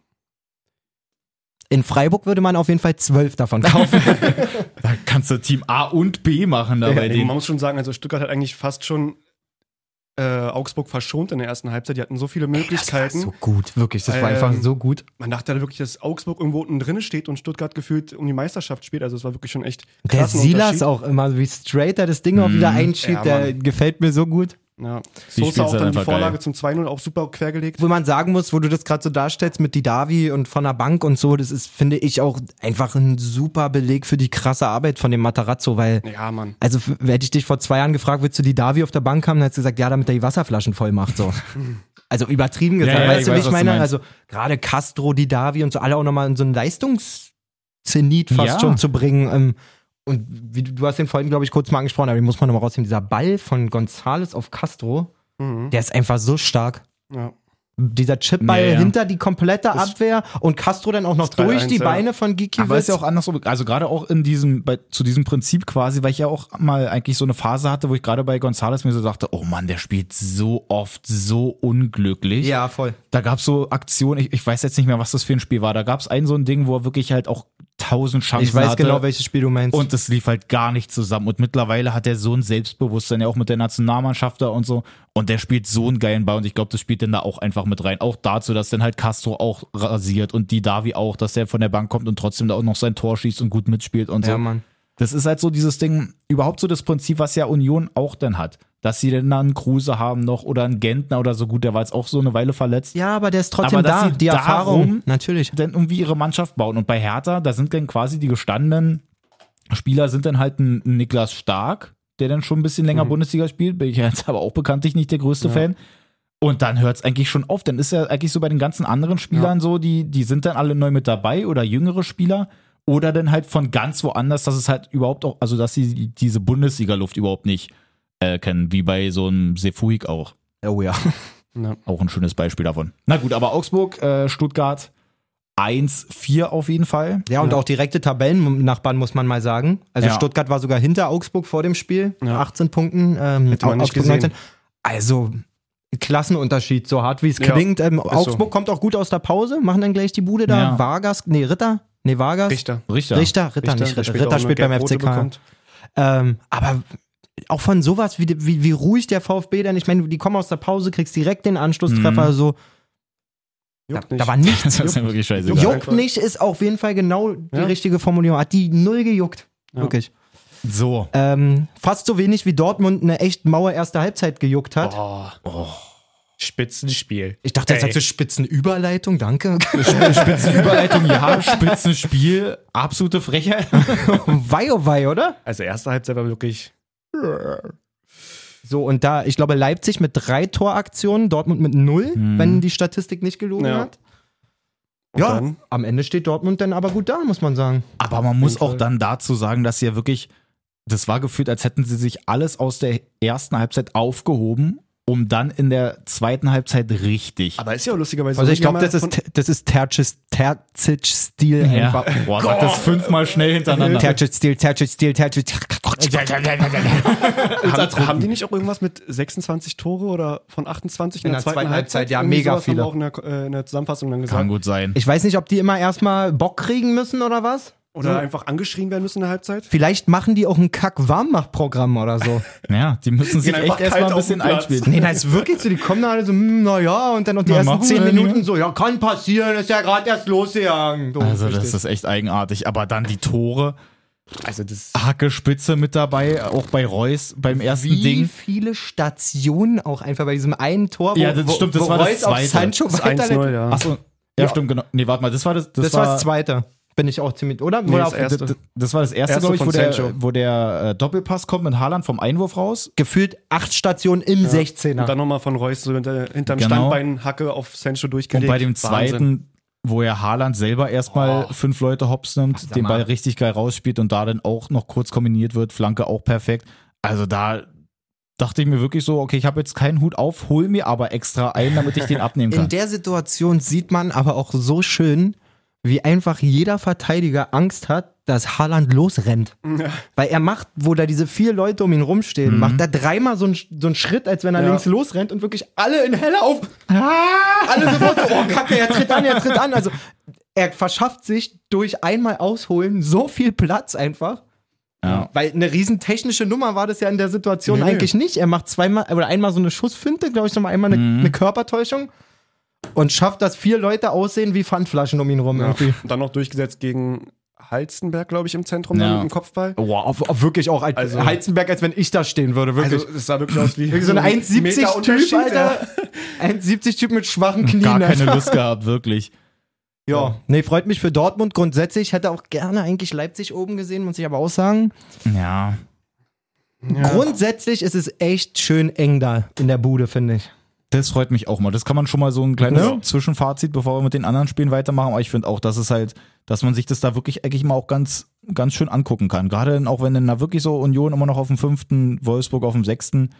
Speaker 2: In Freiburg würde man auf jeden Fall zwölf davon kaufen.
Speaker 4: Da kannst du Team A und B machen da
Speaker 5: Ja,
Speaker 4: bei
Speaker 5: nee,
Speaker 4: denen.
Speaker 5: man muss schon sagen, also Stuttgart hat eigentlich fast schon äh, Augsburg verschont in der ersten Halbzeit. Die hatten so viele Möglichkeiten.
Speaker 2: gut, wirklich. Das
Speaker 5: Ähm,
Speaker 2: gut.
Speaker 5: Man dachte halt wirklich, dass Augsburg irgendwo unten drin steht und Stuttgart gefühlt um die Meisterschaft spielt. Also es war wirklich schon echt
Speaker 2: Der
Speaker 5: Klassenunterschied.
Speaker 2: Silas auch immer, wie straight er das Ding auch wieder einschiebt,
Speaker 5: Ja, Mann.
Speaker 2: der gefällt mir so gut.
Speaker 5: Ja.
Speaker 4: Die
Speaker 5: Sosa auch
Speaker 4: Spielzeit
Speaker 5: dann die
Speaker 4: einfach
Speaker 5: Vorlage
Speaker 4: geil.
Speaker 5: zum 2-0 auch super quergelegt.
Speaker 2: Wo man sagen muss, wo du das gerade so darstellst mit Didavi und von der Bank und so, das ist, finde ich, auch einfach ein super Beleg für die krasse Arbeit von dem Matarazzo, weil
Speaker 5: Ja, Mann.
Speaker 2: Also f- hätte ich dich vor zwei Jahren gefragt, willst du die Davi auf der Bank haben, dann hättest du gesagt, ja, damit er die Wasserflaschen voll macht. So. Also übertrieben gesagt,
Speaker 4: Ja, ja,
Speaker 2: weißt
Speaker 4: ich
Speaker 2: du,
Speaker 4: weiß,
Speaker 2: wie ich
Speaker 4: was du
Speaker 2: meine?
Speaker 4: meinst.
Speaker 2: Also gerade Castro, die Davi und so alle auch nochmal in so einen Leistungszenit fast
Speaker 4: Ja.
Speaker 2: schon zu bringen. ähm, Und wie, du- du hast den vorhin, glaube ich, kurz mal angesprochen, aber den muss man nochmal rausnehmen. Dieser Ball von Gonzales auf Castro,
Speaker 5: Mhm.
Speaker 2: der ist einfach so stark.
Speaker 5: Ja.
Speaker 2: Dieser Chipball
Speaker 4: Ja, ja.
Speaker 2: hinter die komplette Abwehr und Castro dann auch noch
Speaker 5: Das
Speaker 2: durch die
Speaker 5: 3-1, ja.
Speaker 2: Beine von Giki
Speaker 4: Aber
Speaker 2: Witz.
Speaker 4: ist ja auch andersrum. Also gerade auch in diesem, bei, zu diesem Prinzip quasi, weil ich ja auch mal eigentlich so eine Phase hatte, wo ich gerade bei Gonzales mir so dachte, oh Mann, der spielt so oft so unglücklich.
Speaker 2: ja, voll.
Speaker 4: Da gab's so Aktionen, ich, ich weiß jetzt nicht mehr, was das für ein Spiel war. Da gab's ein so ein Ding, wo er wirklich halt auch tausend Chancen
Speaker 2: Ich weiß
Speaker 4: hatte.
Speaker 2: genau, welches Spiel du meinst.
Speaker 4: Und das lief halt gar nicht zusammen. Und mittlerweile hat er so ein Selbstbewusstsein, ja auch mit der Nationalmannschaft da und so. Und der spielt so einen geilen Ball. Und ich glaube, das spielt dann da auch einfach mit rein. Auch dazu, dass dann halt Castro auch rasiert und die Davi auch, dass der von der Bank kommt und trotzdem da auch noch sein Tor schießt und gut mitspielt und so.
Speaker 2: ja, Mann.
Speaker 4: Das ist halt so dieses Ding, überhaupt so das Prinzip, was ja Union auch dann hat. Dass sie dann da einen Kruse haben noch oder einen Gentner oder so gut, der war jetzt auch so eine Weile verletzt.
Speaker 2: Ja, aber der ist trotzdem
Speaker 4: Aber dass
Speaker 2: da.
Speaker 4: sie
Speaker 2: Die
Speaker 4: darum-
Speaker 2: Erfahrung. Natürlich.
Speaker 4: dann irgendwie ihre Mannschaft bauen. Und bei Hertha, da sind dann quasi die gestandenen Spieler, sind dann halt ein Niklas Stark, der dann schon ein bisschen länger Bundesliga spielt, bin ich jetzt aber auch bekanntlich nicht der größte Fan. Und dann hört es eigentlich schon auf. Dann ist ja eigentlich so bei den ganzen anderen Spielern so, die, die sind dann alle neu mit dabei oder jüngere Spieler. Oder dann halt von ganz woanders, dass es halt überhaupt auch, also dass sie diese Bundesliga-Luft überhaupt nicht äh, kennen, wie bei so einem Sefuig auch.
Speaker 2: Oh ja.
Speaker 4: Auch ein schönes Beispiel davon. Na gut, aber Augsburg, äh, Stuttgart 1-4 auf jeden Fall.
Speaker 2: Ja, und auch direkte Tabellennachbarn, muss man mal sagen. Also
Speaker 4: Ja.
Speaker 2: Stuttgart war sogar hinter Augsburg vor dem Spiel.
Speaker 5: Ja.
Speaker 2: 18 Punkten. Ähm,
Speaker 5: Hätte man nicht
Speaker 2: Augsburg
Speaker 5: gesehen.
Speaker 2: Also Klassenunterschied, so hart wie es
Speaker 5: Ja,
Speaker 2: klingt. Ähm, Augsburg
Speaker 5: so.
Speaker 2: kommt auch gut aus der Pause, machen dann gleich die Bude da.
Speaker 4: Ja.
Speaker 2: Vargas, nee, Ritter. Nee, Vargas.
Speaker 5: Richter.
Speaker 4: Richter.
Speaker 2: Richter, Ritter, nicht
Speaker 5: der
Speaker 2: Ritter. Ritter
Speaker 5: auch
Speaker 2: spielt
Speaker 5: eine
Speaker 2: beim
Speaker 5: Gelb-Rote
Speaker 2: FCK.
Speaker 5: bekommt.
Speaker 2: Ähm, aber auch von sowas, wie, wie, wie ruhig der VfB dann, ich meine, die kommen aus der Pause, kriegst direkt den Anschlusstreffer, so. Da,
Speaker 5: Mhm. Juckt
Speaker 2: da
Speaker 5: nicht.
Speaker 2: war nichts.
Speaker 4: Das ist ja wirklich scheißegal.
Speaker 5: Jo.
Speaker 2: Juckt
Speaker 5: einfach.
Speaker 2: nicht ist auf jeden Fall genau die
Speaker 5: Ja.
Speaker 2: richtige Formulierung. Hat die null gejuckt.
Speaker 5: Ja.
Speaker 2: Wirklich.
Speaker 4: So.
Speaker 2: Ähm, fast so wenig wie Dortmund eine echt Mauer erste Halbzeit gejuckt hat.
Speaker 5: Oh. Spitzenspiel.
Speaker 2: Ich dachte, jetzt
Speaker 5: Ey.
Speaker 2: sagst du Spitzenüberleitung, danke.
Speaker 4: Spitzenüberleitung, ja, Spitzenspiel, absolute Frechheit.
Speaker 2: wei, oh wei, oder?
Speaker 5: Also erste Halbzeit war wirklich.
Speaker 2: So, und da, ich glaube, Leipzig mit drei Toraktionen, Dortmund mit null, wenn die Statistik nicht gelogen
Speaker 5: Mhm. Ja.
Speaker 2: hat.
Speaker 5: Und
Speaker 2: ja,
Speaker 5: dann?
Speaker 2: am Ende steht Dortmund dann aber gut da, muss man sagen.
Speaker 4: Aber man muss auch dann dazu sagen, dass sie ja wirklich, das war gefühlt, als hätten sie sich alles aus der ersten Halbzeit aufgehoben, um dann in der zweiten Halbzeit richtig.
Speaker 5: Aber ist ja auch lustigerweise.
Speaker 2: Also ich
Speaker 5: so,
Speaker 2: glaube, das
Speaker 5: von-
Speaker 2: ist, das ist Terzic- Terzic-Stil
Speaker 4: ja.
Speaker 2: einfach.
Speaker 4: Boah, sag das fünfmal schnell hintereinander.
Speaker 2: Terzic-Stil, Terzic-Stil, Terzic.
Speaker 5: haben, haben die nicht auch irgendwas mit 26 Tore oder von 28 in, der zweiten Halbzeit?
Speaker 2: ja,
Speaker 5: Irgendwie
Speaker 2: mega
Speaker 5: sowas
Speaker 2: viele.
Speaker 5: Haben wir auch in der, äh, in der Zusammenfassung dann gesagt.
Speaker 4: Kann gut sein.
Speaker 2: Ich weiß nicht, ob die immer erstmal Bock kriegen müssen oder was.
Speaker 5: Oder
Speaker 2: So.
Speaker 5: einfach angeschrien werden müssen in der Halbzeit.
Speaker 2: Vielleicht machen die auch ein Kack-Warmmach-Programm oder so.
Speaker 4: Ja, die müssen sich
Speaker 5: Gehen einfach
Speaker 4: echt erstmal
Speaker 5: kalt
Speaker 4: ein
Speaker 5: auf den
Speaker 4: bisschen
Speaker 5: Platz.
Speaker 4: einspielen.
Speaker 2: Nee, das ist wirklich so, die kommen da alle so, naja, und dann noch die
Speaker 4: Na,
Speaker 2: ersten
Speaker 4: machen
Speaker 2: zehn
Speaker 4: wir denn
Speaker 2: Minuten
Speaker 4: hier?
Speaker 2: so, ja, kann passieren, ist ja gerade erst losgegangen. So,
Speaker 4: Also
Speaker 2: richtig.
Speaker 4: das ist echt eigenartig. Aber dann die Tore,
Speaker 5: Also das
Speaker 4: Hacke Spitze mit dabei, auch bei Reus beim ersten
Speaker 2: wie
Speaker 4: Ding.
Speaker 2: viele Stationen auch einfach bei diesem einen Tor,
Speaker 4: Ja, das stimmt, das
Speaker 2: wo
Speaker 4: war das
Speaker 2: Reus auf
Speaker 4: zweite.
Speaker 2: Sancho
Speaker 5: ist
Speaker 2: weiterleitet.
Speaker 5: 1-0, ja.
Speaker 4: Achso, ja, stimmt, genau. Nee, warte mal, das war das. Das,
Speaker 2: Das war das zweite. Bin ich auch ziemlich, oder?
Speaker 5: Nee,
Speaker 2: Oder
Speaker 5: das
Speaker 2: auf-
Speaker 5: erste.
Speaker 4: Das, das war das erste,
Speaker 5: Erste
Speaker 4: glaube ich,
Speaker 5: von
Speaker 4: wo
Speaker 5: Sancho.
Speaker 4: der, wo der äh, Doppelpass kommt mit Haaland vom Einwurf raus.
Speaker 2: Gefühlt acht Stationen im 16er.
Speaker 5: Und dann nochmal von Reus so hinter, hinterm
Speaker 4: Genau.
Speaker 5: Standbein Hacke auf Sancho
Speaker 4: Und
Speaker 5: durchgelegt.
Speaker 4: bei dem
Speaker 5: Wahnsinn.
Speaker 4: zweiten, wo er Haaland selber erstmal fünf Leute hops nimmt, den
Speaker 2: mal.
Speaker 4: Ball richtig geil rausspielt und da dann auch noch kurz kombiniert wird, Flanke auch perfekt. Also da dachte ich mir wirklich so, okay, ich habe jetzt keinen Hut auf, hol mir aber extra einen, damit ich den abnehmen kann.
Speaker 2: In der Situation sieht man aber auch so schön, wie einfach jeder Verteidiger Angst hat, dass Haaland losrennt. Weil er macht, wo da diese vier Leute um ihn
Speaker 5: Mhm.
Speaker 2: rumstehen, macht er dreimal so einen, so einen Schritt, als wenn er
Speaker 5: Ja.
Speaker 2: links losrennt und wirklich alle in Helle auf.
Speaker 5: Ah!
Speaker 2: Alle sofort so, oh Kacke, er tritt an, er tritt an. Also er verschafft sich durch einmal ausholen so viel Platz einfach.
Speaker 4: Ja.
Speaker 2: Weil eine riesen technische Nummer war das ja in der Situation
Speaker 5: Nee, nee.
Speaker 2: eigentlich nicht. Er macht zweimal oder einmal so eine Schussfinte, glaube ich, nochmal einmal
Speaker 5: Mhm.
Speaker 2: eine, eine Körpertäuschung und schafft, dass vier Leute aussehen wie Pfandflaschen um ihn rum
Speaker 5: Ja.
Speaker 2: irgendwie.
Speaker 5: Und dann noch durchgesetzt gegen Halstenberg, glaube ich, im Zentrum
Speaker 4: Ja.
Speaker 5: dann mit dem Kopfball.
Speaker 2: Boah, auf, auf wirklich auch als
Speaker 5: Also-
Speaker 2: Heizenberg, als wenn ich da stehen würde, wirklich.
Speaker 5: Also es sah wirklich aus wie
Speaker 2: Wirklich so ein
Speaker 5: ein
Speaker 2: 1,70-Typ,
Speaker 5: Meterunterschied,
Speaker 2: Alter. 1,70-Typ mit schwachen Knien.
Speaker 4: Gar keine
Speaker 2: Alter.
Speaker 4: Lust gehabt, wirklich.
Speaker 2: Ja, nee, freut mich für Dortmund grundsätzlich. Hätte auch gerne eigentlich Leipzig oben gesehen, muss ich aber auch sagen.
Speaker 4: Ja.
Speaker 2: Grundsätzlich ist es echt schön eng da in der Bude, finde ich.
Speaker 4: Das freut mich auch mal. Das kann man schon mal so ein kleines
Speaker 2: Ja.
Speaker 4: Zwischenfazit, bevor wir mit den anderen Spielen weitermachen. Aber ich finde auch, dass es halt, dass man sich das da wirklich eigentlich mal auch ganz, ganz schön angucken kann. Gerade dann auch, wenn dann da wirklich so Union immer noch auf dem fünften, Wolfsburg auf dem sechsten,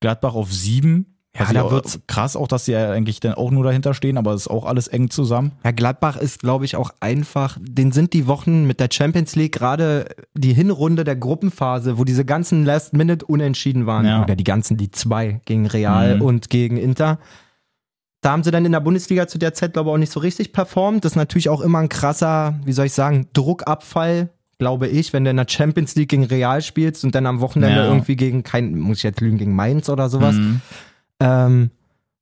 Speaker 4: Gladbach auf sieben.
Speaker 2: Ja, da
Speaker 4: auch-
Speaker 2: wird's-
Speaker 4: krass auch, dass sie ja eigentlich dann auch nur dahinter stehen, aber es ist auch alles eng zusammen.
Speaker 2: Ja, Gladbach ist, glaube ich, auch einfach, den sind die Wochen mit der Champions League gerade die Hinrunde der Gruppenphase, wo diese ganzen Last-Minute-Unentschieden waren,
Speaker 4: Ja.
Speaker 2: oder die ganzen, die zwei gegen Real
Speaker 4: Mhm.
Speaker 2: und gegen Inter. Da haben sie dann in der Bundesliga zu der Zeit, glaube ich, auch nicht so richtig performt. Das ist natürlich auch immer ein krasser, wie soll ich sagen, Druckabfall, glaube ich, wenn du in der Champions League gegen Real spielst und dann am Wochenende
Speaker 4: Ja.
Speaker 2: irgendwie gegen kein, muss ich jetzt lügen, gegen Mainz oder sowas.
Speaker 4: Mhm.
Speaker 2: Ähm,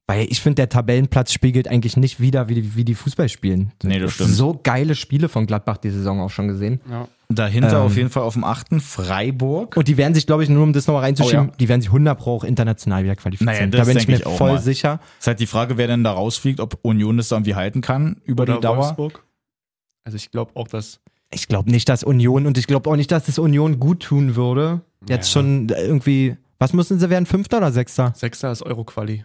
Speaker 2: weil ich finde, der Tabellenplatz spiegelt eigentlich nicht wieder, wie die, wie die Fußball spielen.
Speaker 4: Nee, das
Speaker 2: Ich hab
Speaker 4: stimmt.
Speaker 2: So geile Spiele von Gladbach die Saison auch schon gesehen.
Speaker 4: Dahinter
Speaker 2: Ähm.
Speaker 4: auf jeden Fall auf dem achten, Freiburg.
Speaker 2: Und die werden sich, glaube ich, nur um das nochmal reinzuschieben,
Speaker 4: Oh ja.
Speaker 2: die werden sich 100 Pro auch international wieder qualifizieren.
Speaker 4: Naja,
Speaker 2: da
Speaker 4: das
Speaker 2: bin ich
Speaker 4: denk
Speaker 2: mir
Speaker 4: ich auch
Speaker 2: voll
Speaker 4: mal.
Speaker 2: sicher.
Speaker 4: Ist halt die Frage, wer denn da rausfliegt, ob Union das irgendwie halten kann über
Speaker 5: Oder
Speaker 4: die Dauer.
Speaker 5: Wolfsburg. Also ich glaube auch, dass
Speaker 2: Ich glaube nicht, dass Union und ich glaube auch nicht, dass das Union gut tun würde. Jetzt
Speaker 5: Ja.
Speaker 2: schon äh, irgendwie, was müssen sie werden? Fünfter oder Sechster?
Speaker 5: Sechster ist Euroquali.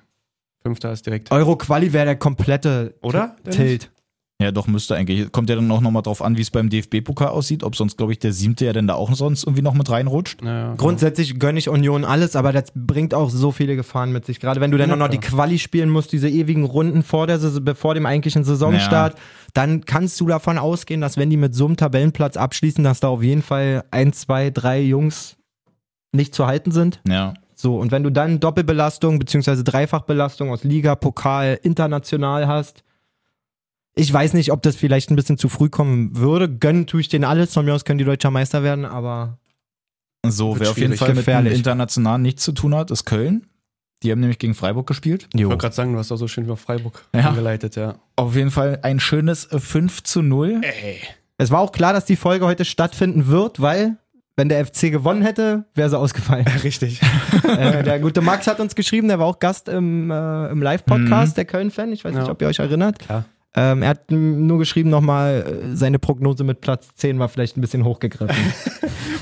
Speaker 5: Fünfter ist direkt.
Speaker 2: Euro-Quali wäre der komplette
Speaker 5: Oder, Dennis?
Speaker 2: Tilt.
Speaker 4: Ja, doch, müsste eigentlich. Kommt ja dann auch nochmal drauf an, wie es beim DFB-Pokal aussieht, ob sonst, glaube ich, der siebte ja dann da auch sonst irgendwie noch mit reinrutscht.
Speaker 5: Naja,
Speaker 2: Grundsätzlich gönne ich Union alles, aber das bringt auch so viele Gefahren mit sich. Gerade wenn du dann
Speaker 5: Ja,
Speaker 2: auch noch die
Speaker 5: klar.
Speaker 2: Quali spielen musst, diese ewigen Runden vor, der, Saison- bevor dem eigentlichen Saisonstart, dann kannst du davon ausgehen, dass wenn die mit so einem Tabellenplatz abschließen, dass da auf jeden Fall ein, zwei, drei Jungs nicht zu halten sind.
Speaker 4: Ja.
Speaker 2: So, und wenn du dann Doppelbelastung bzw. Dreifachbelastung aus Liga, Pokal, international hast, ich weiß nicht, ob das vielleicht ein bisschen zu früh kommen würde. Gönnen tue ich denen alles. Von mir aus können die deutscher Meister werden, aber
Speaker 4: So,
Speaker 5: Wird
Speaker 4: wer auf jeden
Speaker 5: schwierig,
Speaker 4: Fall mit dem
Speaker 2: gefährlich.
Speaker 4: Internationalen nichts zu tun hat, ist Köln. Die haben nämlich gegen Freiburg gespielt.
Speaker 5: Ich wollte gerade sagen, du hast auch so schön über Freiburg
Speaker 4: Ja.
Speaker 5: angeleitet, ja.
Speaker 4: Auf jeden Fall ein schönes äh, 5 zu 0.
Speaker 5: Ey.
Speaker 2: Es war auch klar, dass die Folge heute stattfinden wird, weil wenn der FC gewonnen hätte, wäre sie ausgefallen.
Speaker 5: Richtig.
Speaker 2: äh, der gute Max hat uns geschrieben, der war auch Gast im, äh, im Live-Podcast, der Köln-Fan. Ich weiß
Speaker 5: Mhm. Ja.
Speaker 2: nicht, ob ihr euch erinnert.
Speaker 5: Klar.
Speaker 2: Ähm, er hat m, nur geschrieben nochmal, äh, seine Prognose mit Platz 10 war vielleicht ein bisschen hochgegriffen.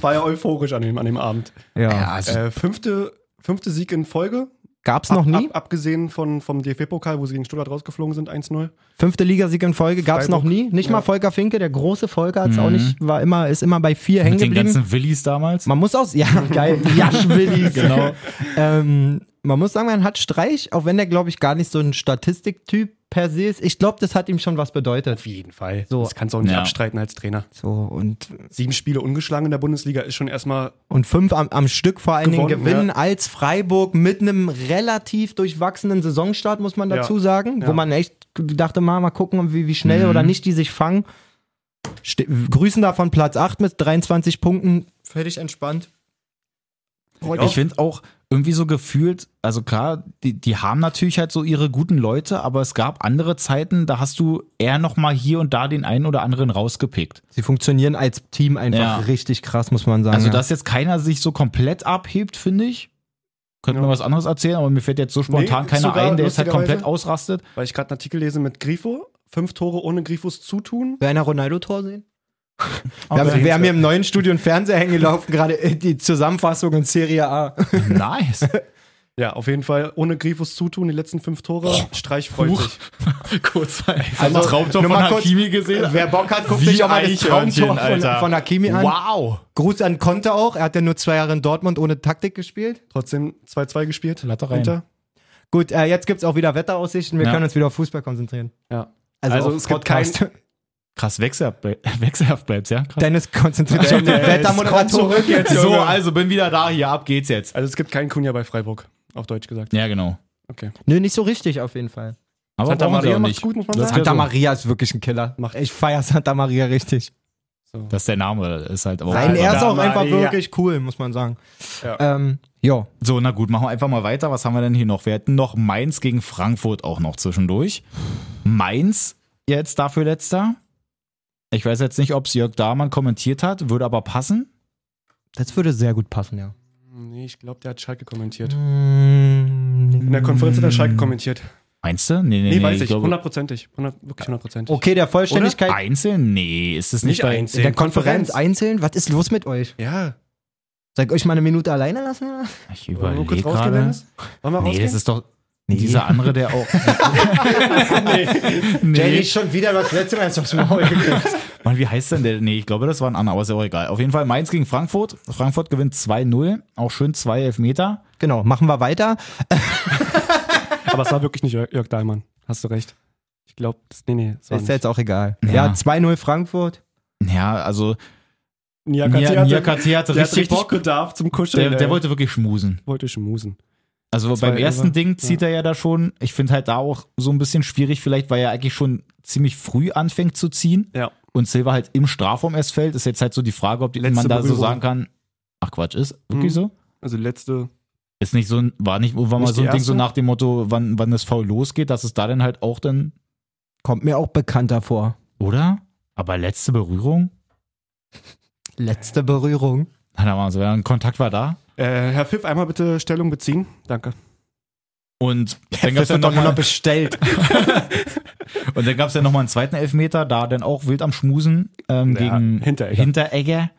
Speaker 5: War ja euphorisch an dem, an dem Abend.
Speaker 2: ja.
Speaker 4: also,
Speaker 5: Äh, fünfte, fünfte Sieg in Folge.
Speaker 2: Gab's noch nie.
Speaker 5: Ab, abgesehen von, vom DFB-Pokal, wo sie gegen Stuttgart rausgeflogen sind, 1-0.
Speaker 2: Fünfte Ligasieg in Folge gab's noch
Speaker 5: Freiburg.
Speaker 2: nie. Nicht mal
Speaker 5: Ja.
Speaker 2: Volker Finke, der große Volker hat's auch
Speaker 4: Mhm.
Speaker 2: nicht, war immer, ist immer bei vier hängen
Speaker 4: mit den
Speaker 2: geblieben.
Speaker 4: ganzen Willis damals.
Speaker 2: Man muss auch, ja, geil, Jaschwillis.
Speaker 4: Genau.
Speaker 2: Ähm, man muss sagen, man hat Streich, auch wenn der, glaube ich, gar nicht so ein Statistiktyp per se ist. Ich glaube, das hat ihm schon was bedeutet.
Speaker 5: Auf jeden Fall.
Speaker 2: So.
Speaker 5: Das kannst du auch nicht
Speaker 4: Ja.
Speaker 5: abstreiten als Trainer.
Speaker 2: So, und,
Speaker 5: Sieben Spiele ungeschlagen in der Bundesliga ist schon erstmal
Speaker 2: und fünf am, am Stück vor allen Dingen
Speaker 5: Gewonnen,
Speaker 2: gewinnen
Speaker 5: ja.
Speaker 2: als Freiburg mit einem relativ durchwachsenen Saisonstart, muss man
Speaker 5: Ja.
Speaker 2: dazu sagen, wo
Speaker 5: Ja. Mhm.
Speaker 2: man echt dachte, mal, mal gucken, wie, wie schnell oder nicht die sich fangen. Ste grüßen davon Platz 8 mit 23 Punkten. Völlig entspannt.
Speaker 4: Ich finde auch irgendwie so gefühlt, also klar, die, die haben natürlich halt so ihre guten Leute, aber es gab andere Zeiten, da hast du eher nochmal hier und da den einen oder anderen rausgepickt.
Speaker 2: Sie funktionieren als Team einfach
Speaker 4: Ja.
Speaker 2: richtig krass, muss man sagen.
Speaker 4: Also,
Speaker 2: ja.
Speaker 4: dass jetzt keiner sich so komplett abhebt, finde ich. Könnte man was anderes erzählen, aber mir fällt jetzt so spontan
Speaker 5: Nee,
Speaker 4: keiner
Speaker 5: sogar
Speaker 4: ein, der jetzt halt
Speaker 5: lustigerweise-
Speaker 4: komplett ausrastet.
Speaker 5: Weil ich gerade einen Artikel lese mit Grifo. Fünf Tore ohne Grifos zutun.
Speaker 2: Will einer Ronaldo-Tor sehen?
Speaker 4: Okay.
Speaker 2: Wir, haben, wir haben hier im neuen Studio einen Fernseher hängelaufen, gerade äh, die Zusammenfassung in Serie A.
Speaker 4: Nice.
Speaker 5: Ja, auf jeden Fall ohne Grifos zutun. Die letzten fünf Tore. Streich freut
Speaker 4: Huch.
Speaker 5: sich.
Speaker 4: Kurz mal.
Speaker 2: Also, nur mal kurz, Wer Bock hat, guckt sich auch mal das
Speaker 4: Eichhörnchen,
Speaker 2: Traumtor von,
Speaker 4: Alter.
Speaker 2: von Hakimi an.
Speaker 4: Wow.
Speaker 2: Gruß an Conte auch. Er hat ja nur zwei Jahre in Dortmund ohne Taktik gespielt.
Speaker 5: Trotzdem 2-2 gespielt.
Speaker 4: Latte rein.
Speaker 5: Inter.
Speaker 2: Gut, äh, jetzt gibt es auch wieder Wetteraussichten. Wir
Speaker 4: Ja.
Speaker 2: können uns wieder auf Fußball konzentrieren.
Speaker 5: Ja.
Speaker 2: Also,
Speaker 5: Also
Speaker 2: auf
Speaker 5: es gibt
Speaker 2: Podcast.
Speaker 4: Krass, wechselhaft, ble wechselhaft bleibst, ja? Krass.
Speaker 2: Dennis konzentriert sich auf die Wettermoderatorin.
Speaker 5: jetzt,
Speaker 4: So,
Speaker 5: Junge.
Speaker 4: also bin wieder da, hier ab geht's jetzt.
Speaker 5: Also es gibt keinen Kunja bei Freiburg. Auf Deutsch gesagt.
Speaker 4: Ja, genau.
Speaker 5: Okay.
Speaker 2: Nö, nicht so richtig auf jeden Fall.
Speaker 4: Aber
Speaker 5: Santa
Speaker 4: brauchen sie
Speaker 5: Maria
Speaker 4: auch
Speaker 5: macht's
Speaker 4: nicht.
Speaker 5: gut, muss man
Speaker 4: das
Speaker 5: sagen.
Speaker 4: ist
Speaker 2: Santa
Speaker 4: ja so.
Speaker 2: Maria ist wirklich ein Killer.
Speaker 5: Macht-
Speaker 2: ich feiere Santa Maria richtig.
Speaker 5: So.
Speaker 4: Das ist der Name, ist halt aber auch
Speaker 2: Sein
Speaker 4: einfach-
Speaker 2: er ist auch
Speaker 5: Maria.
Speaker 2: einfach wirklich cool, muss man sagen. Ja. Ähm, ja.
Speaker 4: So, na gut, machen wir einfach mal weiter. Was haben wir denn hier noch? Wir hätten noch Mainz gegen Frankfurt auch noch zwischendurch. Mainz jetzt dafür letzter. Ich weiß jetzt nicht, ob es Jörg Dahmann kommentiert hat, würde aber passen.
Speaker 2: Das würde sehr gut passen, ja.
Speaker 5: Hm, Nee, ich glaube, der hat Schalke kommentiert. In
Speaker 2: In
Speaker 5: der Konferenz hat er Schalke kommentiert.
Speaker 4: Meinst du? Nee, nee,
Speaker 5: Nee,
Speaker 4: nee.
Speaker 5: weiß ich.
Speaker 4: glaube-
Speaker 5: Hundertprozentig. Hundert- Wirklich hundertprozentig.
Speaker 2: Okay, der Vollständigkeit.
Speaker 4: Einzeln? Nee, ist es nicht,
Speaker 5: Nicht
Speaker 4: bei
Speaker 5: einzeln.
Speaker 2: In der
Speaker 5: Zehn
Speaker 2: Konferenz
Speaker 5: Konferenz.
Speaker 2: einzeln? Was ist los mit euch?
Speaker 5: Ja.
Speaker 2: Soll ich euch mal eine Minute alleine lassen?
Speaker 4: Ich
Speaker 5: Wollen wir
Speaker 4: überlege
Speaker 5: kurz rausgehen,
Speaker 4: gerade.
Speaker 5: Dennis? Wollen wir
Speaker 4: Nee,
Speaker 5: rausgehen?
Speaker 4: das ist doch dieser andere, der auch. nee.
Speaker 2: Jenny, schon wieder das letzte Mal aufs Maul gekriegt.
Speaker 4: Mann, wie heißt denn der? Nee, ich glaube, das war ein anderer, aber ist ja auch egal. Auf jeden Fall Mainz gegen Frankfurt. Frankfurt gewinnt 2-0. Auch schön zwei Elfmeter.
Speaker 2: Genau, machen wir weiter.
Speaker 5: Aber es war wirklich nicht Jörg Jörg Dahlmann. Hast du recht. Ich glaube, das, nee, nee, es war
Speaker 2: Ist
Speaker 5: nicht.
Speaker 2: jetzt auch egal. Ja,
Speaker 4: Ja.
Speaker 2: 2-0 Frankfurt.
Speaker 4: Ja, also
Speaker 5: Niakate
Speaker 4: Nia-
Speaker 5: hatte-
Speaker 4: Niakate hatte
Speaker 5: der hat
Speaker 4: richtig Bock.
Speaker 5: Bedarf zum Kuscheln.
Speaker 4: Der, der
Speaker 5: ey.
Speaker 4: wollte wirklich schmusen.
Speaker 5: wollte schmusen.
Speaker 4: Also
Speaker 5: Zwei
Speaker 4: beim ersten
Speaker 5: Elfer.
Speaker 4: Ding zieht er ja da schon. Ich finde halt da auch so ein bisschen schwierig, vielleicht, weil er eigentlich schon ziemlich früh anfängt zu ziehen.
Speaker 5: Ja.
Speaker 4: Und Silva halt im Strafraum erst fällt. Ist jetzt halt so die Frage, ob die,
Speaker 5: Letzte
Speaker 4: man da so
Speaker 5: Berührung.
Speaker 4: sagen kann. Ach Quatsch, ist wirklich
Speaker 5: Mhm.
Speaker 4: so?
Speaker 5: Also letzte.
Speaker 4: Ist nicht so ein, war nicht, war mal
Speaker 5: Nicht
Speaker 4: so ein
Speaker 5: die
Speaker 4: Ding so
Speaker 5: erste?
Speaker 4: nach dem Motto, wann, wann das Foul losgeht, dass es da dann halt auch dann,
Speaker 2: Kommt mir auch bekannter vor.
Speaker 4: oder? Aber letzte Berührung?
Speaker 2: Letzte Berührung.
Speaker 4: Na, da war so, ja, ein Kontakt war da.
Speaker 5: Äh, Herr Pfiff, einmal bitte Stellung beziehen. Danke.
Speaker 4: Und dann gab es ja
Speaker 2: nur noch
Speaker 4: nochmal
Speaker 2: bestellt.
Speaker 4: und dann gab's ja noch mal einen zweiten Elfmeter, da dann auch wild am Schmusen ähm,
Speaker 5: Ja,
Speaker 4: gegen
Speaker 5: Hinteregger.
Speaker 4: Hinteregger.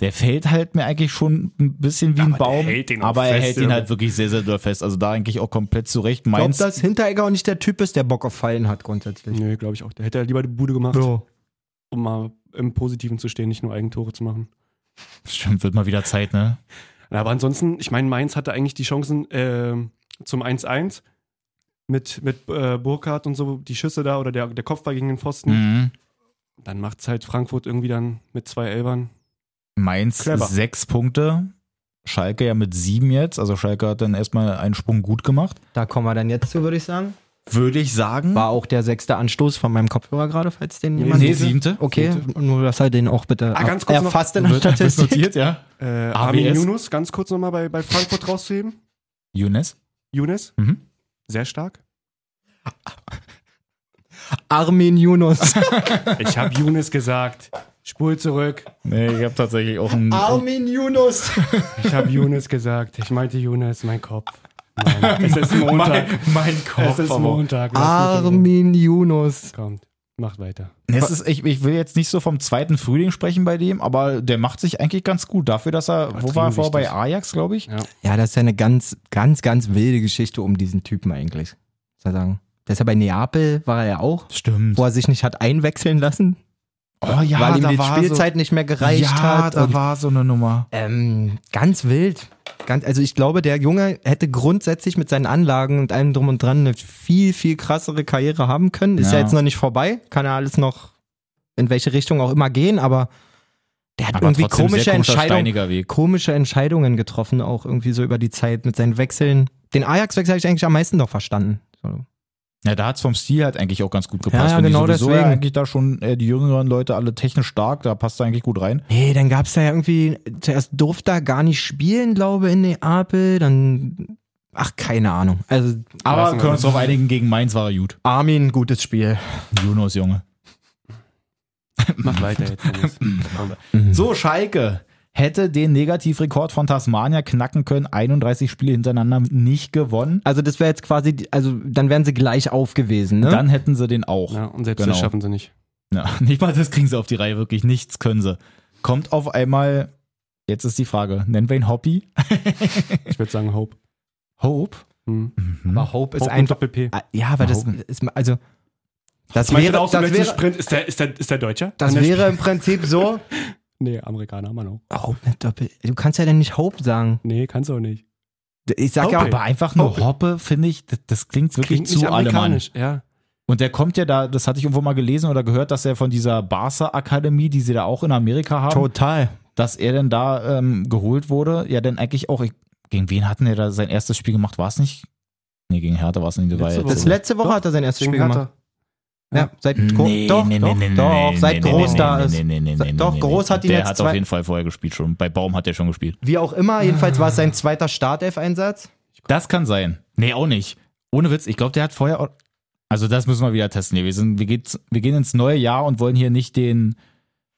Speaker 4: Der fällt halt mir eigentlich schon ein bisschen wie ein
Speaker 5: der
Speaker 4: Baum,
Speaker 5: hält ihn auch
Speaker 4: aber er
Speaker 5: fest,
Speaker 4: hält ihn
Speaker 5: Junge.
Speaker 4: halt wirklich sehr, sehr doll fest. Also da eigentlich auch komplett zurecht.
Speaker 2: Glaubt,
Speaker 4: Mainz,
Speaker 2: dass Hinteregger auch nicht der Typ ist, der Bock auf Fallen hat grundsätzlich.
Speaker 5: Nö, glaube ich auch. Der hätte ja lieber die Bude gemacht,
Speaker 2: So.
Speaker 5: um mal im Positiven zu stehen, nicht nur Eigentore zu machen.
Speaker 4: stimmt, wird mal wieder Zeit, ne?
Speaker 5: Na, Aber ansonsten, ich meine, Mainz hatte eigentlich die Chancen ähm, zum 1-1 mit, mit äh, Burkhardt und so, die Schüsse da oder der, der Kopfball gegen den Pfosten.
Speaker 4: Mhm.
Speaker 5: Dann macht es halt Frankfurt irgendwie dann mit zwei Elbern.
Speaker 4: Mainz
Speaker 5: Clever.
Speaker 4: sechs Punkte, Schalke ja mit sieben jetzt. Also Schalke hat dann erstmal einen Sprung gut gemacht.
Speaker 2: Da kommen wir dann jetzt zu, würde ich sagen.
Speaker 4: Würde ich sagen.
Speaker 2: War auch der sechste Anstoß von meinem Kopfhörer gerade, falls den
Speaker 5: Nee,
Speaker 2: jemand.
Speaker 4: nee, siebte.
Speaker 2: Okay, nur dass er den auch bitte
Speaker 5: Ah,
Speaker 2: erf-
Speaker 5: ganz kurz noch-
Speaker 2: erfasst in der Statistik.
Speaker 4: notiert, ja.
Speaker 5: Äh, Armin
Speaker 4: AWS.
Speaker 5: Yunus, ganz kurz nochmal bei, bei Frankfurt rauszuheben.
Speaker 4: Younes?
Speaker 5: Younes,
Speaker 4: Mhm.
Speaker 5: sehr stark.
Speaker 2: Armin Yunus.
Speaker 5: Ich habe Younes gesagt. Spul zurück.
Speaker 4: Nee, ich habe tatsächlich auch einen.
Speaker 2: Armin Yunus.
Speaker 5: Ich habe Younes gesagt. Ich meinte Younes, mein Kopf. Mann, es ist Montag.
Speaker 4: mein
Speaker 5: es ist Montag. Lass mich in Ruhe.
Speaker 2: Armin Yunus.
Speaker 5: Kommt, macht weiter.
Speaker 4: Es ist, ich, ich will jetzt nicht so vom zweiten Frühling sprechen bei dem, aber der macht sich eigentlich ganz gut dafür, dass er. wo war er vor? Bei
Speaker 5: triumfwichtig.
Speaker 4: Ajax, glaube ich.
Speaker 5: Ja.
Speaker 2: Ja, das ist ja eine ganz, ganz, ganz wilde Geschichte um diesen Typen eigentlich. Muss man sagen. Der ist ja bei Neapel, war er ja auch,
Speaker 4: Stimmt.
Speaker 2: wo er sich nicht hat einwechseln lassen,
Speaker 4: Oh ja,
Speaker 2: weil ihm
Speaker 4: da
Speaker 2: die
Speaker 4: war
Speaker 2: Spielzeit nicht mehr
Speaker 4: so,
Speaker 2: gereicht
Speaker 4: ja,
Speaker 2: hat.
Speaker 4: da
Speaker 2: und-
Speaker 4: war so eine Nummer.
Speaker 2: Ähm, ganz wild. Ganz, also ich glaube, der Junge hätte grundsätzlich mit seinen Anlagen und allem drum und dran eine viel, viel krassere Karriere haben können. Ist ja,
Speaker 4: Ja.
Speaker 2: jetzt noch nicht vorbei. Kann ja alles noch in welche Richtung auch immer gehen, aber der hat
Speaker 4: Aber
Speaker 2: irgendwie
Speaker 4: trotzdem
Speaker 2: komische
Speaker 4: sehr komischer,
Speaker 2: Entscheidungen,
Speaker 4: steiniger Weg.
Speaker 2: komische Entscheidungen getroffen, auch irgendwie so über die Zeit mit seinen Wechseln. Den Ajax-Wechsel habe ich eigentlich am meisten noch verstanden. So.
Speaker 4: Ja, da hat es vom Stil halt eigentlich auch ganz gut gepasst.
Speaker 2: ja,
Speaker 4: Wenn die
Speaker 2: genau
Speaker 4: sowieso
Speaker 2: deswegen.
Speaker 4: Ja eigentlich da schon äh, die jüngeren Leute alle technisch stark, da passt er eigentlich gut rein.
Speaker 2: Nee, dann gab's da ja irgendwie, zuerst durfte er gar nicht spielen, glaube in Neapel, dann, ach, keine Ahnung. Also,
Speaker 4: Aber
Speaker 5: Lassen wir
Speaker 4: können uns
Speaker 5: das.
Speaker 4: darauf einigen, gegen Mainz war er gut.
Speaker 2: Armin, gutes Spiel.
Speaker 4: Junos, Junge.
Speaker 5: Mach weiter jetzt. Dennis.
Speaker 2: Mhm.
Speaker 4: So, Schalke hätte den Negativrekord von Tasmania knacken können. 31 Spiele hintereinander nicht gewonnen.
Speaker 2: Also, das wäre jetzt quasi, die- also, dann wären sie gleich auf gewesen, ne?
Speaker 4: Dann hätten sie den auch.
Speaker 5: ja, und selbst
Speaker 4: Genau.
Speaker 5: das schaffen sie nicht.
Speaker 4: Ja, nicht mal das kriegen sie auf die Reihe, wirklich. Nichts können sie. Kommt auf einmal, jetzt ist die Frage, nennen wir ihn Hoppy?
Speaker 5: Ich würde sagen Hope.
Speaker 4: Hope?
Speaker 5: Hm.
Speaker 2: Aber Hope ist
Speaker 5: Hope mit
Speaker 2: einfach,
Speaker 5: Doppel-P.
Speaker 2: Ah, ja, aber das
Speaker 4: Warum?
Speaker 2: ist, also, das
Speaker 5: Meinst du
Speaker 2: wäre,
Speaker 5: auch
Speaker 2: das
Speaker 5: so im letzten
Speaker 2: wäre,
Speaker 5: Sprint? Ist der, ist der, ist der Deutscher?
Speaker 2: das
Speaker 5: Kann der
Speaker 2: wäre im Prinzip so,
Speaker 5: spielen? Nee, Amerikaner, Mann. Auch.
Speaker 2: Hope mit Doppel, du kannst ja dann nicht Hope sagen.
Speaker 5: Nee, kannst du auch nicht.
Speaker 2: Ich sag ja
Speaker 5: Hope.
Speaker 2: auch,
Speaker 4: Aber einfach nur Oh, Hoppe, finde ich, das, das klingt wirklich zu allemann.
Speaker 5: ja.
Speaker 4: Und der kommt ja da, das hatte ich irgendwo mal gelesen oder gehört, dass er von dieser Barca-Akademie, die sie da auch in Amerika haben,
Speaker 2: total.
Speaker 4: dass er denn da ähm, geholt wurde. Ja, denn eigentlich auch, ich, gegen wen hatten er da sein erstes Spiel gemacht? War es nicht? Nee, gegen Hertha war es nicht. War
Speaker 5: Letzte
Speaker 4: jetzt-
Speaker 5: Woche.
Speaker 2: Das letzte Woche hat er sein erstes Spiel
Speaker 5: Deswegen hat
Speaker 2: gemacht.
Speaker 5: er.
Speaker 2: Ja, seit Gro-
Speaker 4: Nee,
Speaker 2: doch,
Speaker 4: nee,
Speaker 2: doch,
Speaker 4: nee, nee,
Speaker 2: doch,
Speaker 4: nee,
Speaker 2: seit
Speaker 4: nee,
Speaker 2: Groß
Speaker 4: nee,
Speaker 2: da
Speaker 4: nee,
Speaker 2: ist.
Speaker 4: nee, nee, nee,
Speaker 2: Sa-
Speaker 4: nee,
Speaker 2: doch,
Speaker 4: nee,
Speaker 2: Groß
Speaker 4: nee.
Speaker 2: hat ihn
Speaker 4: Der
Speaker 2: jetzt
Speaker 4: hat
Speaker 2: zwei-
Speaker 4: auf jeden Fall vorher gespielt schon. Bei Baum hat er schon gespielt.
Speaker 2: Wie auch immer, jedenfalls war es sein zweiter Startelf-Einsatz.
Speaker 4: Das kann sein. Nee, auch nicht. Ohne Witz, ich glaube, der hat vorher auch. Also, das müssen wir wieder testen. hier. Wir, sind, wir, geht's, wir gehen ins neue Jahr und wollen hier nicht den,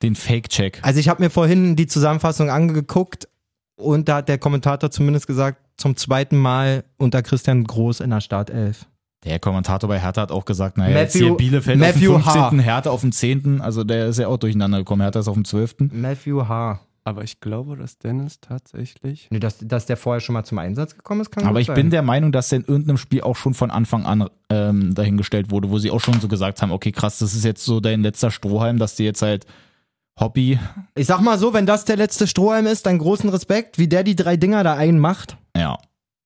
Speaker 4: den Fake-Check.
Speaker 2: Also ich habe mir vorhin die Zusammenfassung angeguckt und da hat der Kommentator zumindest gesagt, zum zweiten Mal unter Christian Groß in der Startelf.
Speaker 4: Der Kommentator bei Hertha hat auch gesagt, naja, jetzt
Speaker 2: Matthew-
Speaker 4: hier Bielefeld
Speaker 2: Matthew
Speaker 4: auf dem 15.,
Speaker 2: H.
Speaker 4: Hertha auf dem 10., also der ist ja auch durcheinander gekommen. Hertha ist auf dem 12.
Speaker 2: Matthew H.
Speaker 5: Aber ich glaube, dass Dennis tatsächlich.
Speaker 2: Nee, dass, dass der vorher schon mal zum Einsatz gekommen ist, kann
Speaker 4: Aber
Speaker 2: gut
Speaker 4: ich
Speaker 2: sein.
Speaker 4: bin der Meinung, dass der in irgendeinem Spiel auch schon von Anfang an ähm, dahingestellt wurde, wo sie auch schon so gesagt haben, okay, krass, das ist jetzt so dein letzter Strohhalm, dass die jetzt halt Hobby,
Speaker 2: Ich sag mal so, wenn das der letzte Strohhalm ist, dann großen Respekt, wie der die drei Dinger da einmacht.
Speaker 4: ja.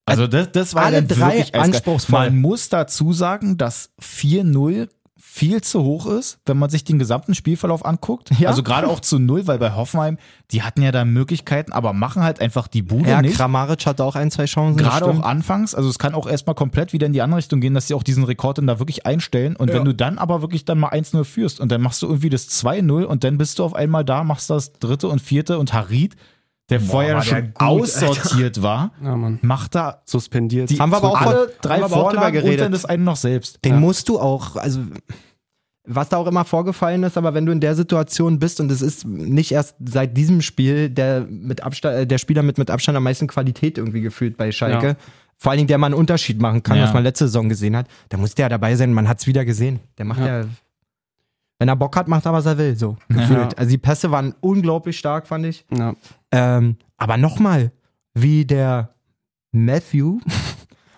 Speaker 4: Also das, das war
Speaker 2: Äh, Alle
Speaker 4: dann
Speaker 2: drei
Speaker 4: wirklich eiskalt.
Speaker 2: anspruchsvoll.
Speaker 4: Man muss dazu sagen, dass 4-0 viel zu hoch ist, wenn man sich den gesamten Spielverlauf anguckt.
Speaker 2: Ja.
Speaker 4: Also gerade auch zu null, weil bei Hoffenheim, die hatten ja da Möglichkeiten, aber machen halt einfach die Bude
Speaker 2: Ja,
Speaker 4: nicht.
Speaker 2: Kramaric hatte auch ein, zwei Chancen. das
Speaker 4: Gerade auch
Speaker 2: stimmt.
Speaker 4: anfangs, also es kann auch erstmal komplett wieder in die andere Richtung gehen, dass sie auch diesen Rekord dann da wirklich einstellen. Und wenn du dann aber wirklich dann mal 1-0 führst und dann machst du irgendwie das 2-0 und dann bist du auf einmal da, machst das dritte und vierte und Harid, der vorher
Speaker 2: war
Speaker 4: schon
Speaker 2: der gut,
Speaker 4: aussortiert war,
Speaker 5: Ja, Mann.
Speaker 4: macht da
Speaker 5: Suspendiert.
Speaker 4: die
Speaker 2: Haben wir aber auch
Speaker 4: alle
Speaker 2: vor- haben
Speaker 4: drei
Speaker 2: wir aber auch drüber
Speaker 4: Vorlagen und
Speaker 2: geredet.
Speaker 4: dann das eine noch selbst.
Speaker 2: Den musst du auch, also was da auch immer vorgefallen ist, aber wenn du in der Situation bist und es ist nicht erst seit diesem Spiel der, mit Abstand, äh, der Spieler mit, mit Abstand am meisten Qualität irgendwie gefühlt bei Schalke,
Speaker 5: Ja.
Speaker 2: vor allen Dingen der man einen Unterschied machen kann,
Speaker 4: Ja.
Speaker 2: was man letzte Saison gesehen hat, da muss der ja dabei sein, man hat es wieder gesehen. Der macht ja. wenn er Bock hat, macht er, was er will, so gefühlt. Also die Pässe waren unglaublich stark, fand ich.
Speaker 5: Ja.
Speaker 2: Ähm, aber nochmal, wie der Matthew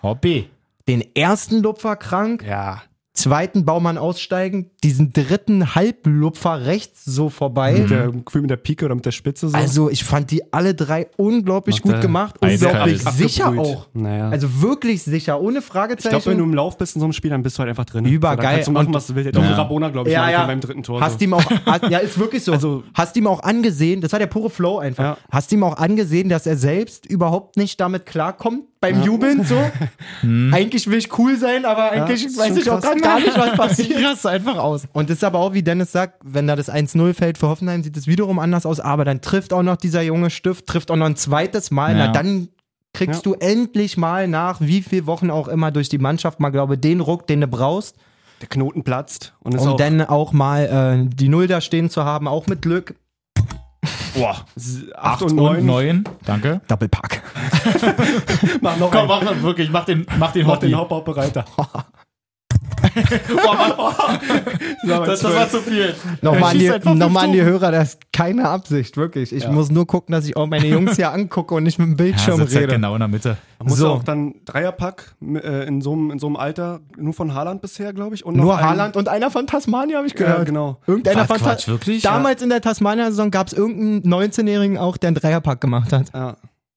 Speaker 4: Hobby.
Speaker 2: den ersten Lupfer krank
Speaker 5: ja.
Speaker 2: zweiten Baumann aussteigen, diesen dritten Halblupfer rechts so vorbei.
Speaker 5: Mit der, gefühlt mit der Pike oder mit der Spitze so.
Speaker 2: Mhm. Also ich fand die alle drei unglaublich
Speaker 5: Macht
Speaker 2: gut
Speaker 5: er
Speaker 2: gemacht,
Speaker 4: eiskalt.
Speaker 2: unglaublich sicher
Speaker 5: Abgebrüht.
Speaker 2: auch.
Speaker 5: Naja.
Speaker 2: Also wirklich sicher, ohne
Speaker 5: ich glaube, wenn du
Speaker 2: Fragezeichen.
Speaker 5: im Lauf bist in so einem Spiel, dann bist du halt einfach drin.
Speaker 2: Übergeil.
Speaker 5: So, dann kannst du machen,
Speaker 2: Und-
Speaker 5: was du willst. Auch
Speaker 4: Ja.
Speaker 5: ja. Rabona, glaube ich,
Speaker 2: Ja,
Speaker 5: mal
Speaker 2: ja.
Speaker 5: beim dritten Tor.
Speaker 2: Hast
Speaker 5: so.
Speaker 2: ihm auch, hast, ja, ist wirklich so.
Speaker 5: Also-
Speaker 2: hast ihm auch angesehen, das war der pure Flow einfach.
Speaker 5: Ja.
Speaker 2: Hast ihm auch angesehen, dass er selbst überhaupt nicht damit klarkommt beim Jubeln so. Hm. Eigentlich will ich cool sein, aber eigentlich
Speaker 5: ist
Speaker 2: weiß
Speaker 5: schon
Speaker 2: ich auch
Speaker 5: krass.
Speaker 2: gerade gar nicht, was passiert.
Speaker 4: Ich raste einfach aus.
Speaker 2: Und das ist aber auch, wie Dennis sagt, wenn da das 1-0 fällt für Hoffenheim, sieht es wiederum anders aus. Aber dann trifft auch noch dieser junge Stift, trifft auch noch ein zweites Mal.
Speaker 4: Ja.
Speaker 2: Na, dann kriegst du endlich mal nach wie viel Wochen auch immer durch die Mannschaft mal, glaube den Ruck, den du brauchst.
Speaker 5: Der Knoten platzt und ist
Speaker 2: um
Speaker 5: auch
Speaker 2: dann auch mal äh, die Null da stehen zu haben, auch mit Glück.
Speaker 4: Boah.
Speaker 5: 8 und
Speaker 4: 9.
Speaker 5: 9.
Speaker 4: Danke.
Speaker 2: Doppelpack.
Speaker 5: Mach noch
Speaker 4: Komm,
Speaker 5: einen.
Speaker 4: mach das wirklich. Mach den, mach den
Speaker 5: Mach
Speaker 4: Hobby.
Speaker 5: den Hop-Hop-Bereiter.
Speaker 4: das, das war zu viel.
Speaker 2: Nochmal an,
Speaker 4: schießt
Speaker 2: die,
Speaker 4: einfach fünf
Speaker 2: nochmal an die Hörer, das ist keine Absicht, wirklich. Ich muss nur gucken, dass ich auch meine Jungs hier angucke und nicht mit dem
Speaker 4: Ja,
Speaker 2: Bildschirm
Speaker 4: sitzt halt
Speaker 2: rede.
Speaker 4: genau in der Mitte.
Speaker 5: Man muss
Speaker 2: So.
Speaker 5: ja auch dann Dreierpack äh, in, so einem, in so einem Alter, nur von Haaland bisher, glaube ich. Und noch
Speaker 2: Nur
Speaker 5: einen-
Speaker 2: Haaland und einer von Tasmania, habe ich
Speaker 5: Ja,
Speaker 2: gehört.
Speaker 5: genau.
Speaker 2: Irgendeiner
Speaker 4: Was,
Speaker 2: von
Speaker 4: Quatsch,
Speaker 2: Ta-
Speaker 4: wirklich?
Speaker 2: Damals in der Tasmania-Saison gab es irgendeinen 19-Jährigen auch, der einen Dreierpack gemacht hat.
Speaker 5: Ja,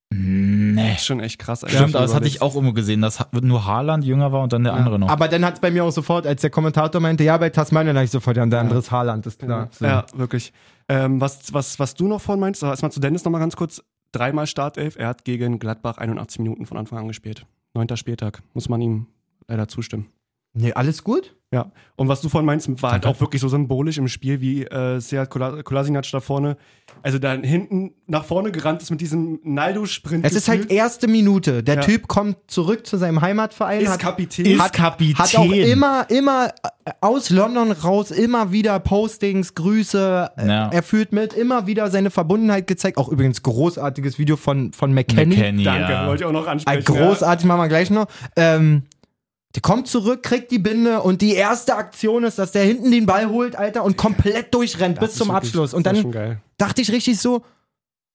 Speaker 4: Nee.
Speaker 5: schon echt krass. Alter.
Speaker 4: Stimmt, aber das hatte ich auch immer gesehen, dass ha- nur Haaland jünger war und dann der andere noch.
Speaker 2: Aber dann hat es bei mir auch sofort, als der Kommentator meinte, ja, bei Tasmania dachte ich sofort, ja, und der andere ist Haaland, ist klar. So.
Speaker 5: Ja, wirklich. Ähm, was, was, was du noch vorhin meinst, also erstmal zu Dennis nochmal ganz kurz. Dreimal Startelf, er hat gegen Gladbach 81 Minuten von Anfang an gespielt. Neunter Spieltag, muss man ihm leider zustimmen.
Speaker 2: Nee, alles gut?
Speaker 5: Ja, und was du vorhin meinst, war halt auch wirklich so symbolisch im Spiel, wie äh, Seat Kola- Kolasinac da vorne, also da hinten nach vorne gerannt ist mit diesem Naldo-Sprint.
Speaker 2: Es ist halt
Speaker 5: gefühlt.
Speaker 2: erste Minute. Der
Speaker 5: Ja.
Speaker 2: Typ kommt zurück zu seinem Heimatverein.
Speaker 5: Ist
Speaker 2: hat,
Speaker 5: Kapitän.
Speaker 4: Ist
Speaker 2: hat,
Speaker 4: Kapitän.
Speaker 2: Hat auch immer, immer äh, aus London raus, immer wieder Postings, Grüße. äh,
Speaker 4: Ja.
Speaker 2: Er fühlt mit, immer wieder seine Verbundenheit gezeigt. Auch übrigens großartiges Video von, von McKenny.
Speaker 4: McKenny,
Speaker 5: Danke,
Speaker 4: ja.
Speaker 5: wollte ich auch noch ansprechen.
Speaker 2: Ein großartig, machen wir gleich noch. Ähm, der kommt zurück, kriegt die Binde und die erste Aktion ist, dass der hinten den Ball holt, Alter, und komplett durchrennt
Speaker 5: Das
Speaker 2: bis
Speaker 5: ist
Speaker 2: zum
Speaker 5: wirklich-
Speaker 2: Abschluss. Und
Speaker 5: das ist
Speaker 2: dann
Speaker 5: schon geil.
Speaker 2: dachte ich richtig so,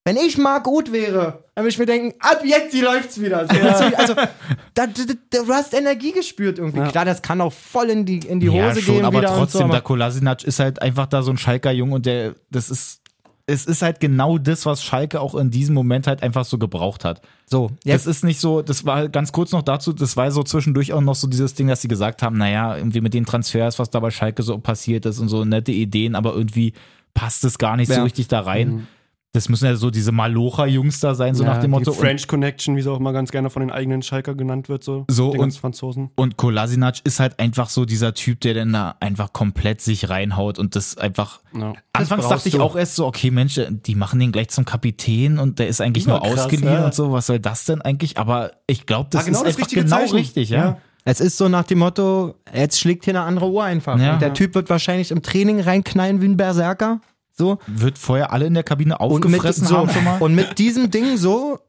Speaker 2: wenn ich Marc Uth wäre, dann würde ich mir denken, ab jetzt die läuft's wieder. So, Also, da, da, da, du hast Energie gespürt irgendwie.
Speaker 5: Ja.
Speaker 2: Klar, das kann auch voll in die, in die Hose
Speaker 4: ja, schon,
Speaker 2: gehen
Speaker 4: aber
Speaker 2: wieder
Speaker 4: trotzdem,
Speaker 2: und so.
Speaker 4: da
Speaker 2: aber-
Speaker 4: Kolasinac ist halt einfach da so ein Schalker Junge und der, das ist, es ist halt genau das, was Schalke auch in diesem Moment halt einfach so gebraucht hat.
Speaker 2: So,
Speaker 4: Das
Speaker 2: jetzt
Speaker 4: ist nicht so, das war ganz kurz noch dazu, das war so zwischendurch auch noch so dieses Ding, dass sie gesagt haben, naja, irgendwie mit den Transfers, was da bei Schalke so passiert ist und so nette Ideen, aber irgendwie passt es gar nicht so
Speaker 2: Ja. Mhm.
Speaker 4: richtig da rein. Das müssen ja so diese Malocha-Jungs da sein, so
Speaker 5: Ja,
Speaker 4: nach dem Motto.
Speaker 5: Die French Connection, wie sie auch mal ganz gerne von den eigenen Schalker genannt wird, so.
Speaker 4: So,
Speaker 5: den
Speaker 4: und-
Speaker 5: ganzen Franzosen.
Speaker 4: Und Kolasinac ist halt einfach so dieser Typ, der dann da einfach komplett sich reinhaut und das einfach.
Speaker 5: Ja.
Speaker 4: Anfangs dachte
Speaker 2: brauchst
Speaker 4: ich
Speaker 2: du.
Speaker 4: auch erst so, okay, Mensch, die machen den gleich zum Kapitän und der ist eigentlich
Speaker 5: Ja,
Speaker 4: nur
Speaker 5: krass,
Speaker 4: ausgeliehen
Speaker 5: ja.
Speaker 4: und so, was soll das denn eigentlich? Aber ich glaube, das
Speaker 5: Ah, genau
Speaker 4: ist
Speaker 5: das
Speaker 4: einfach
Speaker 5: richtige
Speaker 4: genau
Speaker 5: Zeichen.
Speaker 4: richtig, ja.
Speaker 5: Ja.
Speaker 2: Es ist so nach dem Motto, jetzt schlägt hier eine andere Uhr einfach.
Speaker 4: Ja.
Speaker 2: Und der Typ wird wahrscheinlich im Training reinknallen wie ein Berserker. So.
Speaker 4: Wird vorher alle in der Kabine
Speaker 2: Und mit,
Speaker 4: aufgefressen
Speaker 2: so,
Speaker 4: haben schon mal?
Speaker 2: und mit diesem Ding so,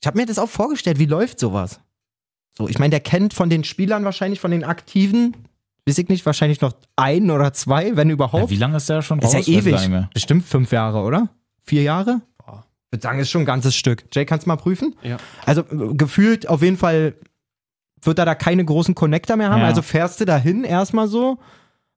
Speaker 2: ich habe mir das auch vorgestellt, wie läuft sowas? So, ich meine, der kennt von den Spielern wahrscheinlich, von den Aktiven, weiß ich nicht, wahrscheinlich noch ein oder zwei, wenn
Speaker 4: Ja,
Speaker 2: überhaupt.
Speaker 4: wie lange ist der schon
Speaker 2: ist
Speaker 4: raus?
Speaker 2: ja
Speaker 4: Weiß ich gar nicht
Speaker 2: ewig.
Speaker 4: mehr.
Speaker 2: Bestimmt fünf Jahre, oder? Vier Jahre? Ich würde sagen, ist schon ein ganzes Stück. Jay, kannst du mal prüfen?
Speaker 5: Ja.
Speaker 2: Also äh, gefühlt auf jeden Fall wird er da keine großen Connector mehr haben.
Speaker 4: Ja.
Speaker 2: Also fährst du dahin erstmal so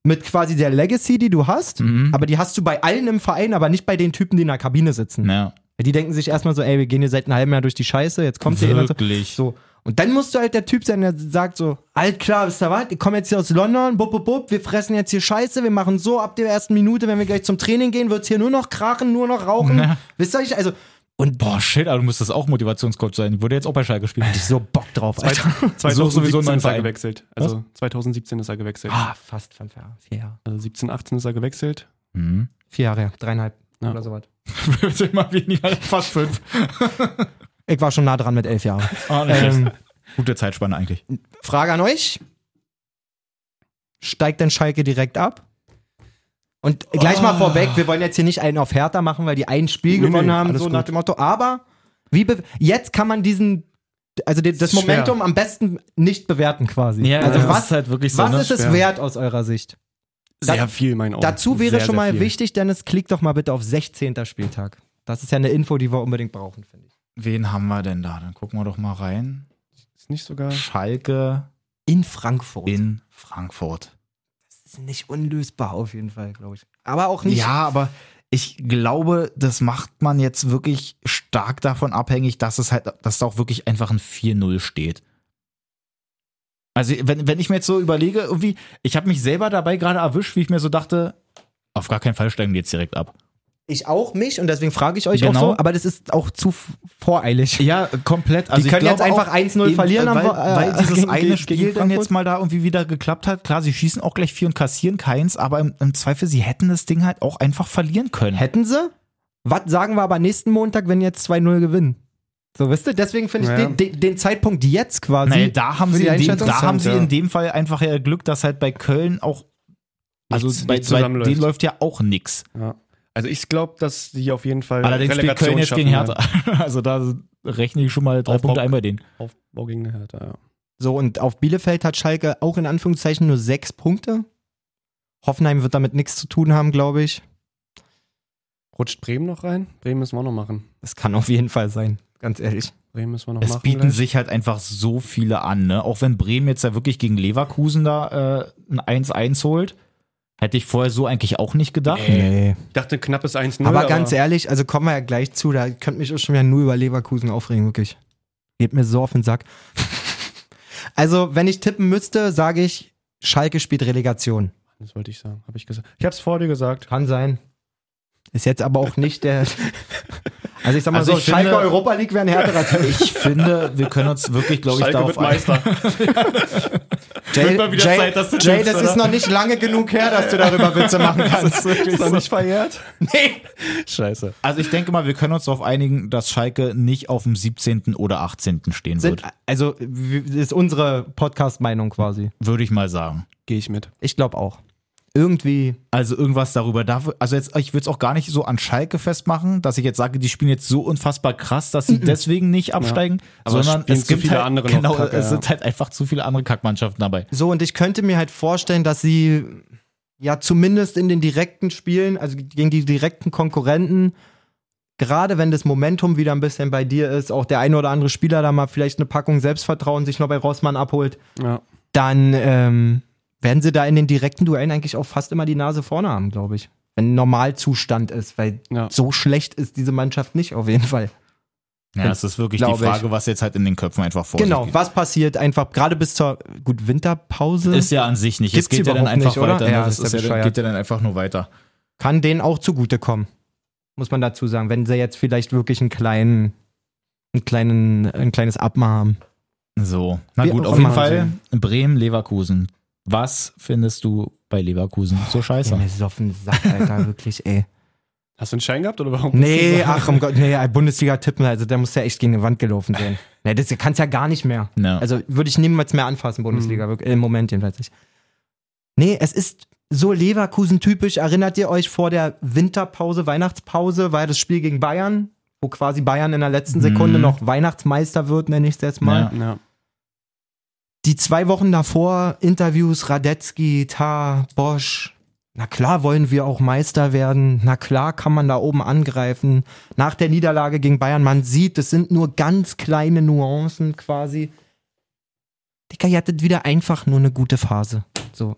Speaker 2: mit quasi der Legacy, die du hast.
Speaker 4: Mhm.
Speaker 2: Aber die hast du bei allen im Verein, aber nicht bei den Typen, die in der Kabine sitzen.
Speaker 4: Ja,
Speaker 2: Die denken sich erstmal so, ey, wir gehen hier seit einem halben Jahr durch die Scheiße, jetzt kommt ihr immer so.
Speaker 4: wirklich.
Speaker 2: so. Und dann musst du halt der Typ sein, der sagt so, alt klar, wisst ihr was, ich komme jetzt hier aus London, bub, bub, bub, wir fressen jetzt hier Scheiße, wir machen so, ab der ersten Minute, wenn wir gleich zum Training gehen, wird's hier nur noch krachen, nur noch rauchen.
Speaker 4: Ja.
Speaker 2: Wisst ihr, ich, also, und boah,
Speaker 4: Boah, shit, aber du müsstest auch Motivationscoach sein. Ich wurde jetzt auch bei Schalke gespielt.
Speaker 2: ich so Bock drauf, Alter.
Speaker 5: 2017
Speaker 4: neuen
Speaker 5: ist er
Speaker 4: Verein.
Speaker 5: gewechselt. Also 2017 ist er gewechselt.
Speaker 2: ah, fast fünf Jahre, vier Jahre.
Speaker 5: Also 17, 18 ist er gewechselt.
Speaker 4: Mhm.
Speaker 2: Vier Jahre, ja, dreieinhalb
Speaker 5: Ja.
Speaker 2: oder sowas.
Speaker 4: Wird immer weniger, fast fünf.
Speaker 2: Ich war schon nah dran mit elf Jahren.
Speaker 4: Ah, nicht schlecht.
Speaker 2: ähm,
Speaker 4: Gute Zeitspanne eigentlich.
Speaker 2: Frage an euch. Steigt denn Schalke direkt ab? Und gleich mal vorweg, wir wollen jetzt hier nicht einen auf Hertha machen, weil die ein Spiel
Speaker 5: Ah. Nee, nee,
Speaker 2: gewonnen haben,
Speaker 5: alles
Speaker 2: so
Speaker 5: gut.
Speaker 2: nach dem Motto. Aber wie be- jetzt kann man diesen, also de- das
Speaker 5: Ist schwer.
Speaker 2: Momentum am besten nicht bewerten quasi. also
Speaker 5: das
Speaker 2: was,
Speaker 4: halt wirklich
Speaker 2: was ist es
Speaker 5: ne? Schwer.
Speaker 2: wert aus eurer Sicht?
Speaker 5: Sehr
Speaker 2: Da-
Speaker 5: viel, in meinen Augen.
Speaker 2: Dazu wäre
Speaker 5: sehr,
Speaker 2: schon
Speaker 5: sehr
Speaker 2: mal
Speaker 5: viel.
Speaker 2: wichtig, Dennis, klick doch mal bitte auf 16. Spieltag. Das ist ja eine Info, die wir unbedingt brauchen, finde ich.
Speaker 4: Wen haben wir denn da? Dann gucken wir doch mal rein.
Speaker 5: Ist nicht sogar.
Speaker 4: Schalke
Speaker 2: In Frankfurt.
Speaker 4: in Frankfurt.
Speaker 2: Das ist nicht unlösbar auf jeden Fall, glaube ich. Aber auch nicht.
Speaker 4: Ja, aber ich glaube, das macht man jetzt wirklich stark davon abhängig, dass es halt, dass da auch wirklich einfach ein 4-0 steht. Also, wenn, wenn ich mir jetzt so überlege, irgendwie, ich habe mich selber dabei gerade erwischt, wie ich mir so dachte, auf gar keinen Fall steigen die jetzt direkt ab.
Speaker 2: Ich auch mich und deswegen frage ich euch
Speaker 4: Genau.
Speaker 2: auch so, aber das ist auch zu f- voreilig.
Speaker 4: Ja, komplett. Also
Speaker 2: die
Speaker 4: ich
Speaker 2: können jetzt
Speaker 4: glaube
Speaker 2: einfach
Speaker 4: auch,
Speaker 2: 1-0
Speaker 4: eben,
Speaker 2: verlieren. am
Speaker 4: Weil,
Speaker 2: Wo- äh,
Speaker 4: weil dieses
Speaker 2: gegen-
Speaker 4: eine
Speaker 2: gegen
Speaker 4: Spiel dann
Speaker 2: Frankfurt.
Speaker 4: jetzt mal da irgendwie wieder geklappt hat. Klar, sie schießen auch gleich vier und kassieren keins, aber im, im Zweifel, sie hätten das Ding halt auch einfach verlieren können.
Speaker 2: Hätten sie? Was sagen wir aber nächsten Montag, wenn jetzt 2-0 gewinnen? So, wisst ihr? Deswegen finde ich
Speaker 5: Ja.
Speaker 2: den, den, den Zeitpunkt jetzt quasi.
Speaker 4: Naja, da haben
Speaker 2: für
Speaker 4: sie,
Speaker 2: die
Speaker 4: in dem,
Speaker 2: Einschätzung
Speaker 4: da haben sie
Speaker 5: ja.
Speaker 4: in dem Fall einfach ja Glück, dass halt bei Köln auch. Also
Speaker 5: Nichts-
Speaker 4: bei,
Speaker 5: nichts
Speaker 4: bei
Speaker 5: zusammenläuft.
Speaker 4: denen läuft ja auch nichts.
Speaker 5: Ja. Also ich glaube, dass die auf jeden Fall.
Speaker 4: Allerdings spielt
Speaker 5: Relegation
Speaker 4: Köln jetzt gegen
Speaker 5: schaffen
Speaker 4: Hertha. Also da rechne ich schon mal drei
Speaker 5: Aufbau-
Speaker 4: Punkte ein bei denen.
Speaker 5: werden. Aufbau gegen eine Hertha, ja.
Speaker 2: So, und auf Bielefeld hat Schalke auch in Anführungszeichen nur sechs Punkte. Hoffenheim wird damit nichts zu tun haben, glaube ich.
Speaker 5: Rutscht Bremen noch rein? Bremen müssen wir auch noch machen.
Speaker 2: Das kann auf jeden Fall sein, ganz ehrlich.
Speaker 5: Bremen müssen wir noch
Speaker 4: Es
Speaker 5: machen.
Speaker 4: bieten
Speaker 5: gleich.
Speaker 4: sich halt einfach so viele an, ne? Auch wenn Bremen jetzt da wirklich gegen Leverkusen da äh, ein 1-1 holt, hätte ich vorher so eigentlich auch nicht gedacht.
Speaker 2: Nee.
Speaker 5: Ich dachte, ein knappes 1-0.
Speaker 2: Aber ganz ehrlich, also kommen wir ja gleich zu, da könnt mich auch schon wieder nur über Leverkusen aufregen, wirklich. Geht mir so auf den Sack. also, wenn ich tippen müsste, sage ich, Schalke spielt Relegation.
Speaker 5: Das wollte ich sagen, habe ich gesagt. Ich habe es vor dir gesagt.
Speaker 2: Kann sein. Ist jetzt aber auch nicht der. Also ich sag mal
Speaker 4: Also
Speaker 2: so,
Speaker 4: ich finde-
Speaker 2: Schalke Europa League wäre ein härterer Tipp.
Speaker 4: Ich finde, wir können uns wirklich, glaube ich, darauf ein-
Speaker 5: Meister.
Speaker 2: Jay,
Speaker 4: mal wieder Zeit, dass du
Speaker 2: Jay
Speaker 4: tippst,
Speaker 2: das
Speaker 4: oder?
Speaker 2: ist noch nicht lange genug her, dass du darüber Witze machen kannst.
Speaker 5: Ist noch nicht verjährt?
Speaker 2: nee.
Speaker 5: Scheiße.
Speaker 4: Also ich denke mal, wir können uns darauf einigen, dass Schalke nicht auf dem 17. oder 18. stehen
Speaker 2: Sind,
Speaker 4: wird.
Speaker 2: also, w- ist unsere Podcast-Meinung quasi.
Speaker 4: Würde ich mal sagen.
Speaker 5: Gehe ich mit.
Speaker 2: Ich glaube auch. Irgendwie.
Speaker 4: Also irgendwas darüber. Darf, also jetzt, ich würde es auch gar nicht so an Schalke festmachen, dass ich jetzt sage, die spielen jetzt so unfassbar krass, dass
Speaker 2: Mhm.
Speaker 4: sie deswegen nicht absteigen,
Speaker 5: Aber es
Speaker 4: sondern
Speaker 5: spielen
Speaker 4: es
Speaker 5: zu
Speaker 4: gibt
Speaker 5: viele
Speaker 4: halt,
Speaker 5: andere noch
Speaker 4: genau,
Speaker 5: Kacke,
Speaker 4: es
Speaker 5: ja.
Speaker 4: sind halt einfach zu viele andere Kackmannschaften dabei.
Speaker 2: So, und ich könnte mir halt vorstellen, dass sie ja zumindest in den direkten Spielen, also gegen die direkten Konkurrenten, gerade wenn das Momentum wieder ein bisschen bei dir ist, auch der eine oder andere Spieler da mal vielleicht eine Packung Selbstvertrauen sich noch bei Rossmann abholt,
Speaker 5: Ja.
Speaker 2: dann ähm, werden sie da in den direkten Duellen eigentlich auch fast immer die Nase vorne haben, glaube ich. Wenn Normalzustand ist, weil
Speaker 5: Ja.
Speaker 2: so schlecht ist diese Mannschaft nicht auf jeden Fall.
Speaker 4: Ja, es ist wirklich die
Speaker 2: Glaube ich.
Speaker 4: Frage, was jetzt halt in den Köpfen einfach vor sich
Speaker 2: Genau,
Speaker 4: geht.
Speaker 2: was passiert einfach gerade bis zur gut Winterpause?
Speaker 4: Ist ja an sich nicht.
Speaker 2: Gibt's
Speaker 4: es geht ja dann
Speaker 2: überhaupt
Speaker 4: einfach
Speaker 2: nicht, oder?
Speaker 4: weiter. ne?
Speaker 2: Ja,
Speaker 4: das
Speaker 2: ist
Speaker 4: ist
Speaker 2: ja
Speaker 4: ja,
Speaker 2: bescheuert.
Speaker 4: geht ja dann einfach nur weiter.
Speaker 2: kann denen auch zugutekommen. Muss man dazu sagen, wenn sie jetzt vielleicht wirklich einen kleinen, einen kleinen, ein kleines Abmahr haben.
Speaker 4: So. Na
Speaker 2: Wir
Speaker 4: gut,
Speaker 2: auch
Speaker 4: auf jeden
Speaker 2: mal
Speaker 4: Fall
Speaker 2: sehen.
Speaker 4: Bremen, Leverkusen. Was findest du bei Leverkusen so scheiße?
Speaker 2: Ey, mir ist auf den Sack, Alter, wirklich, ey.
Speaker 5: Hast du einen Schein gehabt oder warum?
Speaker 2: Nee, ach um Gott, nee, ein Bundesliga-Tippen, also der muss ja echt gegen die Wand gelaufen sein. Nee, das kannst ja gar nicht mehr.
Speaker 4: Ja.
Speaker 2: Also würde ich niemals mehr anfassen, Bundesliga,
Speaker 4: Mhm.
Speaker 2: wirklich, im Moment jedenfalls nicht. Nee, es ist so Leverkusen-typisch. Erinnert ihr euch vor der Winterpause, Weihnachtspause, war ja das Spiel gegen Bayern, wo quasi Bayern in der letzten Sekunde
Speaker 4: Mhm.
Speaker 2: noch Weihnachtsmeister wird, nenne ich es jetzt mal.
Speaker 4: Ja.
Speaker 5: Ja.
Speaker 2: die zwei Wochen davor, Interviews, Radetzky, Tar, Bosch. Na klar wollen wir auch Meister werden. Na klar kann man da oben angreifen. Nach der Niederlage gegen Bayern, man sieht, es sind nur ganz kleine Nuancen quasi. Dicker, ihr hattet wieder einfach nur eine gute Phase. So.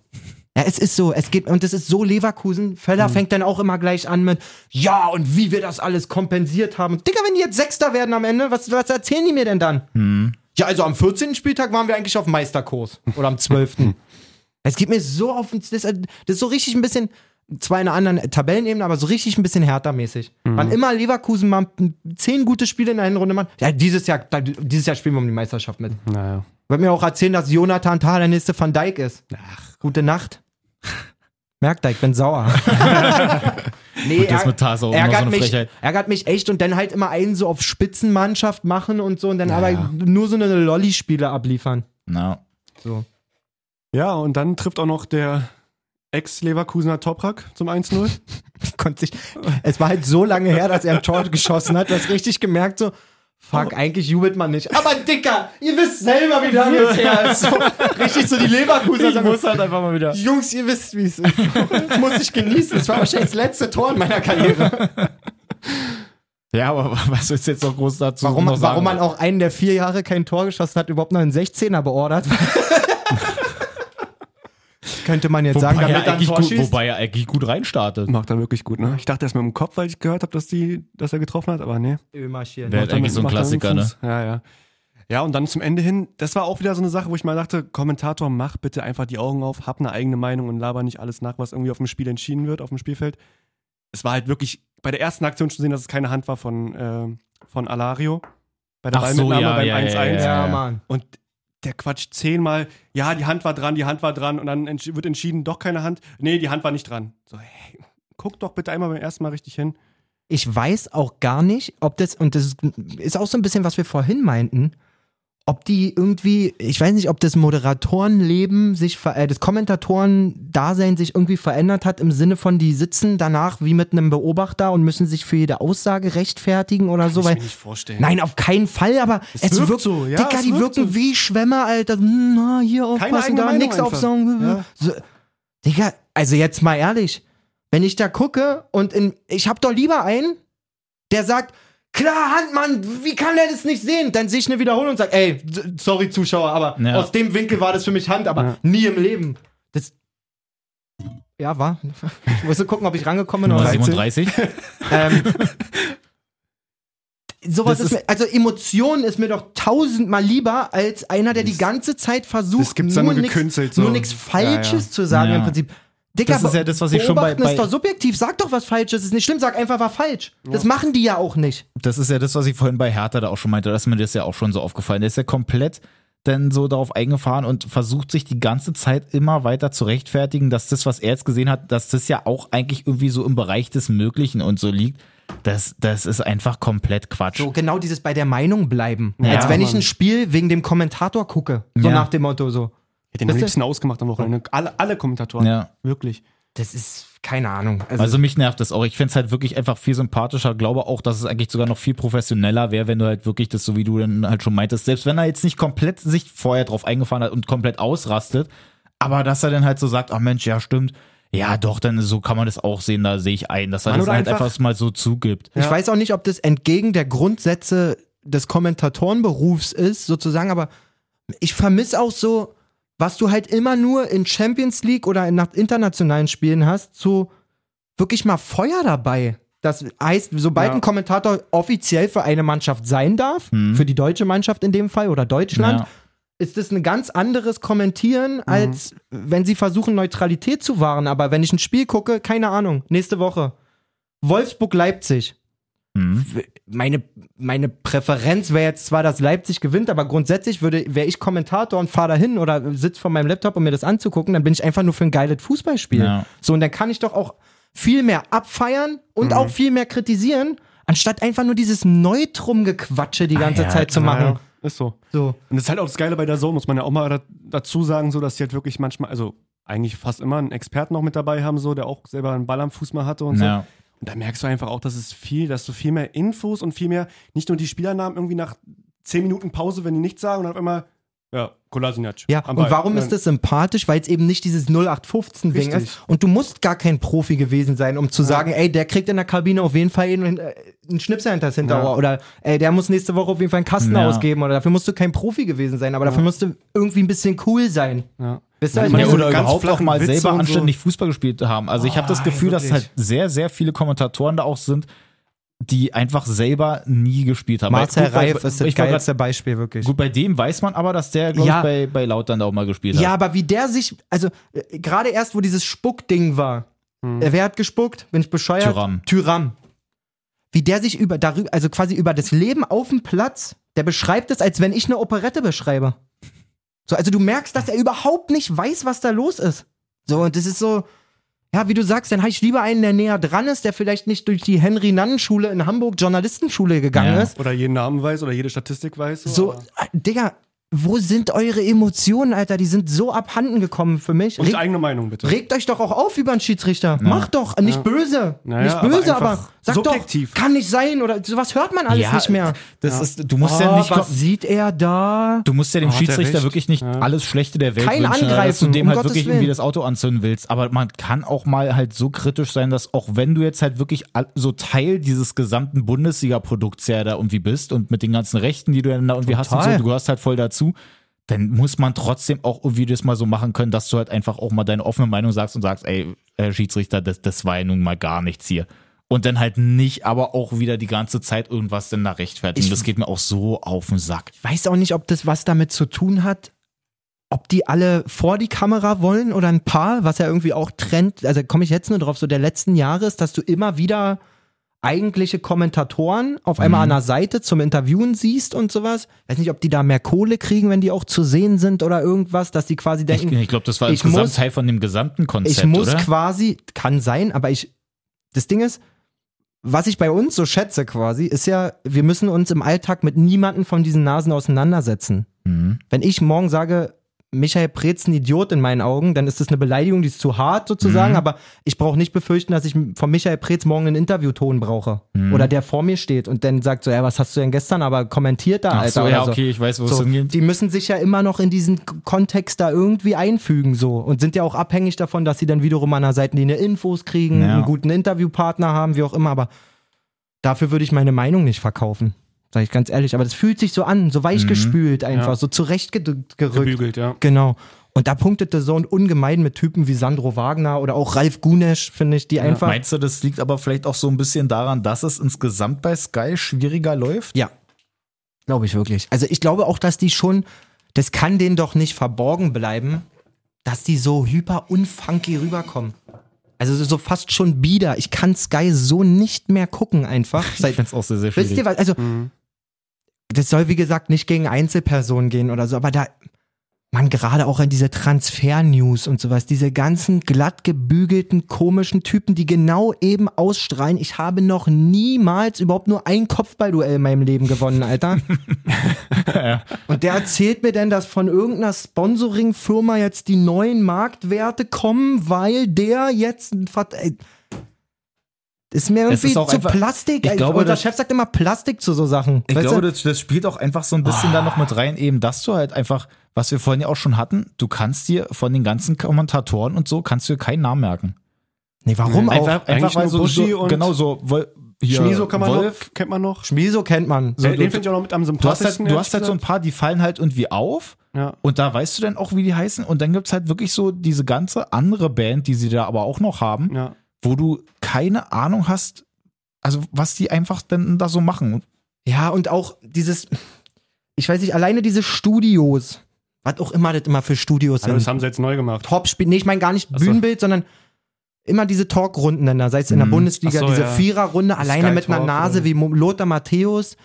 Speaker 2: Ja, es ist so, es geht, und es ist so Leverkusen. Feller fängt dann auch immer gleich an mit, ja, und wie wir das alles kompensiert haben. Dicker, wenn die jetzt Sechster werden am Ende, was, was erzählen die mir denn dann? Ja, also am 14. Spieltag waren wir eigentlich auf Meisterkurs. Oder am 12. es geht mir so auf den. Das, das ist so richtig ein bisschen, zwar in einer anderen Tabellenebene, aber so richtig ein bisschen härter mäßig. Wann immer Leverkusen mal zehn gute Spiele in der Hinrunde macht, ja, dieses Jahr, dieses Jahr spielen wir um die Meisterschaft mit.
Speaker 5: Naja.
Speaker 2: Wollt mir auch erzählen, dass Jonathan Tah der nächste Van Dijk ist. Gute Nacht. Merkt ihr, ich bin sauer. nee,
Speaker 4: Das
Speaker 2: er-
Speaker 4: mit Tars auch Oh, immer so
Speaker 2: ärgert,
Speaker 4: eine
Speaker 2: mich,
Speaker 4: Frechheit.
Speaker 2: ärgert mich echt und dann halt immer einen so auf Spitzenmannschaft machen und so und dann aber nur so eine Lolli-Spiele abliefern.
Speaker 4: Na.
Speaker 2: So.
Speaker 5: Ja, und dann trifft auch noch der Ex-Leverkusener Toprak zum 1-0.
Speaker 2: Konnte sich, es war halt so lange her, dass er ein Tor geschossen hat, dass richtig gemerkt so, fuck, eigentlich jubelt man nicht. Aber Dicker, ihr wisst selber, wie lange es her ist. So, richtig so die Leverkusener sagen,
Speaker 4: halt einfach mal wieder.
Speaker 2: Jungs, ihr wisst, wie es ist. Das muss ich genießen. Das war wahrscheinlich das letzte Tor in meiner Karriere.
Speaker 4: Ja, aber was ist jetzt noch groß dazu?
Speaker 2: Warum,
Speaker 4: noch sagen?
Speaker 2: warum man auch einen, der vier Jahre kein Tor geschossen hat, überhaupt noch einen 16er beordert. Könnte man jetzt
Speaker 4: wobei
Speaker 2: sagen, damit
Speaker 4: er
Speaker 2: er ein
Speaker 4: eigentlich
Speaker 2: Tor
Speaker 4: gut,
Speaker 2: schießt.
Speaker 4: wobei er eigentlich gut reinstartet.
Speaker 5: Macht er wirklich gut, ne? Ich dachte erst mit dem Kopf, weil ich gehört habe, dass, die- dass er getroffen hat, aber nee.
Speaker 4: Wer-
Speaker 2: Macht
Speaker 4: Halt eigentlich so ein
Speaker 5: Macht damit- macht
Speaker 4: Klassiker,
Speaker 5: damit Fuß. Ja, ja. Ja, und dann zum Ende hin, das war auch wieder so eine Sache, wo ich mal dachte, Kommentator, mach bitte einfach die Augen auf, hab eine eigene Meinung und laber nicht alles nach, was irgendwie auf dem Spiel entschieden wird, auf dem Spielfeld. Es war halt wirklich bei der ersten Aktion schon sehen, dass es keine Hand war von, äh, von Alario. Bei der
Speaker 4: Ach so,
Speaker 5: Ballmitnahme
Speaker 4: ja,
Speaker 5: beim
Speaker 4: ja, ja,
Speaker 5: 1-1.
Speaker 2: Ja,
Speaker 4: Ja.
Speaker 2: Mann.
Speaker 5: Und der quatscht zehnmal, ja, die Hand war dran, die Hand war dran und dann entsch wird entschieden, doch keine Hand. Nee, die Hand war nicht dran. So, hey, guck doch bitte einmal beim ersten Mal richtig hin.
Speaker 2: ich weiß auch gar nicht, ob das, und das ist auch so ein bisschen, was wir vorhin meinten, ob die irgendwie, ich weiß nicht, ob das Moderatorenleben sich, ver- äh, das Kommentatoren-Dasein sich irgendwie verändert hat im Sinne von, die sitzen danach wie mit einem Beobachter und müssen sich für jede Aussage rechtfertigen oder so,
Speaker 5: Kann ich
Speaker 2: weil.
Speaker 5: mir nicht vorstellen.
Speaker 2: Nein, auf keinen Fall, aber es,
Speaker 5: Es wirkt
Speaker 2: wirkt,
Speaker 5: so, ja,
Speaker 2: Dicker,
Speaker 5: es
Speaker 2: die
Speaker 5: wirkt
Speaker 2: wirken
Speaker 5: so.
Speaker 2: wie Schwämmer, Alter. Hm, Na, hier aufpassen,
Speaker 5: eigene
Speaker 2: da
Speaker 5: Meinung
Speaker 2: nichts
Speaker 5: einfach.
Speaker 2: aufsaugen.
Speaker 5: Ja.
Speaker 2: So, Digga, also jetzt mal ehrlich, wenn ich da gucke und in, ich hab doch lieber einen, der sagt, klar, Handmann, wie kann der das nicht sehen? Dann sehe ich eine Wiederholung und sage, ey, s- sorry Zuschauer, aber
Speaker 4: Ja.
Speaker 2: aus dem Winkel war das für mich Hand, aber nie im Leben. Das ja, war. Ich musste gucken, ob ich rangekommen bin.
Speaker 4: Nummer
Speaker 2: oder-
Speaker 4: 37.
Speaker 2: ähm, sowas
Speaker 5: Das
Speaker 2: ist, mir, also Emotionen ist mir doch tausendmal lieber als einer, der die ganze Zeit versucht,
Speaker 5: das gibt's ja nur
Speaker 2: nix-
Speaker 5: gekünstelt, so.
Speaker 2: nur nichts Falsches
Speaker 5: Ja, ja.
Speaker 2: zu sagen
Speaker 4: Ja.
Speaker 2: im Prinzip. Dicker,
Speaker 4: Das ist ja das, was ich schon bei-
Speaker 2: beobachten
Speaker 4: bei-
Speaker 2: ist doch subjektiv. Sag doch was Falsches, ist nicht schlimm. Sag einfach, war falsch. Das machen die ja auch nicht.
Speaker 4: Das ist ja das, was ich vorhin bei Hertha da auch schon meinte. Das ist mir das ja auch schon so aufgefallen. Der ist ja komplett dann so darauf eingefahren und versucht sich die ganze Zeit immer weiter zu rechtfertigen, dass das, was er jetzt gesehen hat, dass das ja auch eigentlich irgendwie so im Bereich des Möglichen und so liegt. Das, das ist einfach komplett Quatsch.
Speaker 2: So genau dieses bei der Meinung bleiben.
Speaker 5: Ja,
Speaker 2: Als wenn ich
Speaker 5: Mann.
Speaker 2: ein Spiel wegen dem Kommentator gucke. So
Speaker 4: Ja.
Speaker 2: nach dem Motto so.
Speaker 5: hätte den
Speaker 2: Wisst ihr-
Speaker 5: am liebsten ausgemacht am Wochenende. Alle, alle Kommentatoren.
Speaker 4: Ja.
Speaker 5: Wirklich.
Speaker 2: Das ist keine Ahnung. Also,
Speaker 4: Also mich nervt das auch. Ich fände es halt wirklich einfach viel sympathischer. Glaube auch, dass es eigentlich sogar noch viel professioneller wäre, wenn du halt wirklich das, so wie du dann halt schon meintest, selbst wenn er jetzt nicht komplett sich vorher drauf eingefahren hat und komplett ausrastet, aber dass er dann halt so sagt, ach Mensch, ja stimmt, ja doch, dann so kann man das auch sehen, da sehe ich ein, dass er
Speaker 5: Mann,
Speaker 4: das
Speaker 5: oder
Speaker 4: halt
Speaker 5: einfach-
Speaker 4: einfach, mal so zugibt.
Speaker 2: ich weiß auch nicht, ob das entgegen der Grundsätze des Kommentatorenberufs ist, sozusagen, aber ich vermisse auch so, was du halt immer nur in Champions League oder in nach internationalen Spielen hast, so wirklich mal Feuer dabei. Das heißt, sobald
Speaker 5: Ja.
Speaker 2: ein Kommentator offiziell für eine Mannschaft sein darf,
Speaker 4: Mhm.
Speaker 2: für die deutsche Mannschaft in dem Fall oder Deutschland,
Speaker 4: Ja. Mhm.
Speaker 2: ist das ein ganz anderes Kommentieren, als wenn sie versuchen, Neutralität zu wahren. Aber wenn ich ein Spiel gucke, keine Ahnung, nächste Woche. Wolfsburg-Leipzig.
Speaker 4: Mhm.
Speaker 2: Meine, meine Präferenz wäre jetzt zwar, dass Leipzig gewinnt, aber grundsätzlich würde, wäre ich Kommentator und fahre dahin oder sitze vor meinem Laptop, um mir das anzugucken, dann bin ich einfach nur für ein geiles Fußballspiel.
Speaker 4: Ja.
Speaker 2: So, und dann kann ich doch auch viel mehr abfeiern
Speaker 4: Mhm.
Speaker 2: und auch viel mehr kritisieren, anstatt einfach nur dieses Neutrum-Gequatsche die ganze
Speaker 4: Ah ja, genau.
Speaker 2: Zeit zu machen.
Speaker 5: Ist so.
Speaker 2: So.
Speaker 5: Und das ist halt auch das Geile bei der Zone, muss man ja auch mal da, dazu sagen, so dass die halt wirklich manchmal, also eigentlich fast immer einen Experten noch mit dabei haben, so, der auch selber einen Ball am Fuß mal hatte und so.
Speaker 4: Ja.
Speaker 5: Und da merkst du einfach auch, dass es viel, dass du viel mehr Infos und viel mehr, nicht nur die Spielernamen irgendwie nach 10 Minuten Pause, wenn die nichts sagen, und dann auf einmal, ja, Kolasinac.
Speaker 2: Ja,
Speaker 5: am
Speaker 2: und
Speaker 5: Ball.
Speaker 2: warum
Speaker 4: ähm,
Speaker 2: ist
Speaker 5: Dann-
Speaker 2: das sympathisch? Weil es eben nicht dieses 0815-Ding
Speaker 5: Richtig.
Speaker 2: ist. Und du musst gar kein Profi gewesen sein, um zu sagen, ey, der kriegt in der Kabine auf jeden Fall einen, äh, einen Schnipsel hinter das Hinterrohr.
Speaker 5: Ja.
Speaker 2: Oder ey, der muss nächste Woche auf jeden Fall einen Kasten
Speaker 4: Ja.
Speaker 2: ausgeben. Oder dafür musst du kein Profi gewesen sein. Aber dafür musst du irgendwie ein bisschen cool sein.
Speaker 5: Ja.
Speaker 2: Wisst ihr, was ich
Speaker 5: Ja,
Speaker 2: meine?
Speaker 4: Ja,
Speaker 5: so
Speaker 4: oder
Speaker 5: einen ganz
Speaker 4: überhaupt auch
Speaker 5: flachen
Speaker 4: mal
Speaker 5: Witz
Speaker 4: selber
Speaker 5: und so.
Speaker 4: anständig Fußball gespielt haben. Also ich habe das
Speaker 2: Ah,
Speaker 4: Gefühl, dass
Speaker 2: wirklich.
Speaker 4: halt sehr, sehr viele Kommentatoren da auch sind, die einfach selber nie gespielt haben.
Speaker 2: Marcel
Speaker 4: Gut, bei-
Speaker 2: Reif ist das
Speaker 4: ich wollte grad
Speaker 2: geilste Beispiel, wirklich.
Speaker 4: Gut, bei dem weiß man aber, dass der, glaube
Speaker 2: Ja.
Speaker 4: ich, bei, bei Lautern da auch mal gespielt hat.
Speaker 2: Ja, aber wie der sich, also äh, gerade erst, wo dieses Spuckding war, äh, wer hat gespuckt? Bin ich bescheuert?
Speaker 4: Tyram.
Speaker 2: Tyram. Wie der sich über darüber, also quasi über das Leben auf dem Platz, der beschreibt es, als wenn ich eine Operette beschreibe. So, also du merkst, dass er überhaupt nicht weiß, was da los ist. So, und das ist so, ja, wie du sagst, dann habe ich lieber einen, der näher dran ist, der vielleicht nicht durch die Henry-Nannen-Schule in Hamburg Journalistenschule gegangen
Speaker 4: Ja.
Speaker 2: ist,
Speaker 5: Oder jeden Namen weiß oder jede Statistik weiß.
Speaker 2: so,
Speaker 5: aber-
Speaker 2: äh, Digga, wo sind eure Emotionen, Alter? Die sind so abhanden gekommen für mich.
Speaker 5: Und
Speaker 2: Reg,
Speaker 5: eigene Meinung, bitte.
Speaker 2: regt euch doch auch auf über einen Schiedsrichter. Macht doch. äh, Nicht böse.
Speaker 5: Naja,
Speaker 2: nicht böse,
Speaker 5: aber
Speaker 2: aber,
Speaker 5: einfach
Speaker 2: sagt
Speaker 5: subjektiv.
Speaker 2: doch, kann nicht sein oder sowas hört man alles
Speaker 4: Ja,
Speaker 2: nicht mehr.
Speaker 4: Das ist, du musst ja
Speaker 2: Oh,
Speaker 4: nicht,
Speaker 2: was sieht er da?
Speaker 4: du musst ja dem
Speaker 5: Oh, hat er
Speaker 4: Schiedsrichter
Speaker 5: recht.
Speaker 4: wirklich nicht alles Schlechte der Welt
Speaker 2: Kein
Speaker 4: wünschen, dass du
Speaker 2: Angreifen,
Speaker 4: dem
Speaker 2: um
Speaker 4: halt
Speaker 2: Gottes
Speaker 4: wirklich irgendwie
Speaker 2: Willen.
Speaker 4: das Auto anzünden willst. Aber man kann auch mal halt so kritisch sein, dass auch wenn du jetzt halt wirklich all- so Teil dieses gesamten Bundesliga-Produkts ja da irgendwie bist und mit den ganzen Rechten, die du dann da irgendwie hast und
Speaker 2: Total.
Speaker 4: so, du gehörst halt voll dazu. Dann muss man trotzdem auch irgendwie das mal so machen können, dass du halt einfach auch mal deine offene Meinung sagst und sagst, ey, Herr Schiedsrichter, das, das war ja nun mal gar nichts hier. Und dann halt nicht, aber auch wieder die ganze Zeit irgendwas denn da rechtfertigen.
Speaker 2: Ich-
Speaker 4: das geht mir auch so auf den Sack.
Speaker 2: Ich weiß auch nicht, ob das was damit zu tun hat, ob die alle vor die Kamera wollen oder ein paar, was ja irgendwie auch Trend, also komme ich jetzt nur drauf, so der letzten Jahre ist, dass du immer wieder eigentliche Kommentatoren auf einmal an der Seite zum Interviewen siehst und sowas. Weiß nicht, ob die da mehr Kohle kriegen, wenn die auch zu sehen sind oder irgendwas, dass die quasi
Speaker 4: Ich,
Speaker 2: denken,
Speaker 4: ich glaube, das war
Speaker 2: ich
Speaker 4: insgesamt
Speaker 2: muss-
Speaker 4: Teil von dem gesamten
Speaker 2: ich,
Speaker 4: Konzept,
Speaker 2: muss
Speaker 4: oder?
Speaker 2: quasi, kann sein, aber ich, das Ding ist, was ich bei uns so schätze quasi, ist ja, wir müssen uns im Alltag mit niemanden von diesen Nasen auseinandersetzen.
Speaker 4: Mhm.
Speaker 2: Wenn ich morgen sage, Michael Preetz ein Idiot in meinen Augen, dann ist das eine Beleidigung, die ist zu hart sozusagen,
Speaker 4: Mhm.
Speaker 2: aber ich brauche nicht befürchten, dass ich von Michael Preetz morgen einen Interviewton brauche.
Speaker 4: Mhm.
Speaker 2: Oder der vor mir steht und dann sagt so, ja, was hast du denn gestern aber kommentiert da,
Speaker 4: Ach
Speaker 2: Alter?
Speaker 4: so,
Speaker 2: oder
Speaker 4: ja, okay, ich weiß, wo es
Speaker 2: So,
Speaker 4: hingeht.
Speaker 2: die müssen sich ja immer noch in diesen K- Kontext da irgendwie einfügen so und sind ja auch abhängig davon, dass sie dann wiederum an der Seitenlinie Infos kriegen,
Speaker 4: Ja.
Speaker 2: einen guten Interviewpartner haben, wie auch immer, aber dafür würde ich meine Meinung nicht verkaufen. Sag ich ganz ehrlich, aber das fühlt sich so an, so
Speaker 4: Mhm.
Speaker 2: weichgespült einfach,
Speaker 5: Ja.
Speaker 2: so zurechtgerückt.
Speaker 5: Gebügelt, ja.
Speaker 2: Genau. Und da punktet The Zone ungemein mit Typen wie Sandro Wagner oder auch Ralf Gunesch, finde ich, die einfach.
Speaker 4: Meinst du, das liegt aber vielleicht auch so ein bisschen daran, dass es insgesamt bei Sky schwieriger läuft?
Speaker 2: Ja. Glaube ich wirklich. Also ich glaube auch, dass die schon, das kann denen doch nicht verborgen bleiben, dass die so hyper unfunky rüberkommen. Also so fast schon bieder. Ich kann Sky so nicht mehr gucken einfach.
Speaker 4: Ich
Speaker 2: Seit,
Speaker 4: finde es auch sehr, Mhm. sehr schwierig.
Speaker 2: wisst ihr was? Also das soll wie gesagt nicht gegen Einzelpersonen gehen oder so, aber da, man, gerade auch in diese Transfer-News und sowas, diese ganzen glatt gebügelten, komischen Typen, die genau eben ausstrahlen, ich habe noch niemals überhaupt nur ein Kopfballduell in meinem Leben gewonnen, Alter. und der erzählt mir denn, dass von irgendeiner Sponsoring-Firma jetzt die neuen Marktwerte kommen, weil der jetzt ein Vert- ey, ist mir
Speaker 4: Es
Speaker 2: irgendwie
Speaker 4: ist auch
Speaker 2: zu
Speaker 4: einfach-
Speaker 2: Plastik.
Speaker 4: ich
Speaker 2: ey,
Speaker 4: glaube,
Speaker 2: Unser
Speaker 4: das-
Speaker 2: Chef sagt immer Plastik zu so Sachen.
Speaker 4: Ich
Speaker 2: weißt du?
Speaker 4: glaube, das, das spielt auch einfach so ein bisschen da noch mit rein, eben, dass du halt einfach, was wir vorhin ja auch schon hatten, du kannst dir von den ganzen Kommentatoren und so, kannst du dir keinen Namen merken.
Speaker 2: Nee, warum auch?
Speaker 4: Einfach, einfach
Speaker 5: eigentlich
Speaker 4: weil
Speaker 5: nur
Speaker 4: so,
Speaker 5: Buschi
Speaker 4: so
Speaker 5: und
Speaker 4: genau so, Wol- hier,
Speaker 5: Schmieso kann man
Speaker 4: Wolf,
Speaker 5: noch, kennt man noch.
Speaker 2: Schmieso kennt man. So,
Speaker 5: Äh, den finde ich auch noch mit am
Speaker 4: Du hast, halt,
Speaker 5: sympathischsten.
Speaker 4: du hast halt so ein paar, die fallen halt irgendwie auf
Speaker 5: Ja.
Speaker 4: und da weißt du dann auch, wie die heißen. Und dann gibt es halt wirklich so diese ganze andere Band, die sie da aber auch noch haben,
Speaker 5: ja.
Speaker 4: wo du keine Ahnung hast, also was die einfach denn da so machen.
Speaker 2: ja, und auch dieses, ich weiß nicht, alleine diese Studios, was auch immer das immer für Studios
Speaker 5: Hallo, das
Speaker 2: sind.
Speaker 5: haben sie jetzt neu gemacht.
Speaker 2: Top-Spiel, nee, ich meine gar nicht
Speaker 5: so.
Speaker 2: Bühnenbild, sondern immer diese Talkrunden dann da, sei es in der
Speaker 4: Mhm.
Speaker 2: Bundesliga,
Speaker 5: Ach so,
Speaker 2: diese
Speaker 5: ja.
Speaker 2: Viererrunde, alleine mit einer
Speaker 5: Talk
Speaker 2: Nase
Speaker 5: oder-
Speaker 2: wie Mo- Lothar Matthäus,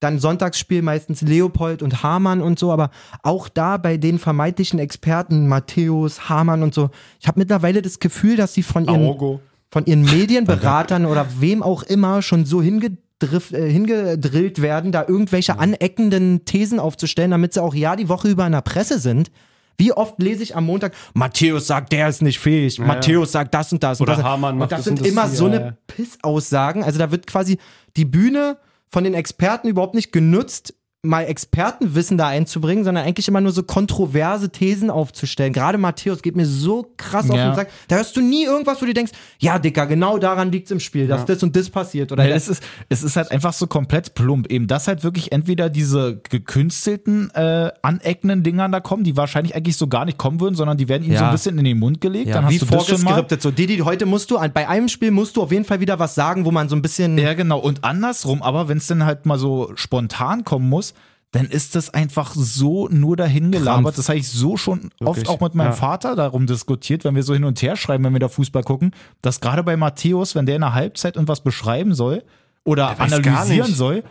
Speaker 2: dann Sonntagsspiel meistens Leopold und Hamann und so, aber auch da bei den vermeintlichen Experten Matthäus, Hamann und so, ich habe mittlerweile das Gefühl, dass sie von ihren von ihren Medienberatern oder wem auch immer schon so hingedriff, äh, hingedrillt werden, da irgendwelche aneckenden Thesen aufzustellen, damit sie auch ja die Woche über in der Presse sind. Wie oft lese ich am Montag, Matthäus sagt, der ist nicht fähig, Matthäus sagt das und das
Speaker 5: Oder
Speaker 2: und das.
Speaker 5: Hamann
Speaker 2: und
Speaker 5: macht
Speaker 2: das
Speaker 5: das
Speaker 2: sind
Speaker 5: und das.
Speaker 2: immer so
Speaker 5: Ja,
Speaker 2: eine
Speaker 5: ja.
Speaker 2: Pissaussagen. Also da wird quasi die Bühne von den Experten überhaupt nicht genutzt, mal Expertenwissen da einzubringen, sondern eigentlich immer nur so kontroverse Thesen aufzustellen. Gerade Matthäus geht mir so krass auf
Speaker 4: Ja.
Speaker 2: den Sack. Da hörst du nie irgendwas, wo du denkst, ja, Dicker, genau daran liegt's im Spiel, dass das und das passiert. Oder
Speaker 4: Ja,
Speaker 2: das,
Speaker 4: es, ist, es ist halt einfach so komplett plump. Eben, dass halt wirklich entweder diese gekünstelten, äh, aneckenden Dingern da kommen, die wahrscheinlich eigentlich so gar nicht kommen würden, sondern die werden ihnen
Speaker 2: Ja.
Speaker 4: so ein bisschen in den Mund gelegt. dann hast
Speaker 2: wie
Speaker 4: du das schon mal.
Speaker 2: vorgeskriptet. So, Didi, heute musst du, an- bei einem Spiel musst du auf jeden Fall wieder was sagen, wo man so ein bisschen.
Speaker 4: Ja, genau. Und andersrum, aber wenn es dann halt mal so spontan kommen muss, dann ist das einfach so nur
Speaker 2: Krampf.
Speaker 4: dahingelabert. Das habe ich so schon oft
Speaker 5: Wirklich,
Speaker 4: auch mit meinem
Speaker 5: ja.
Speaker 4: Vater darum diskutiert, wenn wir so hin und her schreiben, wenn wir da Fußball gucken, dass gerade bei Matthäus, wenn der in der Halbzeit und was beschreiben soll oder
Speaker 5: weiß gar
Speaker 4: analysieren
Speaker 5: nicht.
Speaker 4: soll,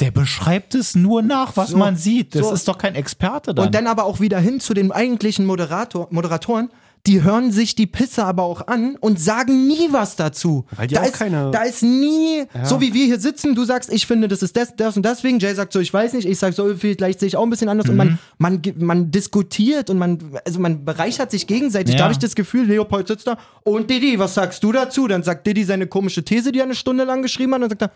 Speaker 4: der beschreibt es nur nach, was
Speaker 2: So,
Speaker 4: man sieht. Das
Speaker 2: so.
Speaker 4: ist doch kein Experte dann.
Speaker 2: Und dann aber auch wieder hin zu den eigentlichen Moderator, Moderatoren. Die hören sich die Pisse aber auch an und sagen nie was dazu.
Speaker 5: Weil die
Speaker 2: da,
Speaker 5: auch
Speaker 2: ist,
Speaker 5: keine-
Speaker 2: da ist nie, so wie wir hier sitzen, du sagst, ich finde, das ist das, das und deswegen. Jay sagt so, ich weiß nicht, ich sag so, vielleicht sehe ich auch ein bisschen anders. Und
Speaker 5: Mhm.
Speaker 2: man, man, ge- man diskutiert und man, also man bereichert sich gegenseitig. Da
Speaker 4: Ja.
Speaker 2: habe ich das Gefühl, Leopold sitzt da und Didi, was sagst du dazu? Dann sagt Didi seine komische These, die er eine Stunde lang geschrieben hat und sagt er,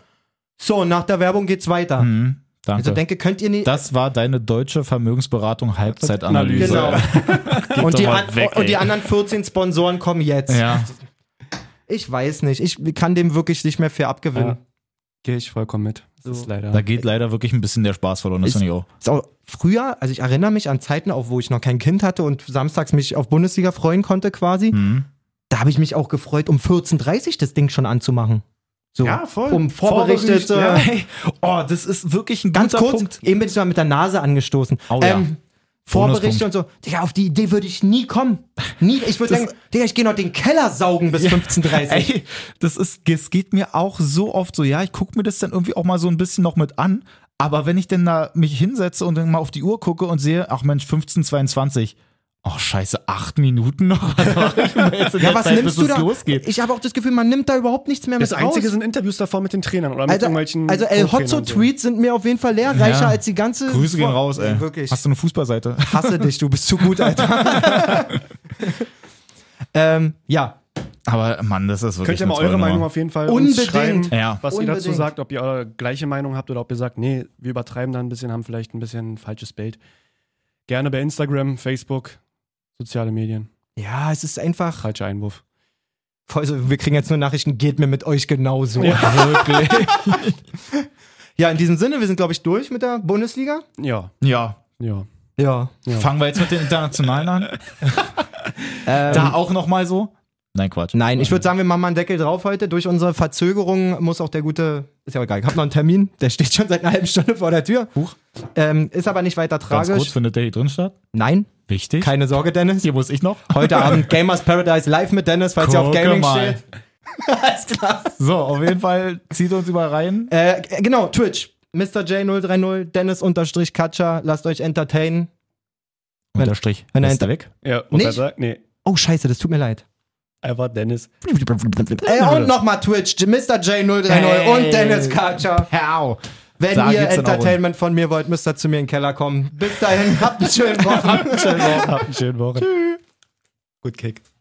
Speaker 2: so, nach der Werbung geht's weiter.
Speaker 4: Mhm, danke.
Speaker 2: Also denke, könnt ihr nicht.
Speaker 4: das war deine deutsche Vermögensberatung Halbzeitanalyse.
Speaker 2: Genau. und,
Speaker 4: doch
Speaker 2: die
Speaker 4: mal
Speaker 2: an,
Speaker 4: weg,
Speaker 2: und die
Speaker 4: ey.
Speaker 2: anderen 14 Sponsoren kommen jetzt.
Speaker 4: Ja.
Speaker 2: Ich weiß nicht. Ich kann dem wirklich nicht mehr fair abgewinnen.
Speaker 5: Ja. Gehe ich vollkommen mit. Das ist leider.
Speaker 4: Da geht leider wirklich ein bisschen der Spaß verloren, das
Speaker 2: Ist-
Speaker 4: finde ich auch.
Speaker 2: Ist auch früher, also ich erinnere mich an Zeiten, auch wo ich noch kein Kind hatte und samstags mich auf Bundesliga freuen konnte quasi.
Speaker 4: Mhm.
Speaker 2: Da habe ich mich auch gefreut, um 14.30 Uhr das Ding schon anzumachen. So,
Speaker 5: Ja, voll.
Speaker 2: um vorberichtet.
Speaker 5: Vorbericht,
Speaker 2: äh,
Speaker 4: Ey, oh, das ist wirklich ein
Speaker 2: Ganz
Speaker 4: guter
Speaker 2: kurz,
Speaker 4: Punkt.
Speaker 2: eben bin ich mal mit der Nase angestoßen. Ähm,
Speaker 4: Au ja.
Speaker 2: Vorberichte und so. Digga, auf die Idee würde ich nie kommen. Nie, ich würde sagen, Digga, ich gehe noch den Keller saugen bis 15.30 Uhr.
Speaker 4: Ey, das ist, es geht mir auch so oft so, ja, ich gucke mir das dann irgendwie auch mal so ein bisschen noch mit an, aber wenn ich denn da mich hinsetze und dann mal auf die Uhr gucke und sehe, ach Mensch, 15:22, oh scheiße, acht Minuten noch. Was mache ich denn jetzt in
Speaker 2: Ja,
Speaker 4: der
Speaker 2: was
Speaker 4: Zeit,
Speaker 2: nimmst
Speaker 4: bis
Speaker 2: du
Speaker 4: es
Speaker 2: da?
Speaker 4: Losgeht?
Speaker 2: Ich habe auch das Gefühl, man nimmt da überhaupt nichts mehr
Speaker 5: das
Speaker 2: mit
Speaker 5: Einzige
Speaker 2: raus.
Speaker 5: sind Interviews davor mit den Trainern oder mit
Speaker 2: also,
Speaker 5: irgendwelchen.
Speaker 2: also El
Speaker 5: Co-Trainern
Speaker 2: Hotzo
Speaker 5: so.
Speaker 2: Tweets sind mir auf jeden Fall lehrreicher
Speaker 4: Ja.
Speaker 2: als die ganze.
Speaker 4: Grüße gehen
Speaker 2: Vor-
Speaker 4: raus, ey.
Speaker 2: Nee, Wirklich.
Speaker 4: Hast du eine Fußballseite?
Speaker 2: hasse dich, du bist zu gut, Alter. ähm, ja,
Speaker 4: Aber Mann, das ist wirklich
Speaker 5: Könnt ihr mal
Speaker 4: eine
Speaker 5: eure
Speaker 4: tolle
Speaker 5: Meinung
Speaker 4: Nummer.
Speaker 5: auf jeden Fall
Speaker 2: Unbedingt.
Speaker 5: uns schreiben,
Speaker 4: Ja.
Speaker 5: was ihr dazu
Speaker 2: Unbedingt.
Speaker 5: sagt, ob ihr eure gleiche Meinung habt oder ob ihr sagt, nee, wir übertreiben da ein bisschen, haben vielleicht ein bisschen ein falsches Bild. Gerne bei Instagram, Facebook, soziale Medien.
Speaker 2: ja, es ist einfach.
Speaker 5: Falscher Einwurf.
Speaker 2: Also, wir kriegen jetzt nur Nachrichten, geht mir mit euch genauso. Ja,
Speaker 4: Wirklich.
Speaker 2: in diesem Sinne, wir sind, glaube ich, durch mit der Bundesliga.
Speaker 5: Ja,
Speaker 4: Ja.
Speaker 5: ja.
Speaker 2: Ja.
Speaker 5: Ja.
Speaker 4: Fangen wir jetzt mit den Internationalen an.
Speaker 2: Ähm,
Speaker 4: da auch nochmal so? Nein, Quatsch.
Speaker 2: Nein, ich würde sagen, wir machen mal einen Deckel drauf heute. Durch unsere Verzögerung muss auch der gute, ist ja egal, ich habe noch einen Termin, der steht schon seit einer halben Stunde vor der Tür.
Speaker 4: Huch.
Speaker 2: Ähm, ist aber nicht weiter
Speaker 4: Ganz kurz,
Speaker 2: tragisch.
Speaker 4: findet der hier drin statt?
Speaker 2: Nein,
Speaker 4: Wichtig.
Speaker 2: keine Sorge, Dennis.
Speaker 4: hier muss ich noch.
Speaker 2: Heute Abend Gamers Paradise live mit Dennis, falls ihr auf
Speaker 4: Gucke
Speaker 2: Gaming
Speaker 4: mal.
Speaker 2: steht. Alles klar.
Speaker 4: So, auf jeden Fall zieht uns überall rein.
Speaker 2: Äh, genau, Twitch. Mr. J030, Dennis unterstrich Katscha, lasst euch entertainen. Wenn-
Speaker 4: Unterstrich.
Speaker 2: wenn er
Speaker 4: Lässt er weg.
Speaker 5: Ja,
Speaker 2: Nicht?
Speaker 5: sagt, nee,
Speaker 2: Oh, scheiße, das tut mir leid.
Speaker 5: einfach Dennis.
Speaker 2: Ey, und nochmal Twitch, Mr. J030
Speaker 4: Hey.
Speaker 2: und Dennis Katscha.
Speaker 4: Pow.
Speaker 2: Wenn
Speaker 4: Sag
Speaker 2: ihr
Speaker 4: jetzt dann auch
Speaker 2: Entertainment von mir wollt, müsst ihr zu mir in den Keller kommen. Bis dahin, habt einen schönen Wochen.
Speaker 5: Habt einen schönen Wochen.
Speaker 4: Gut Kick.